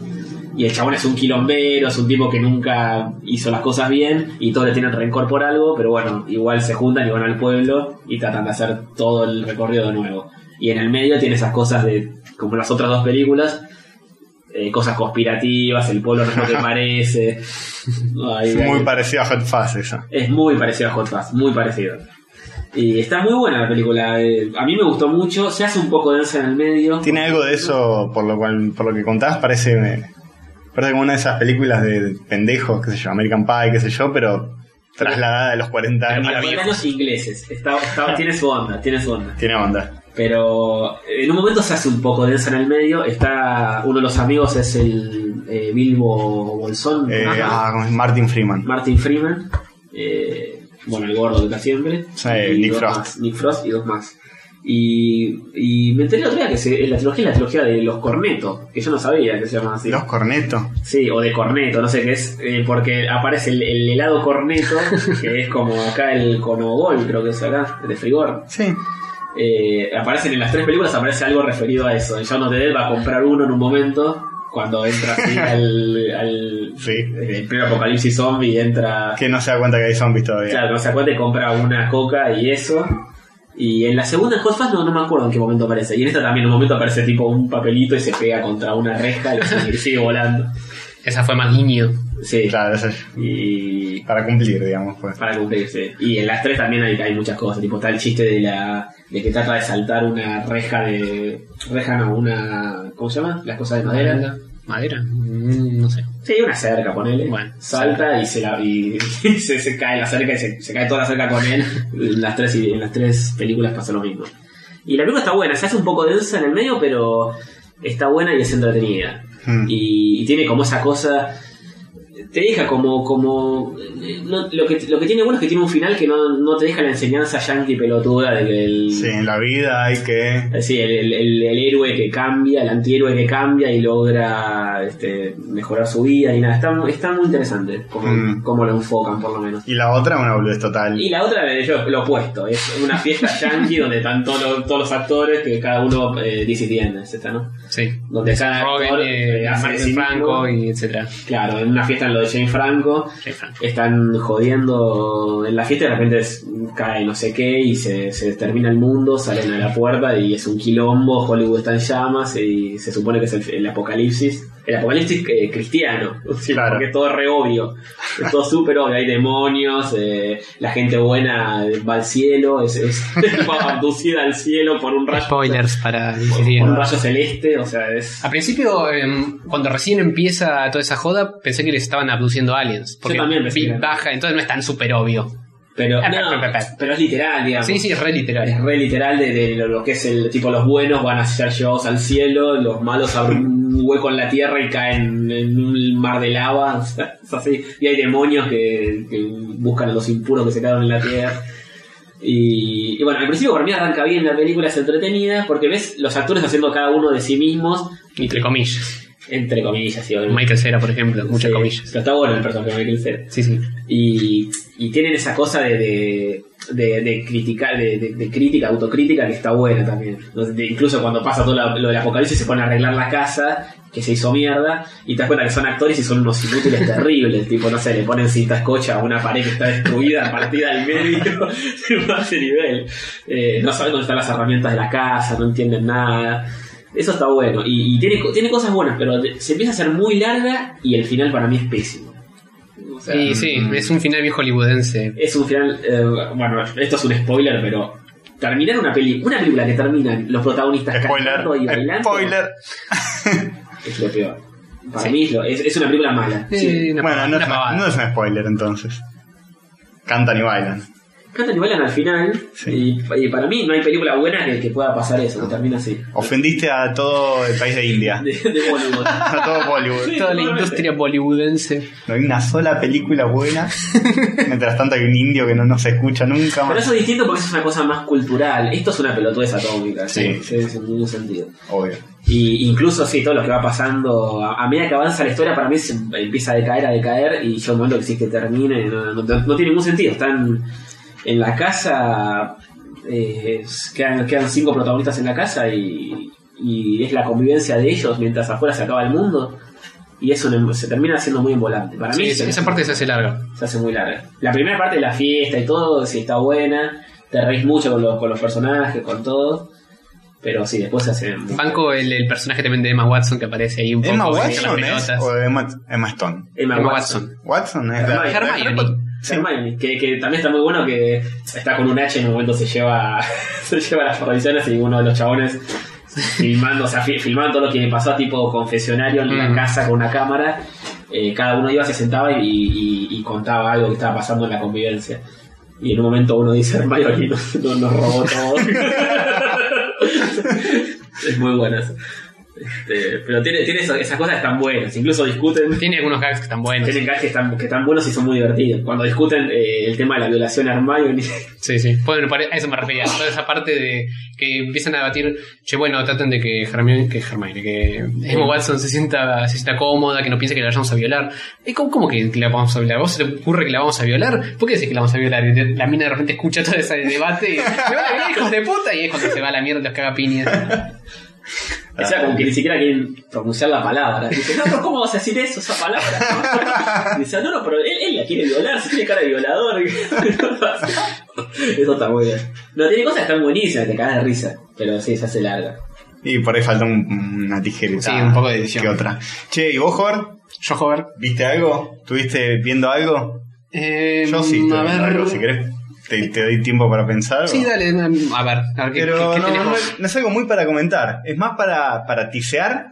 S3: Y el chabón es un quilombero, es un tipo que nunca hizo las cosas bien y todos le tienen rencor por algo, pero bueno, igual se juntan y van al pueblo y tratan de hacer todo el recorrido de nuevo. Y en el medio tiene esas cosas de, como las otras dos películas, eh, cosas conspirativas, el pueblo no es lo que parece. Ay,
S2: Es
S3: ay.
S2: muy parecida a Hot Fuzz esa.
S3: Es muy parecido a Hot Fuzz, muy parecido. Y está muy buena la película. eh, A mí me gustó mucho. Se hace un poco densa en el medio.
S2: Tiene algo de eso, por lo cual, por lo que contabas, parece, eh, parece como una de esas películas de pendejos, qué sé yo, American Pie, qué sé yo, pero trasladada de los 40
S3: Para
S2: años.
S3: los italianos ingleses. Está, está- tiene su onda, tiene su onda.
S2: Tiene onda.
S3: Pero eh, en un momento se hace un poco densa en el medio. Está uno de los amigos es el eh, Bilbo Bolsón.
S2: Eh,
S3: Ajá.
S2: ah, ¿cómo es? Martin Freeman.
S3: Martin Freeman. eh, bueno, el gordo que está siempre.
S2: Sí,
S3: y
S2: Nick
S3: dos
S2: Frost.
S3: más, Nick Frost y dos más. Y, y me enteré el otro día que se- la trilogía es la trilogía de los Corneto, que yo no sabía que se llama así.
S2: Los Cornetos.
S3: Sí, o de corneto, no sé qué es, eh, porque aparece el, el helado corneto, que es como acá el conogol, creo que es acá, de frigor.
S2: Sí.
S3: Eh, aparecen en las tres películas, aparece algo referido a eso. En Shaun of the Dead va a comprar uno en un momento, cuando entra así al, al
S2: Sí.
S3: el primer apocalipsis zombie y entra...
S2: Eh, Que no se da cuenta que hay zombies todavía.
S3: Claro, no se acuerda y compra una coca y eso. Y en la segunda en Hot Fuzz no, no me acuerdo en qué momento aparece. Y en esta también en un momento aparece tipo un papelito y se pega contra una reja y sigue- sigue volando.
S1: Esa fue más niño.
S3: Sí.
S2: Claro, eso es
S3: Y
S2: para cumplir, digamos. Pues.
S3: para cumplirse. Y en las tres también hay, hay muchas cosas. Tipo, está el chiste de la de que trata de saltar una reja de. Reja no, una. ¿Cómo se llama? Las cosas de madera.
S1: ¿Madera? Mm, no sé.
S3: Sí, una cerca, ponele.
S1: Bueno,
S3: Salta y se la. y se, se cae la cerca y se, se cae toda la cerca con él. En las tres, y- en las tres películas pasa lo mismo. Y la película está buena, se hace un poco densa en el medio, pero está buena y es entretenida.
S2: Mm.
S3: Y, y tiene como esa cosa. Te deja como. como eh, no- lo, que, lo que tiene bueno es que tiene un final que no, no te deja la enseñanza yankee pelotuda de que el.
S2: Sí, en la vida hay que.
S3: eh, sí, el, el- el- el héroe que cambia, el antihéroe que cambia y logra este, mejorar su vida y nada. Está, mu- está muy interesante como,
S2: Mm.
S3: como lo enfocan, por lo menos.
S2: Y la otra, una boludez total.
S3: Y la otra, eh, yo, lo opuesto, es una fiesta yankee donde están todos los, todos los actores que cada uno eh, dice y tiene, es esta, ¿no?
S1: Sí.
S3: Donde cada
S1: Rogan,
S3: actor
S1: eh,
S3: Ah, eh, hace de sí
S1: Martin
S3: mismo.
S1: Franco, y etcétera.
S3: Claro, en una fiesta en lo de Jane Franco.
S1: Jay Franco.
S3: Están jodiendo en la fiesta y de repente es- cae no sé qué y se, se termina el mundo, salen a la puerta y es un quilombo, Hollywood está en llamas y se supone que es el, el apocalipsis. El apocalipsis eh, cristiano, sí,
S2: Claro.
S3: porque es todo re obvio, es todo súper obvio, hay demonios, eh, la gente buena va al cielo, es, es va abducida al cielo por un rayo,
S1: Spoilers para
S3: por,
S1: Disney.
S3: por un rayo celeste, o sea, es...
S1: A principio, em, cuando recién empieza toda esa joda, pensé que les estaban abduciendo aliens. Porque
S3: también pensé
S1: vi-
S3: que era.
S1: baja, entonces no es tan súper obvio.
S3: Pero,
S1: Ah,
S3: no,
S1: pa, pa, pa, pa.
S3: pero es literal, digamos.
S1: Sí, sí, es re
S3: Es
S1: literal.
S3: re literal de, de lo, lo que es el tipo los buenos van a ser llevados al cielo, los malos abren un hueco en la tierra y caen en un mar de lava, o sea, es así. Y hay demonios que, que buscan a los impuros que se quedaron en la tierra. Y, y bueno, al principio para mí arranca bien la película, es entretenida, porque ves los actores haciendo cada uno de sí mismos,
S1: Entre comillas.
S3: entre comillas, sí, obviamente.
S1: Michael Cera, por ejemplo, muchas
S3: Sí,
S1: comillas.
S3: Pero está bueno el personaje de Michael Cera
S1: Sí, sí.
S3: y, y tienen esa cosa de, de, de- de criticar, de, de- de crítica, autocrítica que está buena también. Entonces, de- incluso cuando pasa todo la- lo del apocalipsis se pone a arreglar la casa que se hizo mierda y te das cuenta que son actores y son unos inútiles terribles, tipo, no sé, le ponen cintas cocha a una pared que está destruida, partida al medio, a ese nivel. Eh, no saben dónde están las herramientas de la casa, no entienden nada. Eso está bueno y, y tiene, co- tiene cosas buenas, pero te- se empieza a hacer muy larga y el final para mí es pésimo. O sea,
S1: Y sí, es un final bien hollywoodense.
S3: es un final. eh, bueno, esto es un spoiler, pero. Terminar una peli, una película que terminan los protagonistas
S2: Spoiler.
S3: cantando y bailando
S2: Spoiler.
S3: es lo peor. Para
S1: Sí.
S3: mí es, lo- es- es una película mala.
S1: Eh, una
S2: bueno,
S1: pavada,
S2: no
S1: una
S2: es, una-
S1: pavada.
S2: no es un spoiler entonces. Cantan y bailan.
S3: Cantan y bailan al final.
S2: Sí.
S3: Y, y para mí no hay película buena que, que pueda pasar eso, que termina así.
S2: Ofendiste a todo el país de India.
S3: De, de Bollywood.
S2: A todo Bollywood.
S3: Sí.
S1: Toda la
S3: totalmente.
S1: industria bollywoodense.
S2: No hay una sola película buena. Mientras tanto hay un indio que no nos escucha nunca
S3: Pero
S2: más.
S3: eso es distinto porque eso es una cosa más cultural. Esto es una pelotudez atómica.
S2: Sí.
S3: sí, sí, en ningún sentido.
S2: Obvio.
S3: Y incluso sí, todo lo que va pasando, a, a medida que avanza la historia, para mí se empieza a decaer, a decaer, y yo un momento que sí que termine, no, no- no- no tiene ningún sentido. Están en la casa, eh, es- quedan, quedan cinco protagonistas en la casa y, y es la convivencia de ellos mientras afuera se acaba el mundo. Y eso no- se termina haciendo muy volante Para
S1: Sí,
S3: mí
S1: esa
S3: se-
S1: esa parte se hace larga.
S3: se hace muy larga. La primera parte de la fiesta y todo, sí está buena, te reís mucho con los, con los personajes, con todo. Pero sí, después se hace... muy-
S1: Banco el, el personaje también de Emma Watson que aparece ahí un poco.
S2: ¿Emma
S1: que saca
S2: Watson
S1: las
S2: es?
S1: pelotas.
S2: ¿O Emma, Emma Stone?
S3: Emma,
S1: Emma
S3: Watson.
S1: Watson.
S2: ¿Watson es la-
S3: Hermione.
S2: la-
S1: Hermione.
S2: Sí.
S3: Hermione, que, que también está muy bueno que está con un H en un momento se lleva se lleva las provisiones y uno de los chabones filmando, o sea, fi- filmando todo lo que le pasó tipo confesionario en la
S1: Mm.
S3: casa con una cámara. Eh, cada uno iba, se sentaba y, y- y contaba algo que estaba pasando en la convivencia. Y en un momento uno dice Hermione nos, no- nos robó todo. es muy bueno eso. Este, pero tiene, tiene eso- esas cosas tan buenas, incluso discuten
S1: Tiene algunos gags que están buenos.
S3: tienen gags que están, que están buenos y son muy divertidos. Cuando discuten eh, el tema de la violación a Hermione,
S1: Sí, sí. Bueno, pare- a eso me refería. Toda esa parte de que empiezan a debatir, che, bueno, traten de que Hermione, que Hermione, que Emma Watson se sienta, se sienta cómoda, que no piense que la vayamos a violar. Eh, ¿Cómo, cómo que la vamos a violar? ¿A ¿Vos se te ocurre que la vamos a violar? ¿Por qué decís que la vamos a violar? Y de- la mina de repente escucha todo ese debate y me van a violar, hijos de puta, y es cuando se va a la mierda y los caga piña.
S3: o sea, como que ni siquiera quieren pronunciar la palabra. Dicen, no, pero ¿cómo vas a decir eso, esa palabra? Y Dicen, no, no, pero él, él la quiere violar, se tiene cara de violador. eso está muy bien. No, tiene cosas que están buenísimas, te cagas de risa. Pero sí, se hace larga.
S2: Y por ahí falta un- una tijerita.
S1: Sí, un poco de edición.
S2: Que otra. Che, ¿y vos, Jorge?
S1: Yo, joder.
S2: ¿Viste algo? ¿Estuviste viendo algo?
S1: Eh,
S2: Yo sí. estuve
S1: A
S2: viendo
S1: ver.
S2: algo, si querés, te, te doy tiempo para pensar.
S1: Sí,
S2: o-
S1: dale, mm, a ver, a ver qué,
S2: Pero
S1: qué- qué
S2: no,
S1: tenés
S2: no-
S1: vos?
S2: no es algo muy para comentar. Es más para, para tisear,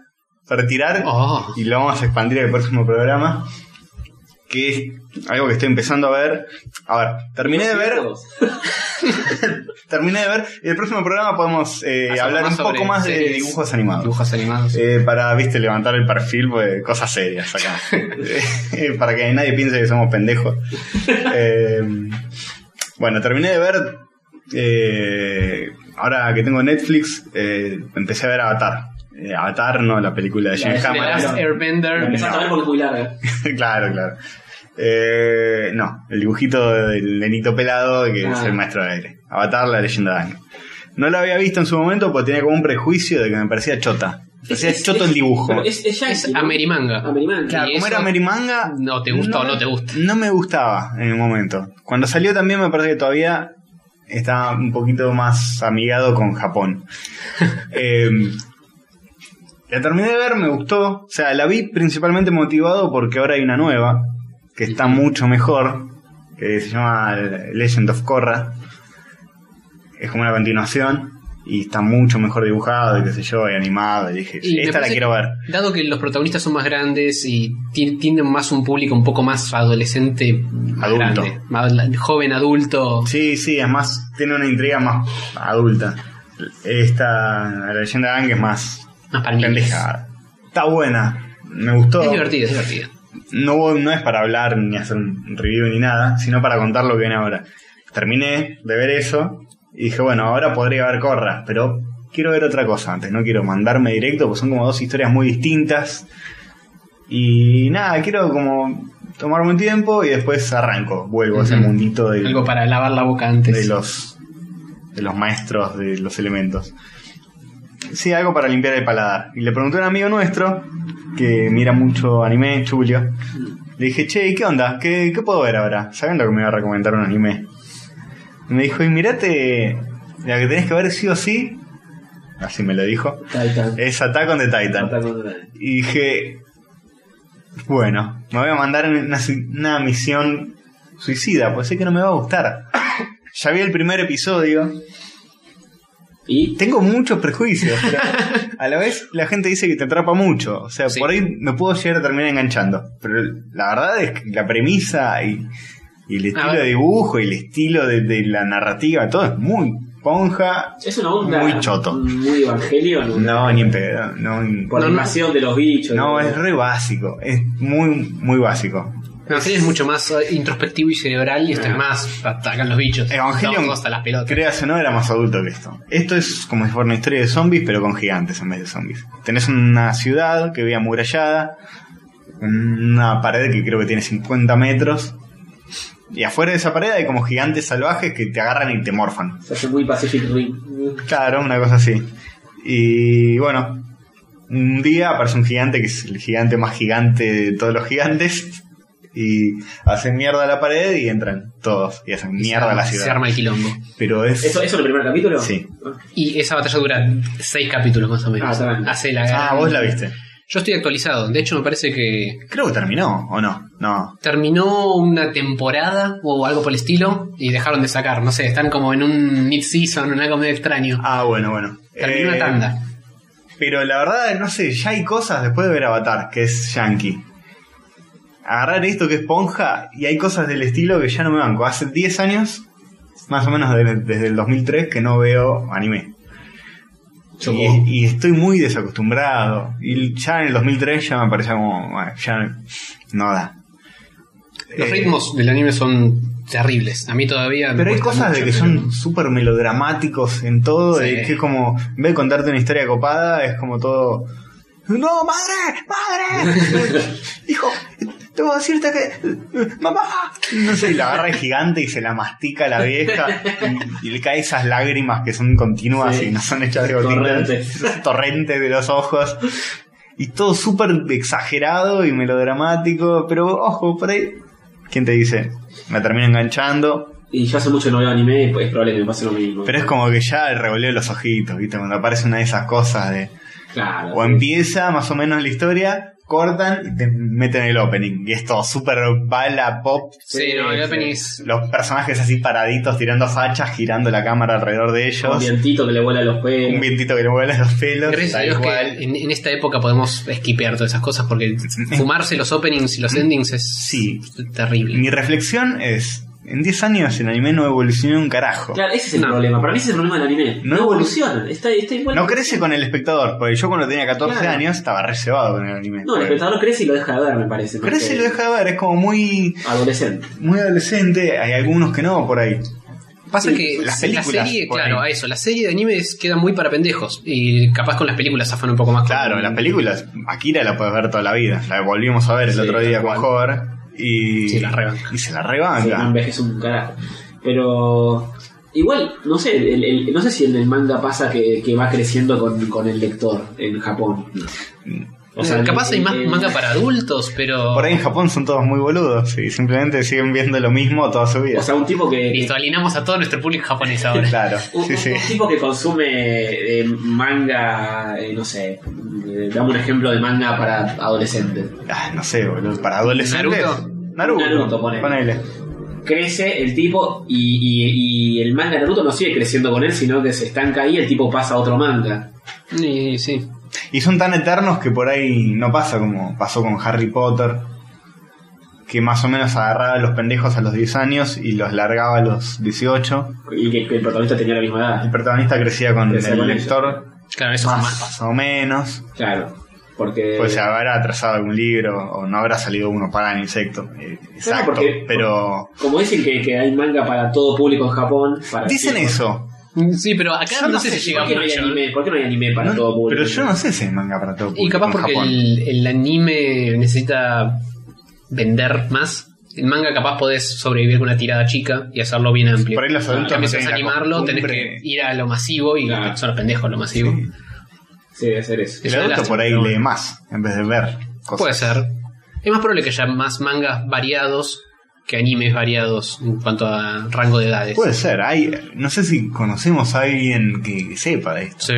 S2: para tirar.
S1: Oh,
S2: Y lo vamos a expandir al próximo programa. Que es algo que estoy empezando a ver. A ver, terminé de ver. Terminé de ver. Y el próximo programa podemos eh,
S1: Hacer
S2: hablar
S1: más
S2: un poco
S1: sobre
S2: más de
S1: series.
S2: dibujos animados.
S1: dibujos animados.
S2: Eh, para, viste, levantar el perfil, pues, cosas serias acá. Eh, para que nadie piense que somos pendejos. Eh, bueno, terminé de ver. eh, ahora que tengo Netflix, eh, empecé a ver Avatar. Eh, Avatar, no, la película de
S3: La
S2: James
S3: de-
S1: The
S3: cámara,
S2: Cameron.
S1: Last
S3: no.
S1: Airbender.
S3: Empezás a ver porque es muy larga.
S2: claro, claro. Eh, no, el dibujito del nenito pelado que
S3: Ah.
S2: es el maestro de aire. Avatar, la leyenda de Aang. No la había visto en su momento porque tenía como un prejuicio de que me parecía chota. Me parecía
S3: Es- es-
S2: choto el dibujo.
S3: pero Es, es,
S1: Es
S3: yankee, ¿no?
S1: Amerimanga.
S3: Amerimanga.
S2: Claro,
S1: Y
S2: como
S1: eso-
S2: era Merimanga.
S1: No te gusta o no te gusta.
S2: No me gustaba en el momento. Cuando salió también me parece que todavía estaba un poquito más amigado con Japón. Eh, la terminé de ver, me gustó. O sea, la vi principalmente motivado porque ahora hay una nueva que está mucho mejor. Que se llama Legend of Korra. Es como una continuación. Y está mucho mejor dibujado y qué sé yo, y animado. Y dije,
S1: Y me
S2: esta la
S1: parece-
S2: quiero ver.
S1: Dado que los protagonistas son más grandes y ti- tienden más un público un poco más adolescente, más
S2: Adulto.
S1: grande, más la- joven adulto.
S2: Sí, sí, es más, tiene una intriga más adulta. Esta, la leyenda de Aang es más
S1: Más para niños.
S2: pendejada. Está buena, me gustó.
S1: Es divertido, es divertido.
S2: No, no es para hablar ni hacer un review ni nada, sino para contar lo que viene ahora. Terminé de ver eso y dije, bueno, ahora podría ver Corra, pero quiero ver otra cosa antes, no quiero mandarme directo, porque son como dos historias muy distintas. Y nada, quiero como tomarme un tiempo y después arranco, vuelvo a ese
S1: Ujú.
S2: mundito del,
S1: Algo para lavar la boca
S2: de
S1: antes.
S2: los de los maestros de los elementos. Sí, algo para limpiar el paladar. Y le pregunté a un amigo nuestro que mira mucho anime, Julio. Le dije, che, ¿y qué onda? ¿Qué, qué puedo ver ahora? Sabiendo que me iba a recomendar un anime. Y me dijo, y mirate, la que tenés que ver sí o sí, así me lo dijo,
S3: Titan.
S2: es Attack on the Titan.
S3: Attack on Titan.
S2: Y dije, bueno, me voy a mandar una, una misión suicida, pues sé que no me va a gustar. Ya vi el primer episodio.
S3: Y
S2: Tengo muchos prejuicios, pero a la vez la gente dice que te atrapa mucho. O sea,
S1: Sí.
S2: por ahí me puedo llegar a terminar enganchando. Pero la verdad es que la premisa y, y el estilo
S1: ver.
S2: de dibujo y el estilo de, de la narrativa, todo es muy ponja.
S3: es una onda
S2: Muy choto.
S3: Muy evangelio. ¿no?
S2: No, ni en pedo. No, ni-
S3: Por
S1: No,
S3: la
S1: no.
S3: invasión de los bichos.
S2: no, es re básico. Es muy, muy básico.
S1: La serie es mucho más eh, introspectivo y cerebral y esto es
S3: Ah.
S1: más atacan los bichos.
S2: Evangelion,
S1: Estamos hasta las pelotas.
S2: creas o no, era más adulto que esto. Esto es como si fuera una historia de zombies, pero con gigantes en vez de zombies. Tenés una ciudad que veía amurallada, una pared que creo que tiene 50 metros, y afuera de esa pared hay como gigantes salvajes que te agarran y te morfan.
S3: Se hace muy Pacific Rim.
S2: Claro, una cosa así. Y bueno, un día aparece un gigante que es el gigante más gigante de todos los gigantes. Y hacen mierda la pared y entran todos. Y hacen mierda la ciudad.
S1: Se arma el quilombo.
S2: Pero es.
S3: ¿Eso, ¿Eso en el primer capítulo?
S2: Sí.
S1: Y esa batalla dura seis capítulos más o menos.
S3: Ah, está bien.
S1: Hace la
S2: Ah, vos la viste.
S1: Yo estoy actualizado. De hecho, me parece que
S2: Creo que terminó, ¿o no? No.
S1: terminó una temporada o algo por el estilo y dejaron de sacar. No sé, están como en un mid-season, en algo medio extraño.
S2: Ah, bueno, bueno.
S1: Terminó
S2: Eh,
S1: una tanda.
S2: Pero la verdad, no sé, ya hay cosas después de ver Avatar, que es yankee. Agarrar esto que es ponja y hay cosas del estilo que ya no me banco. Hace 10 años, más o menos de- desde el 2003, que no veo anime.
S3: Chocó.
S2: Y, y estoy muy desacostumbrado. Y ya en el 2003 ya me parecía como, bueno, ya no da.
S1: Los
S2: Eh,
S1: ritmos del anime son terribles. A mí todavía. me
S2: Pero hay
S1: cuesta
S2: cosas
S1: mucho,
S2: de que
S1: pero-
S2: son súper melodramáticos en todo,
S1: Sí.
S2: de que es como, en vez de contarte una historia copada, es como todo... ¡No, madre! ¡Madre! ¡Hijo! Tengo que decirte que... ¡Mamá! No sé, y la agarra el gigante y se la mastica la vieja y, y le cae esas lágrimas que son continuas
S3: Sí.
S2: y no son hechas de gotitas.
S3: Torrentes.
S2: Esos Torrentes de los ojos. Y todo súper exagerado y melodramático, pero ojo, por ahí... ¿Quién te dice? Me termina enganchando,
S3: Y yo hace mucho no veo anime, pues es probable que me pase lo mismo.
S2: pero es como que ya el revoleo de los ojitos, ¿viste? Cuando aparece una de esas cosas de.
S3: Claro.
S2: O empieza más o menos la historia, cortan y te meten el opening. Y es todo súper bala pop.
S1: Sí, no, el
S3: Sí,
S1: opening
S3: sí.
S1: es-
S2: Los personajes así paraditos, tirando fachas, girando la cámara alrededor de
S3: Un
S2: ellos.
S3: vientito que le vuela los
S2: Un
S3: pelos.
S2: vientito que le vuela los pelos.
S1: Gracias a
S2: tal
S1: Dios que
S2: cual.
S1: en, en esta época podemos esquipear todas esas cosas porque fumarse los openings y los endings es
S2: Sí.
S1: terrible.
S2: Mi reflexión es: en 10 años el anime no evolucionó un carajo.
S3: Claro, ese es el
S1: No.
S3: problema. Para mí ese es el problema del anime.
S2: No
S3: No, evoluciona. Está, está igual.
S2: No crece con el espectador, porque yo cuando tenía 14
S3: Claro.
S2: años estaba reservado con el anime.
S3: No, el espectador crece y lo deja de ver, me parece. más
S2: Crece
S3: que
S2: y lo deja de ver, es como muy.
S3: Adolescente.
S2: muy adolescente, hay algunos que no por ahí.
S1: Pasa
S3: Sí,
S1: que
S2: las
S1: la
S2: películas,
S1: serie,
S2: por
S1: claro,
S2: ahí.
S1: a eso, la serie de animes queda muy para pendejos y capaz con las películas zafan un poco más. con-
S2: Claro, las películas, Akira la puedes ver toda la vida, la volvimos a ver el
S3: Sí,
S2: otro día con
S3: igual.
S2: Hover y,
S1: Sí, la rebanca.
S2: y se la
S3: Sí, no
S2: rebanca.
S3: envejece un carajo. Pero igual, no sé, el- el- no sé si en el manga pasa que, que va creciendo con, con el lector en Japón. Eh, O sea,
S1: capaz
S3: el-
S1: hay más
S3: el-
S1: manga para adultos, pero.
S2: por ahí en Japón son todos muy boludos y simplemente siguen viendo lo mismo toda su vida.
S3: O sea, un tipo que... que-
S1: Listo, alineamos a todo nuestro público japonés ahora.
S2: claro,
S3: un,
S2: sí,
S3: un-
S2: sí.
S3: un tipo que consume eh, manga, eh, no sé, eh, dame un ejemplo de manga para adolescentes.
S2: Ah, no sé, boludo, para adolescentes.
S1: Naruto.
S2: Naruto,
S3: Naruto, ponele.
S2: ponele.
S3: crece el tipo y, y- y el manga de Naruto no sigue creciendo con él, sino que se estanca ahí y el tipo pasa a otro manga.
S1: Y, sí.
S2: Y son tan eternos que por ahí no pasa como pasó con Harry Potter, que más o menos agarraba a los pendejos a los 10 años y los largaba a los 18.
S3: Y que, que el protagonista tenía la misma
S2: El
S3: edad.
S2: protagonista crecía con
S3: Crecía
S2: el
S3: con
S2: lector,
S1: Claro, eso es
S2: más,
S1: más.
S2: o menos.
S3: Claro. Porque.
S2: Pues se habrá atrasado algún libro o no habrá salido uno para el insecto. eh, Exacto,
S3: porque-
S2: pero...
S3: como dicen que, que hay manga para todo público en Japón. Para
S2: Dicen
S3: chicos.
S2: eso,
S1: Sí, pero acá
S2: Yo
S1: no,
S2: no
S1: sé
S2: sé
S1: si llega
S3: ¿Por qué, no hay
S1: mucho.
S3: anime, ¿Por qué no hay anime para
S2: No,
S3: todo público?
S2: pero yo no sé si hay manga para todo público
S1: Y capaz
S2: en
S1: porque
S2: Japón.
S1: el, el anime necesita vender más. El manga capaz podés sobrevivir con una tirada chica y hacerlo bien amplio.
S2: Por ahí los
S1: En
S2: adultos
S1: cambio,
S2: no
S1: si vas
S2: tienen
S1: a
S2: la
S1: animarlo, tenés que
S2: costumbre-
S1: ir a lo masivo y
S3: Claro.
S1: son los pendejos lo masivo.
S2: Sí.
S3: Sí, debe ser eso.
S1: Es
S2: El
S1: una
S2: adulto por
S1: lástima,
S2: ahí
S1: pero
S2: lee
S1: bueno.
S2: más en vez de ver cosas.
S1: Puede ser. Es más probable que haya más mangas variados que animes variados en cuanto a rango de edades.
S2: Puede ser, hay, no sé si conocemos a alguien que sepa de esto.
S1: Sí,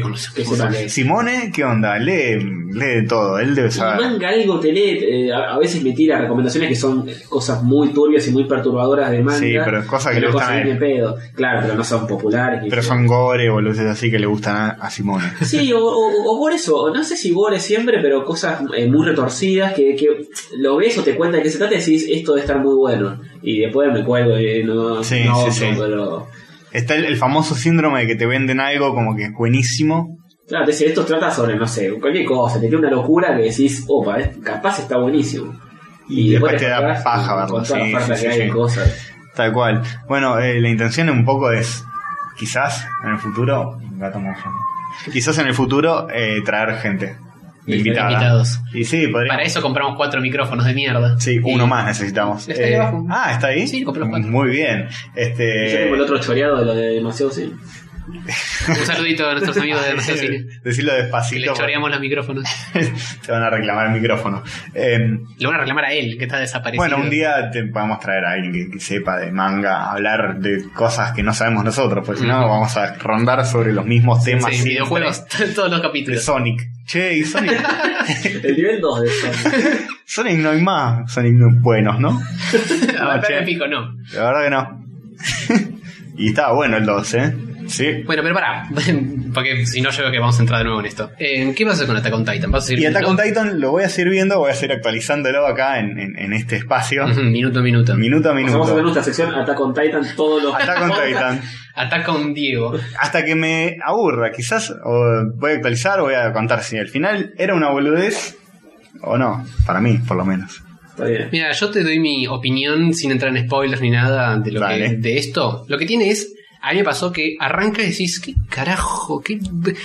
S1: conozco.
S3: Que sepa que-
S2: Simone, ¿qué onda? Lee, lee de todo, él debe
S3: Y
S2: saber.
S3: manga algo te lee, eh, a a veces me tira recomendaciones que son eh, cosas muy turbias y muy perturbadoras de manga.
S2: Sí, pero es cosa que le
S3: no
S2: gustan a él.
S3: conseguís ni pedo. Claro, pero no son populares. ni
S2: Pero
S3: nada.
S2: son gore o luces así que le gustan a, a Simone.
S3: Sí, o, o, o por eso, o no sé si gore siempre, pero cosas eh, muy retorcidas que, que lo ves o te cuenta de qué se trata y decís, esto debe estar muy bueno. Y después me cuelgo y no,
S2: Sí,
S3: no
S2: sí,
S3: otro,
S2: sí.
S3: pero...
S2: Está el, el famoso síndrome de que te venden algo como que es buenísimo.
S3: Claro, te decía, esto trata sobre, no sé, cualquier cosa, te tiene una locura que decís, opa, eh, capaz está buenísimo.
S2: Y después te da
S3: cagás
S2: paja verlo,
S3: con toda la
S2: sí,
S3: oferta
S2: sí,
S3: que
S2: sí,
S3: hay de
S2: sí.
S3: cosas.
S2: Tal cual. Bueno, eh, la intención un poco es, quizás en el futuro, gato moja. quizás en el futuro eh, traer gente.
S1: Y
S2: de invitada.
S1: invitados.
S2: Y sí, podría.
S1: Para eso compramos cuatro micrófonos de mierda.
S2: Sí,
S1: Y-
S2: uno más necesitamos.
S1: Está ahí abajo.
S2: Ah, está ahí.
S1: Sí, compré los cuatro.
S2: Muy bien.
S3: Yo tengo el
S2: Este.
S3: otro choreado de lo de demasiado, sí.
S1: Un saludito a nuestros amigos de Demasiado Cine.
S2: Decirlo
S1: Que
S2: despacito.
S1: le choreamos los micrófonos.
S2: Te van a reclamar el micrófono. Eh,
S1: Le van a reclamar a él, que está desaparecido.
S2: bueno, un día te podemos traer a alguien que, que sepa de manga, hablar de cosas que no sabemos nosotros, porque si no
S1: Ujú.
S2: vamos a rondar sobre los mismos
S1: Sí,
S2: temas siempre
S1: videojuegos, todos los
S2: de
S1: capítulos.
S2: Sonic. Che, y Sonic,
S3: El nivel 2 de eso.
S2: Sonic no hay más, Sonic no buenos, ¿no?
S1: A ver,
S2: che.
S1: Pepe Pico, no.
S2: La verdad que no. y estaba bueno el 2, ¿eh? Sí.
S1: Bueno, pero pará, porque si no yo veo que vamos a entrar de nuevo en esto. Eh, ¿Qué pasa con Attack on Titan? ¿Vas a seguir
S2: Y Attack on
S1: viendo?
S2: Titan lo voy a seguir viendo, voy a seguir actualizándolo acá en, en- en este espacio.
S1: Ujú, Minuto a minuto.
S2: Minuto a
S3: Vamos a tener
S2: minuto.
S3: nuestra sección Attack on Titan todos los...
S2: Attack on Titan.
S1: Attack on Diego.
S2: Hasta que me aburra, quizás o voy a actualizar o voy a contar si al final era una boludez o no, para mí por lo menos.
S3: Está bien.
S1: Mira, yo te doy mi opinión sin entrar en spoilers ni nada de lo que,
S2: Dale.
S1: de esto. Lo que tiene es, a mí me pasó que arranca y decís, ¿qué carajo? ¿Qué, no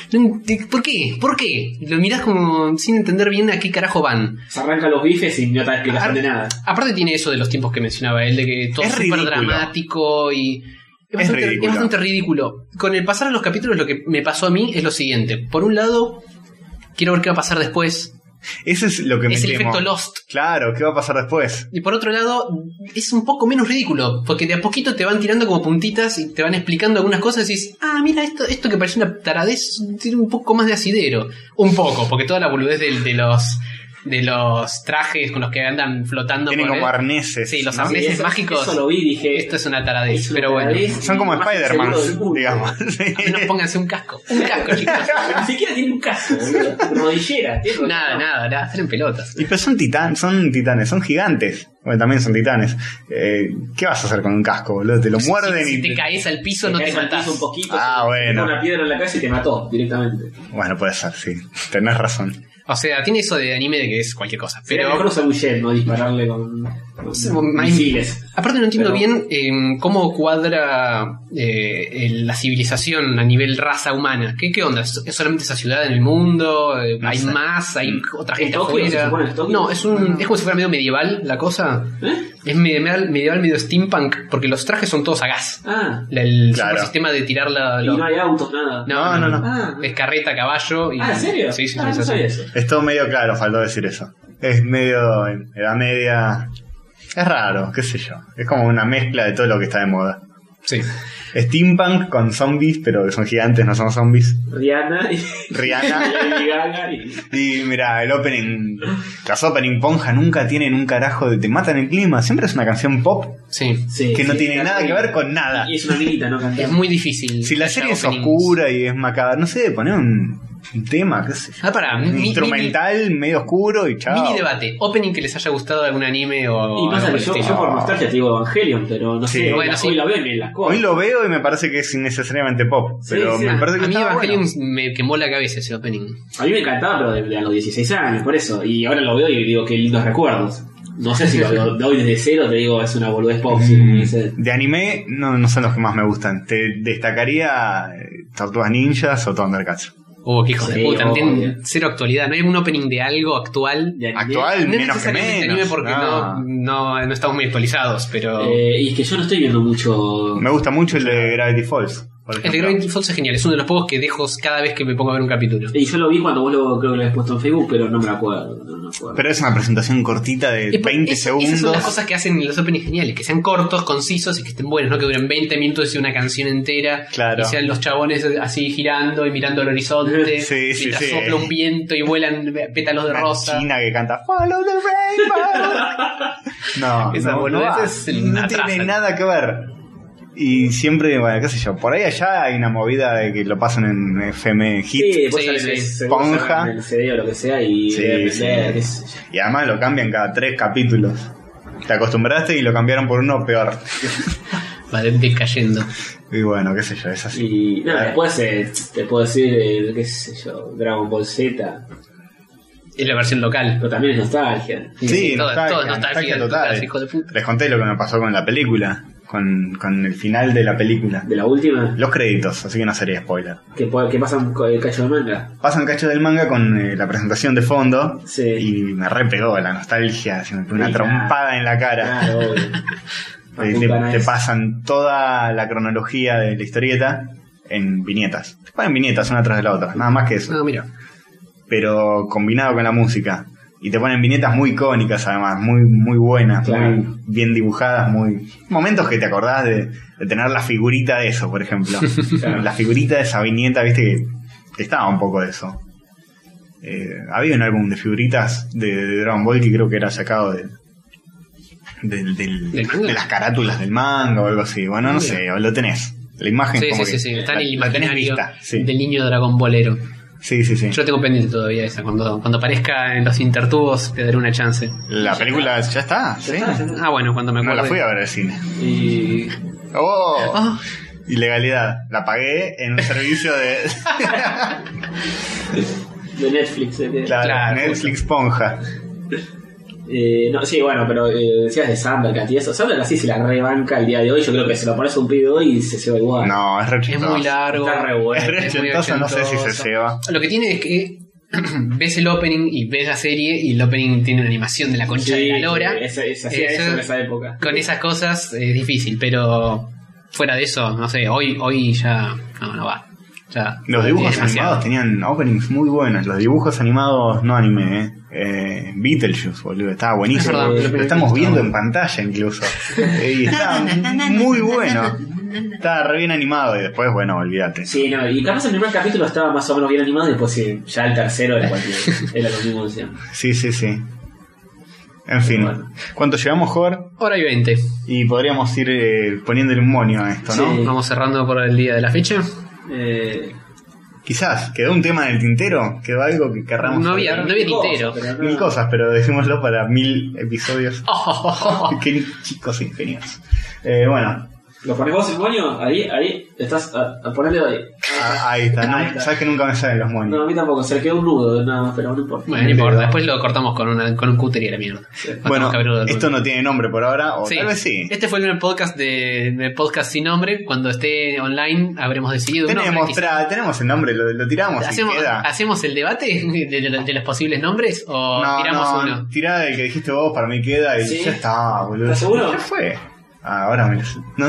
S1: ent- eh, ¿Por qué? ¿Por qué? Lo mirás como sin entender bien a qué carajo van.
S3: Se arranca los bifes y no te
S2: Ah,
S3: explicación de nada.
S1: Aparte tiene eso de los tiempos que mencionaba él, de que todo
S2: Es
S1: es súper
S2: ridículo.
S1: dramático y... Es
S2: Es
S1: bastante,
S2: ridículo.
S1: es bastante ridículo. Con el pasar de los capítulos lo que me pasó a mí es lo siguiente. Por un lado, quiero ver qué va a pasar después.
S2: Ese es lo que me
S1: es el
S2: temo.
S1: efecto Lost.
S2: Claro, ¿qué va a pasar después?
S1: Y por otro lado, es un poco menos ridículo, porque de a poquito te van tirando como puntitas y te van explicando algunas cosas y dices, ah, mira, esto, esto que parecía una taradez tiene un poco más de asidero. Un poco, porque toda la boludez del- de, los de los trajes con los que andan flotando
S2: Tienen
S1: por
S2: como
S1: ahí.
S2: arneses.
S1: Sí, los
S2: ¿no?
S1: arneses.
S3: eso,
S1: mágicos.
S3: Eso lo vi y dije...
S1: Esto es una taradez,
S3: es una
S1: pero bueno.
S3: taradez
S2: Son como
S3: más
S2: Spider-Man,
S3: seguro del mundo.
S2: digamos. Sí.
S1: Al menos pónganse un casco. Un casco, chicos.
S3: Ni siquiera tiene un casco, boludo. Rodillera. tiene
S1: Nada,
S3: rodillera.
S1: nada, nada, están en pelotas.
S2: Y pero son titanes, son titanes, son gigantes. Bueno, también son titanes. Eh, ¿Qué vas a hacer con un casco, boludo? Te lo muerden
S1: si,
S2: y.
S1: si te caes al piso no te
S3: caes al
S1: matás.
S3: piso un poquito.
S2: Ah,
S3: te-
S2: bueno.
S3: te pone una piedra en la calle y te mató directamente.
S2: Bueno, puede ser, sí. Tenés razón.
S1: O sea, tiene eso de anime de que es cualquier cosa.
S3: Sería
S1: Pero
S3: mejor usar un jet, no dispararle con, con
S1: Mind-
S3: misiles.
S1: Aparte no entiendo bien
S3: Pero-
S1: eh, cómo cuadra eh, el- la civilización a nivel raza humana. ¿Qué, qué onda? ¿Es es solamente esa ciudad en el mundo? Eh,
S2: No
S1: ¿Hay
S2: sé.
S1: más? ¿Hay otra
S3: ¿En
S1: gente
S3: Tokio? ¿Se
S1: afuera?
S3: supone en Tokio?
S1: No, es, un, es como si fuera medio medieval la cosa.
S3: ¿Eh?
S1: Es medieval, medieval medio steampunk, porque los trajes son todos a gas.
S3: Ah,
S1: La- El
S2: Claro.
S1: sistema de tirar la...
S3: y
S1: lo-
S3: no hay autos, nada.
S1: no, no, no,
S3: Ah,
S1: Es carreta, caballo y...
S3: Ah, ¿en serio?
S1: Sí, sí,
S3: Ah, no
S1: sí, sí.
S3: sabía eso.
S2: Es todo medio claro, faltó decir eso. Es medio en edad media. Es raro, qué sé yo. Es como una mezcla de todo lo que está de moda.
S1: Sí.
S2: Steampunk con zombies, pero que son gigantes, no son zombies.
S3: Rihanna y
S2: Rihanna.
S3: Lady Gaga y.
S2: Y mira, el opening. Las opening ponja nunca tienen un carajo de te matan el clima. Siempre es una canción pop
S1: Sí.
S3: Sí,
S2: que no
S3: sí,
S2: tiene
S3: claro,
S2: nada
S3: y-
S2: que ver con nada.
S3: Y es una minita, ¿no?
S1: Es
S3: Cantando.
S1: muy difícil.
S2: Si
S1: que
S2: la
S1: haya
S2: serie es
S1: openings.
S2: oscura y es macabra, no sé, poner un un tema, qué sé yo.
S1: Ah, para,
S2: Un instrumental medio oscuro y chao.
S1: Mini debate. Opening que les haya gustado de algún anime o.
S3: Y pasa
S1: algo
S3: que
S1: por
S3: yo,
S1: el
S3: yo
S1: estilo.
S3: por nostalgia te digo Evangelion, pero no
S2: Sí.
S3: sé, hoy
S1: Bueno,
S3: la-
S1: sí.
S3: hoy la ven en las cosas.
S2: Hoy lo veo y me parece que es innecesariamente pop,
S3: Sí,
S2: pero
S3: sí.
S2: me parece que
S1: A mí
S2: estaba
S1: Evangelion
S2: bueno.
S1: me quemó la cabeza ese opening.
S3: A mí me encantaba, pero de, de a los 16 años, por eso. Y ahora lo veo y digo, qué lindos recuerdos. No sé si lo veo de hoy desde cero, te digo, es una boludez pop. sí,
S2: Mm.
S3: como dice.
S2: Eh, De anime no, no son los que más me gustan. Te destacaría eh, Tortugas Ninjas o Thundercats.
S1: Oh, qué hijos de
S3: Sí,
S1: puta. no
S3: obvio.
S1: tienen cero actualidad. No hay un opening de algo actual.
S3: De anime.
S2: Actual,
S1: No
S2: menos que
S1: necesariamente
S2: menos.
S1: anime porque no.
S2: Ah.
S1: No, no estamos muy actualizados, pero.
S3: Eh, y es que yo no estoy viendo mucho.
S2: Me gusta mucho el de Gravity Falls. por
S1: el de
S2: ejemplo.
S1: Gravity Falls este es genial. Es uno de los pocos que dejo cada vez que me pongo a ver un capítulo.
S3: Y yo lo vi cuando vos lo, creo que lo habías puesto en Facebook, pero no me lo acuerdo. No, me acuerdo.
S2: Pero es una presentación cortita de
S1: Es por-
S2: 20
S1: es- Esas son las
S2: segundos.
S1: cosas que hacen los openings geniales, que sean cortos, concisos y que estén buenos, no que duren 20 minutos y una canción entera.
S2: Claro.
S1: Y sean los chabones así girando y mirando al horizonte.
S2: Sí, sí,
S1: mientras
S2: sí.
S1: sopla un viento y vuelan pétalos de
S2: Una
S1: rosa.
S2: china que canta Follow the Rainbow. no,
S1: Esas
S2: no, no, va.
S1: boludeces
S2: no tiene
S1: atrasan.
S2: nada que ver. Y siempre, bueno, qué sé yo, por ahí allá hay una movida de que lo pasan en FM Hit.
S3: Sí, vos
S1: Sí,
S3: sabés,
S1: sí.
S3: seguro
S2: Ponja.
S3: sacan el CD o lo que sea y
S2: Sí,
S3: deben
S2: sí.
S3: vender, qué sé yo.
S2: Y además lo cambian cada tres capítulos. Te acostumbraste y lo cambiaron por uno peor.
S1: Va de- decayendo.
S2: Y bueno, qué sé yo, es así.
S3: Y nada,
S2: Claro.
S3: después eh, te puedo decir, eh, qué sé yo, Dragon Ball Z,
S1: Es la versión local.
S3: pero también es nostalgia.
S2: Sí,
S1: todo- todo es
S2: nostalgia,
S1: nostalgia
S2: nostalgia
S1: total,
S2: total.
S1: hijo de puta.
S2: Les conté lo que me pasó con la película, con, con el final de la película.
S3: De la última,
S2: Los créditos, así que no sería spoiler.
S3: que, po- que pasan con el cacho de manga.
S2: Pasan cacho del manga con eh, la presentación de fondo
S3: Sí.
S2: y me repegó la nostalgia, se me pegó una
S3: Sí,
S2: trompada en la cara.
S3: Claro, obvio.
S2: Te- te,
S3: Apuntan a
S2: te
S3: eso.
S2: pasan toda la cronología de la historieta en viñetas. Te ponen viñetas una tras de la otra, nada más que eso.
S1: No, mira.
S2: Pero combinado con la música. Y te ponen viñetas muy icónicas además, muy, muy buenas,
S3: Claro.
S2: muy bien dibujadas, muy... Momentos que te acordás de, de tener la figurita de eso, por ejemplo.
S3: Claro.
S2: La figurita de esa viñeta, viste que estaba un poco de eso. Eh, había un álbum de figuritas de, de Dragon Ball que creo que era sacado de, del- del-
S1: ¿Del manga?
S2: de las carátulas del manga o algo así. Bueno, no
S1: Mira.
S2: sé, o lo tenés. La imagen
S1: Sí,
S2: como
S1: sí,
S2: que
S1: sí, sí. Está en
S2: la-
S1: el
S2: la tenés
S1: imaginario
S2: vista, sí.
S1: del niño Dragon Bolero.
S2: sí, sí, sí.
S1: Yo tengo pendiente todavía esa. Cuando, cuando aparezca en los intertubos, te daré una chance.
S2: La película ya está, ¿sí?
S3: está, ya
S1: Ah, bueno, cuando me
S2: No
S1: acuerde.
S2: la fui a ver al cine.
S3: Y
S2: ¡Oh!
S1: Ah,
S2: Ilegalidad. La pagué en un servicio de
S3: de Netflix. eh, de-
S2: la
S1: Claro,
S2: Netflix Ponja.
S3: Eh, no, sí, bueno, pero eh, decías de Sandberg y eso. Sandberg así se la rebanca el día de hoy. Yo creo que se lo pones a un pibe hoy y se lleva igual.
S2: No, es re
S1: es
S2: chistoso.
S1: muy largo.
S3: Está re bueno.
S2: Es re
S1: Es muy
S2: chistoso, no sé si se
S1: ochentoso.
S2: ceba.
S1: Lo que tiene es que ves el opening y ves la serie y el opening tiene una animación de la concha
S3: Sí,
S1: de la lora. Eh,
S3: Es, es, hacía
S1: Eso-
S3: eso en esa época.
S1: Con esas cosas es difícil, pero fuera de eso, no sé, hoy, hoy ya no, no va. Ya,
S2: Los
S1: es
S2: dibujos
S1: demasiado.
S2: animados tenían openings muy buenos. Los dibujos animados no anime, eh. Eh, Beetlejuice, boludo, estaba buenísimo.
S1: Es
S3: verdad,
S2: lo estamos viendo en pantalla incluso. y estaba muy bueno. Estaba re bien animado y después, bueno, olvídate.
S3: Sí, no, y capaz el primer capítulo estaba más o menos bien animado y después sí, ya el tercero era, cualquier, era lo mismo de siempre.
S2: Sí, sí, sí. En fin,
S3: Bueno.
S2: ¿cuánto llevamos, Jor?
S1: Hora y 20.
S2: Y podríamos ir eh, poniéndole un monio a esto, ¿no?
S3: Sí.
S1: Vamos cerrando por el día de la fecha.
S3: Eh,
S2: Quizás, quedó un tema en el tintero, quedó algo que querramos.
S1: No había, no
S2: hablar.
S1: había
S3: Mil cosas,
S1: tintero.
S3: pero no.
S2: mil cosas, pero dejémoslo para mil episodios.
S1: Oh,
S2: Qué chicos ingeniosos. Eh, bueno,
S3: ¿Lo pones vos el moño? Ahí, ahí, estás a, a ponerle ahí.
S2: a- ahí está. ¿no?
S3: Ahí está.
S2: Sabes que nunca me salen los
S3: No,
S2: monios.
S3: a mí tampoco, se le quedó un nudo, nada más, pero no importa.
S1: Bueno, no importa, después lo cortamos con, una, con un cúter y la mierda.
S2: Bueno,
S1: Matamos cabrudo del
S2: esto no tiene nombre por ahora, o
S1: Sí.
S2: tal vez sí.
S1: Este fue el primer podcast de, de podcast sin nombre. Cuando esté online habremos decidido. un nombre,
S2: Tenemos,
S1: quizá.
S2: tra- tenemos el nombre, lo, lo tiramos
S1: ¿Hacemos,
S2: y queda.
S1: hacemos el debate de, de- de los posibles nombres o tiramos
S2: no,
S1: uno?
S2: Tirá el que dijiste vos, para mí queda y
S3: ¿Sí?
S2: ya está, boludo.
S3: ¿Estás seguro?
S2: Ya fue. Ah, ahora me lo sé. No,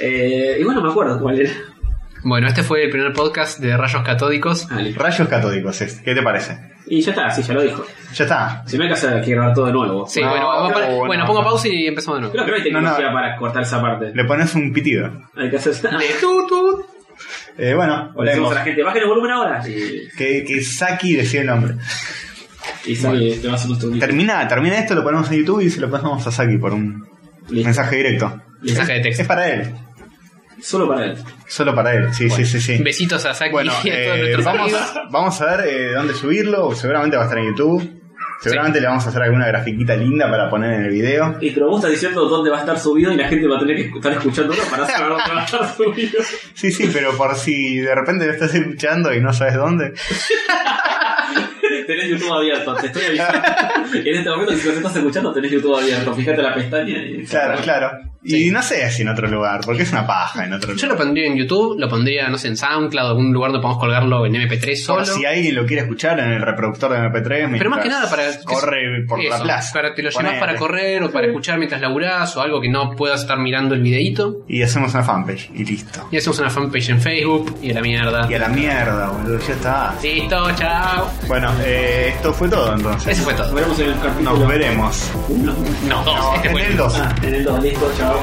S3: Eh, igual no me acuerdo cuál era.
S1: Bueno, este fue el primer podcast de Rayos Catódicos.
S3: Ah, listo.
S2: Rayos catódicos, es. ¿qué te parece?
S3: Y ya está, sí, ya lo dijo.
S2: Ya está.
S3: Si no hay que hacer, hay que grabar todo de nuevo.
S1: Sí,
S2: No,
S1: bueno, va- va
S2: no,
S1: para-
S2: no.
S1: bueno, pongo pausa y empezamos de nuevo.
S3: Creo que no hay
S2: No, no.
S3: tecnología para cortar esa parte.
S2: Le pones un pitido.
S3: Hay que hacer.
S1: De tu, tu.
S2: Eh, bueno,
S3: O le decimos
S2: volvemos.
S3: a la gente, bajen el volumen ahora. Y,
S2: Que, que Saki decía el nombre.
S3: y sale, te vas a nuestro link.
S2: Termina, termina esto, lo ponemos en YouTube y se lo pasamos a Saki por un
S3: Listo.
S2: mensaje directo.
S3: Listo.
S1: Mensaje de
S2: Es
S1: texto.
S2: para él.
S3: Solo para él.
S2: Solo para él, sí,
S3: Bueno.
S2: sí, sí, sí.
S1: Besitos a Saki
S2: Bueno,
S1: y a todos
S2: eh,
S1: nuestros
S2: vamos,
S1: amigos.
S2: vamos a ver eh, dónde subirlo. Seguramente va a estar en YouTube. Seguramente le vamos a hacer alguna grafiquita linda para poner en el video.
S3: Y pero vos estás diciendo dónde va a estar subido y la gente va a tener que estar escuchándolo para saber dónde va a estar subido.
S2: Sí, sí, pero por si de repente lo estás escuchando y no sabes dónde.
S3: Tenés YouTube abierto, te estoy avisando. en este momento, si nos estás escuchando, tenés YouTube abierto. Fíjate la pestaña y.
S2: Claro, claro. Y no sé si en otro lugar, porque es una paja en otro
S1: Yo
S2: lugar.
S1: lo pondría en YouTube, lo pondría, no sé, en SoundCloud, algún lugar donde podamos colgarlo en MP3 solo.
S2: Por si alguien lo quiere escuchar en el reproductor de MP3,
S1: Pero más
S2: mientras
S1: que nada para.
S2: corre por la
S1: eso,
S2: plaza.
S1: Para te lo llevas
S2: Ponele.
S1: para correr o para escuchar mientras laburás o algo que no puedas estar mirando el videíto.
S2: Y hacemos una fanpage y listo.
S1: Y hacemos una fanpage en Facebook y a la mierda.
S2: Y a la mierda, boludo, ya está.
S1: Listo, chao.
S2: Bueno, eh, esto fue todo entonces.
S1: Eso fue todo.
S3: Nos veremos en el capítulo
S2: Nos veremos.
S3: uno.
S1: No, dos,
S2: No,
S1: este
S2: en
S1: fue el
S2: el 2.
S3: Ah, en el 2, listo, chao.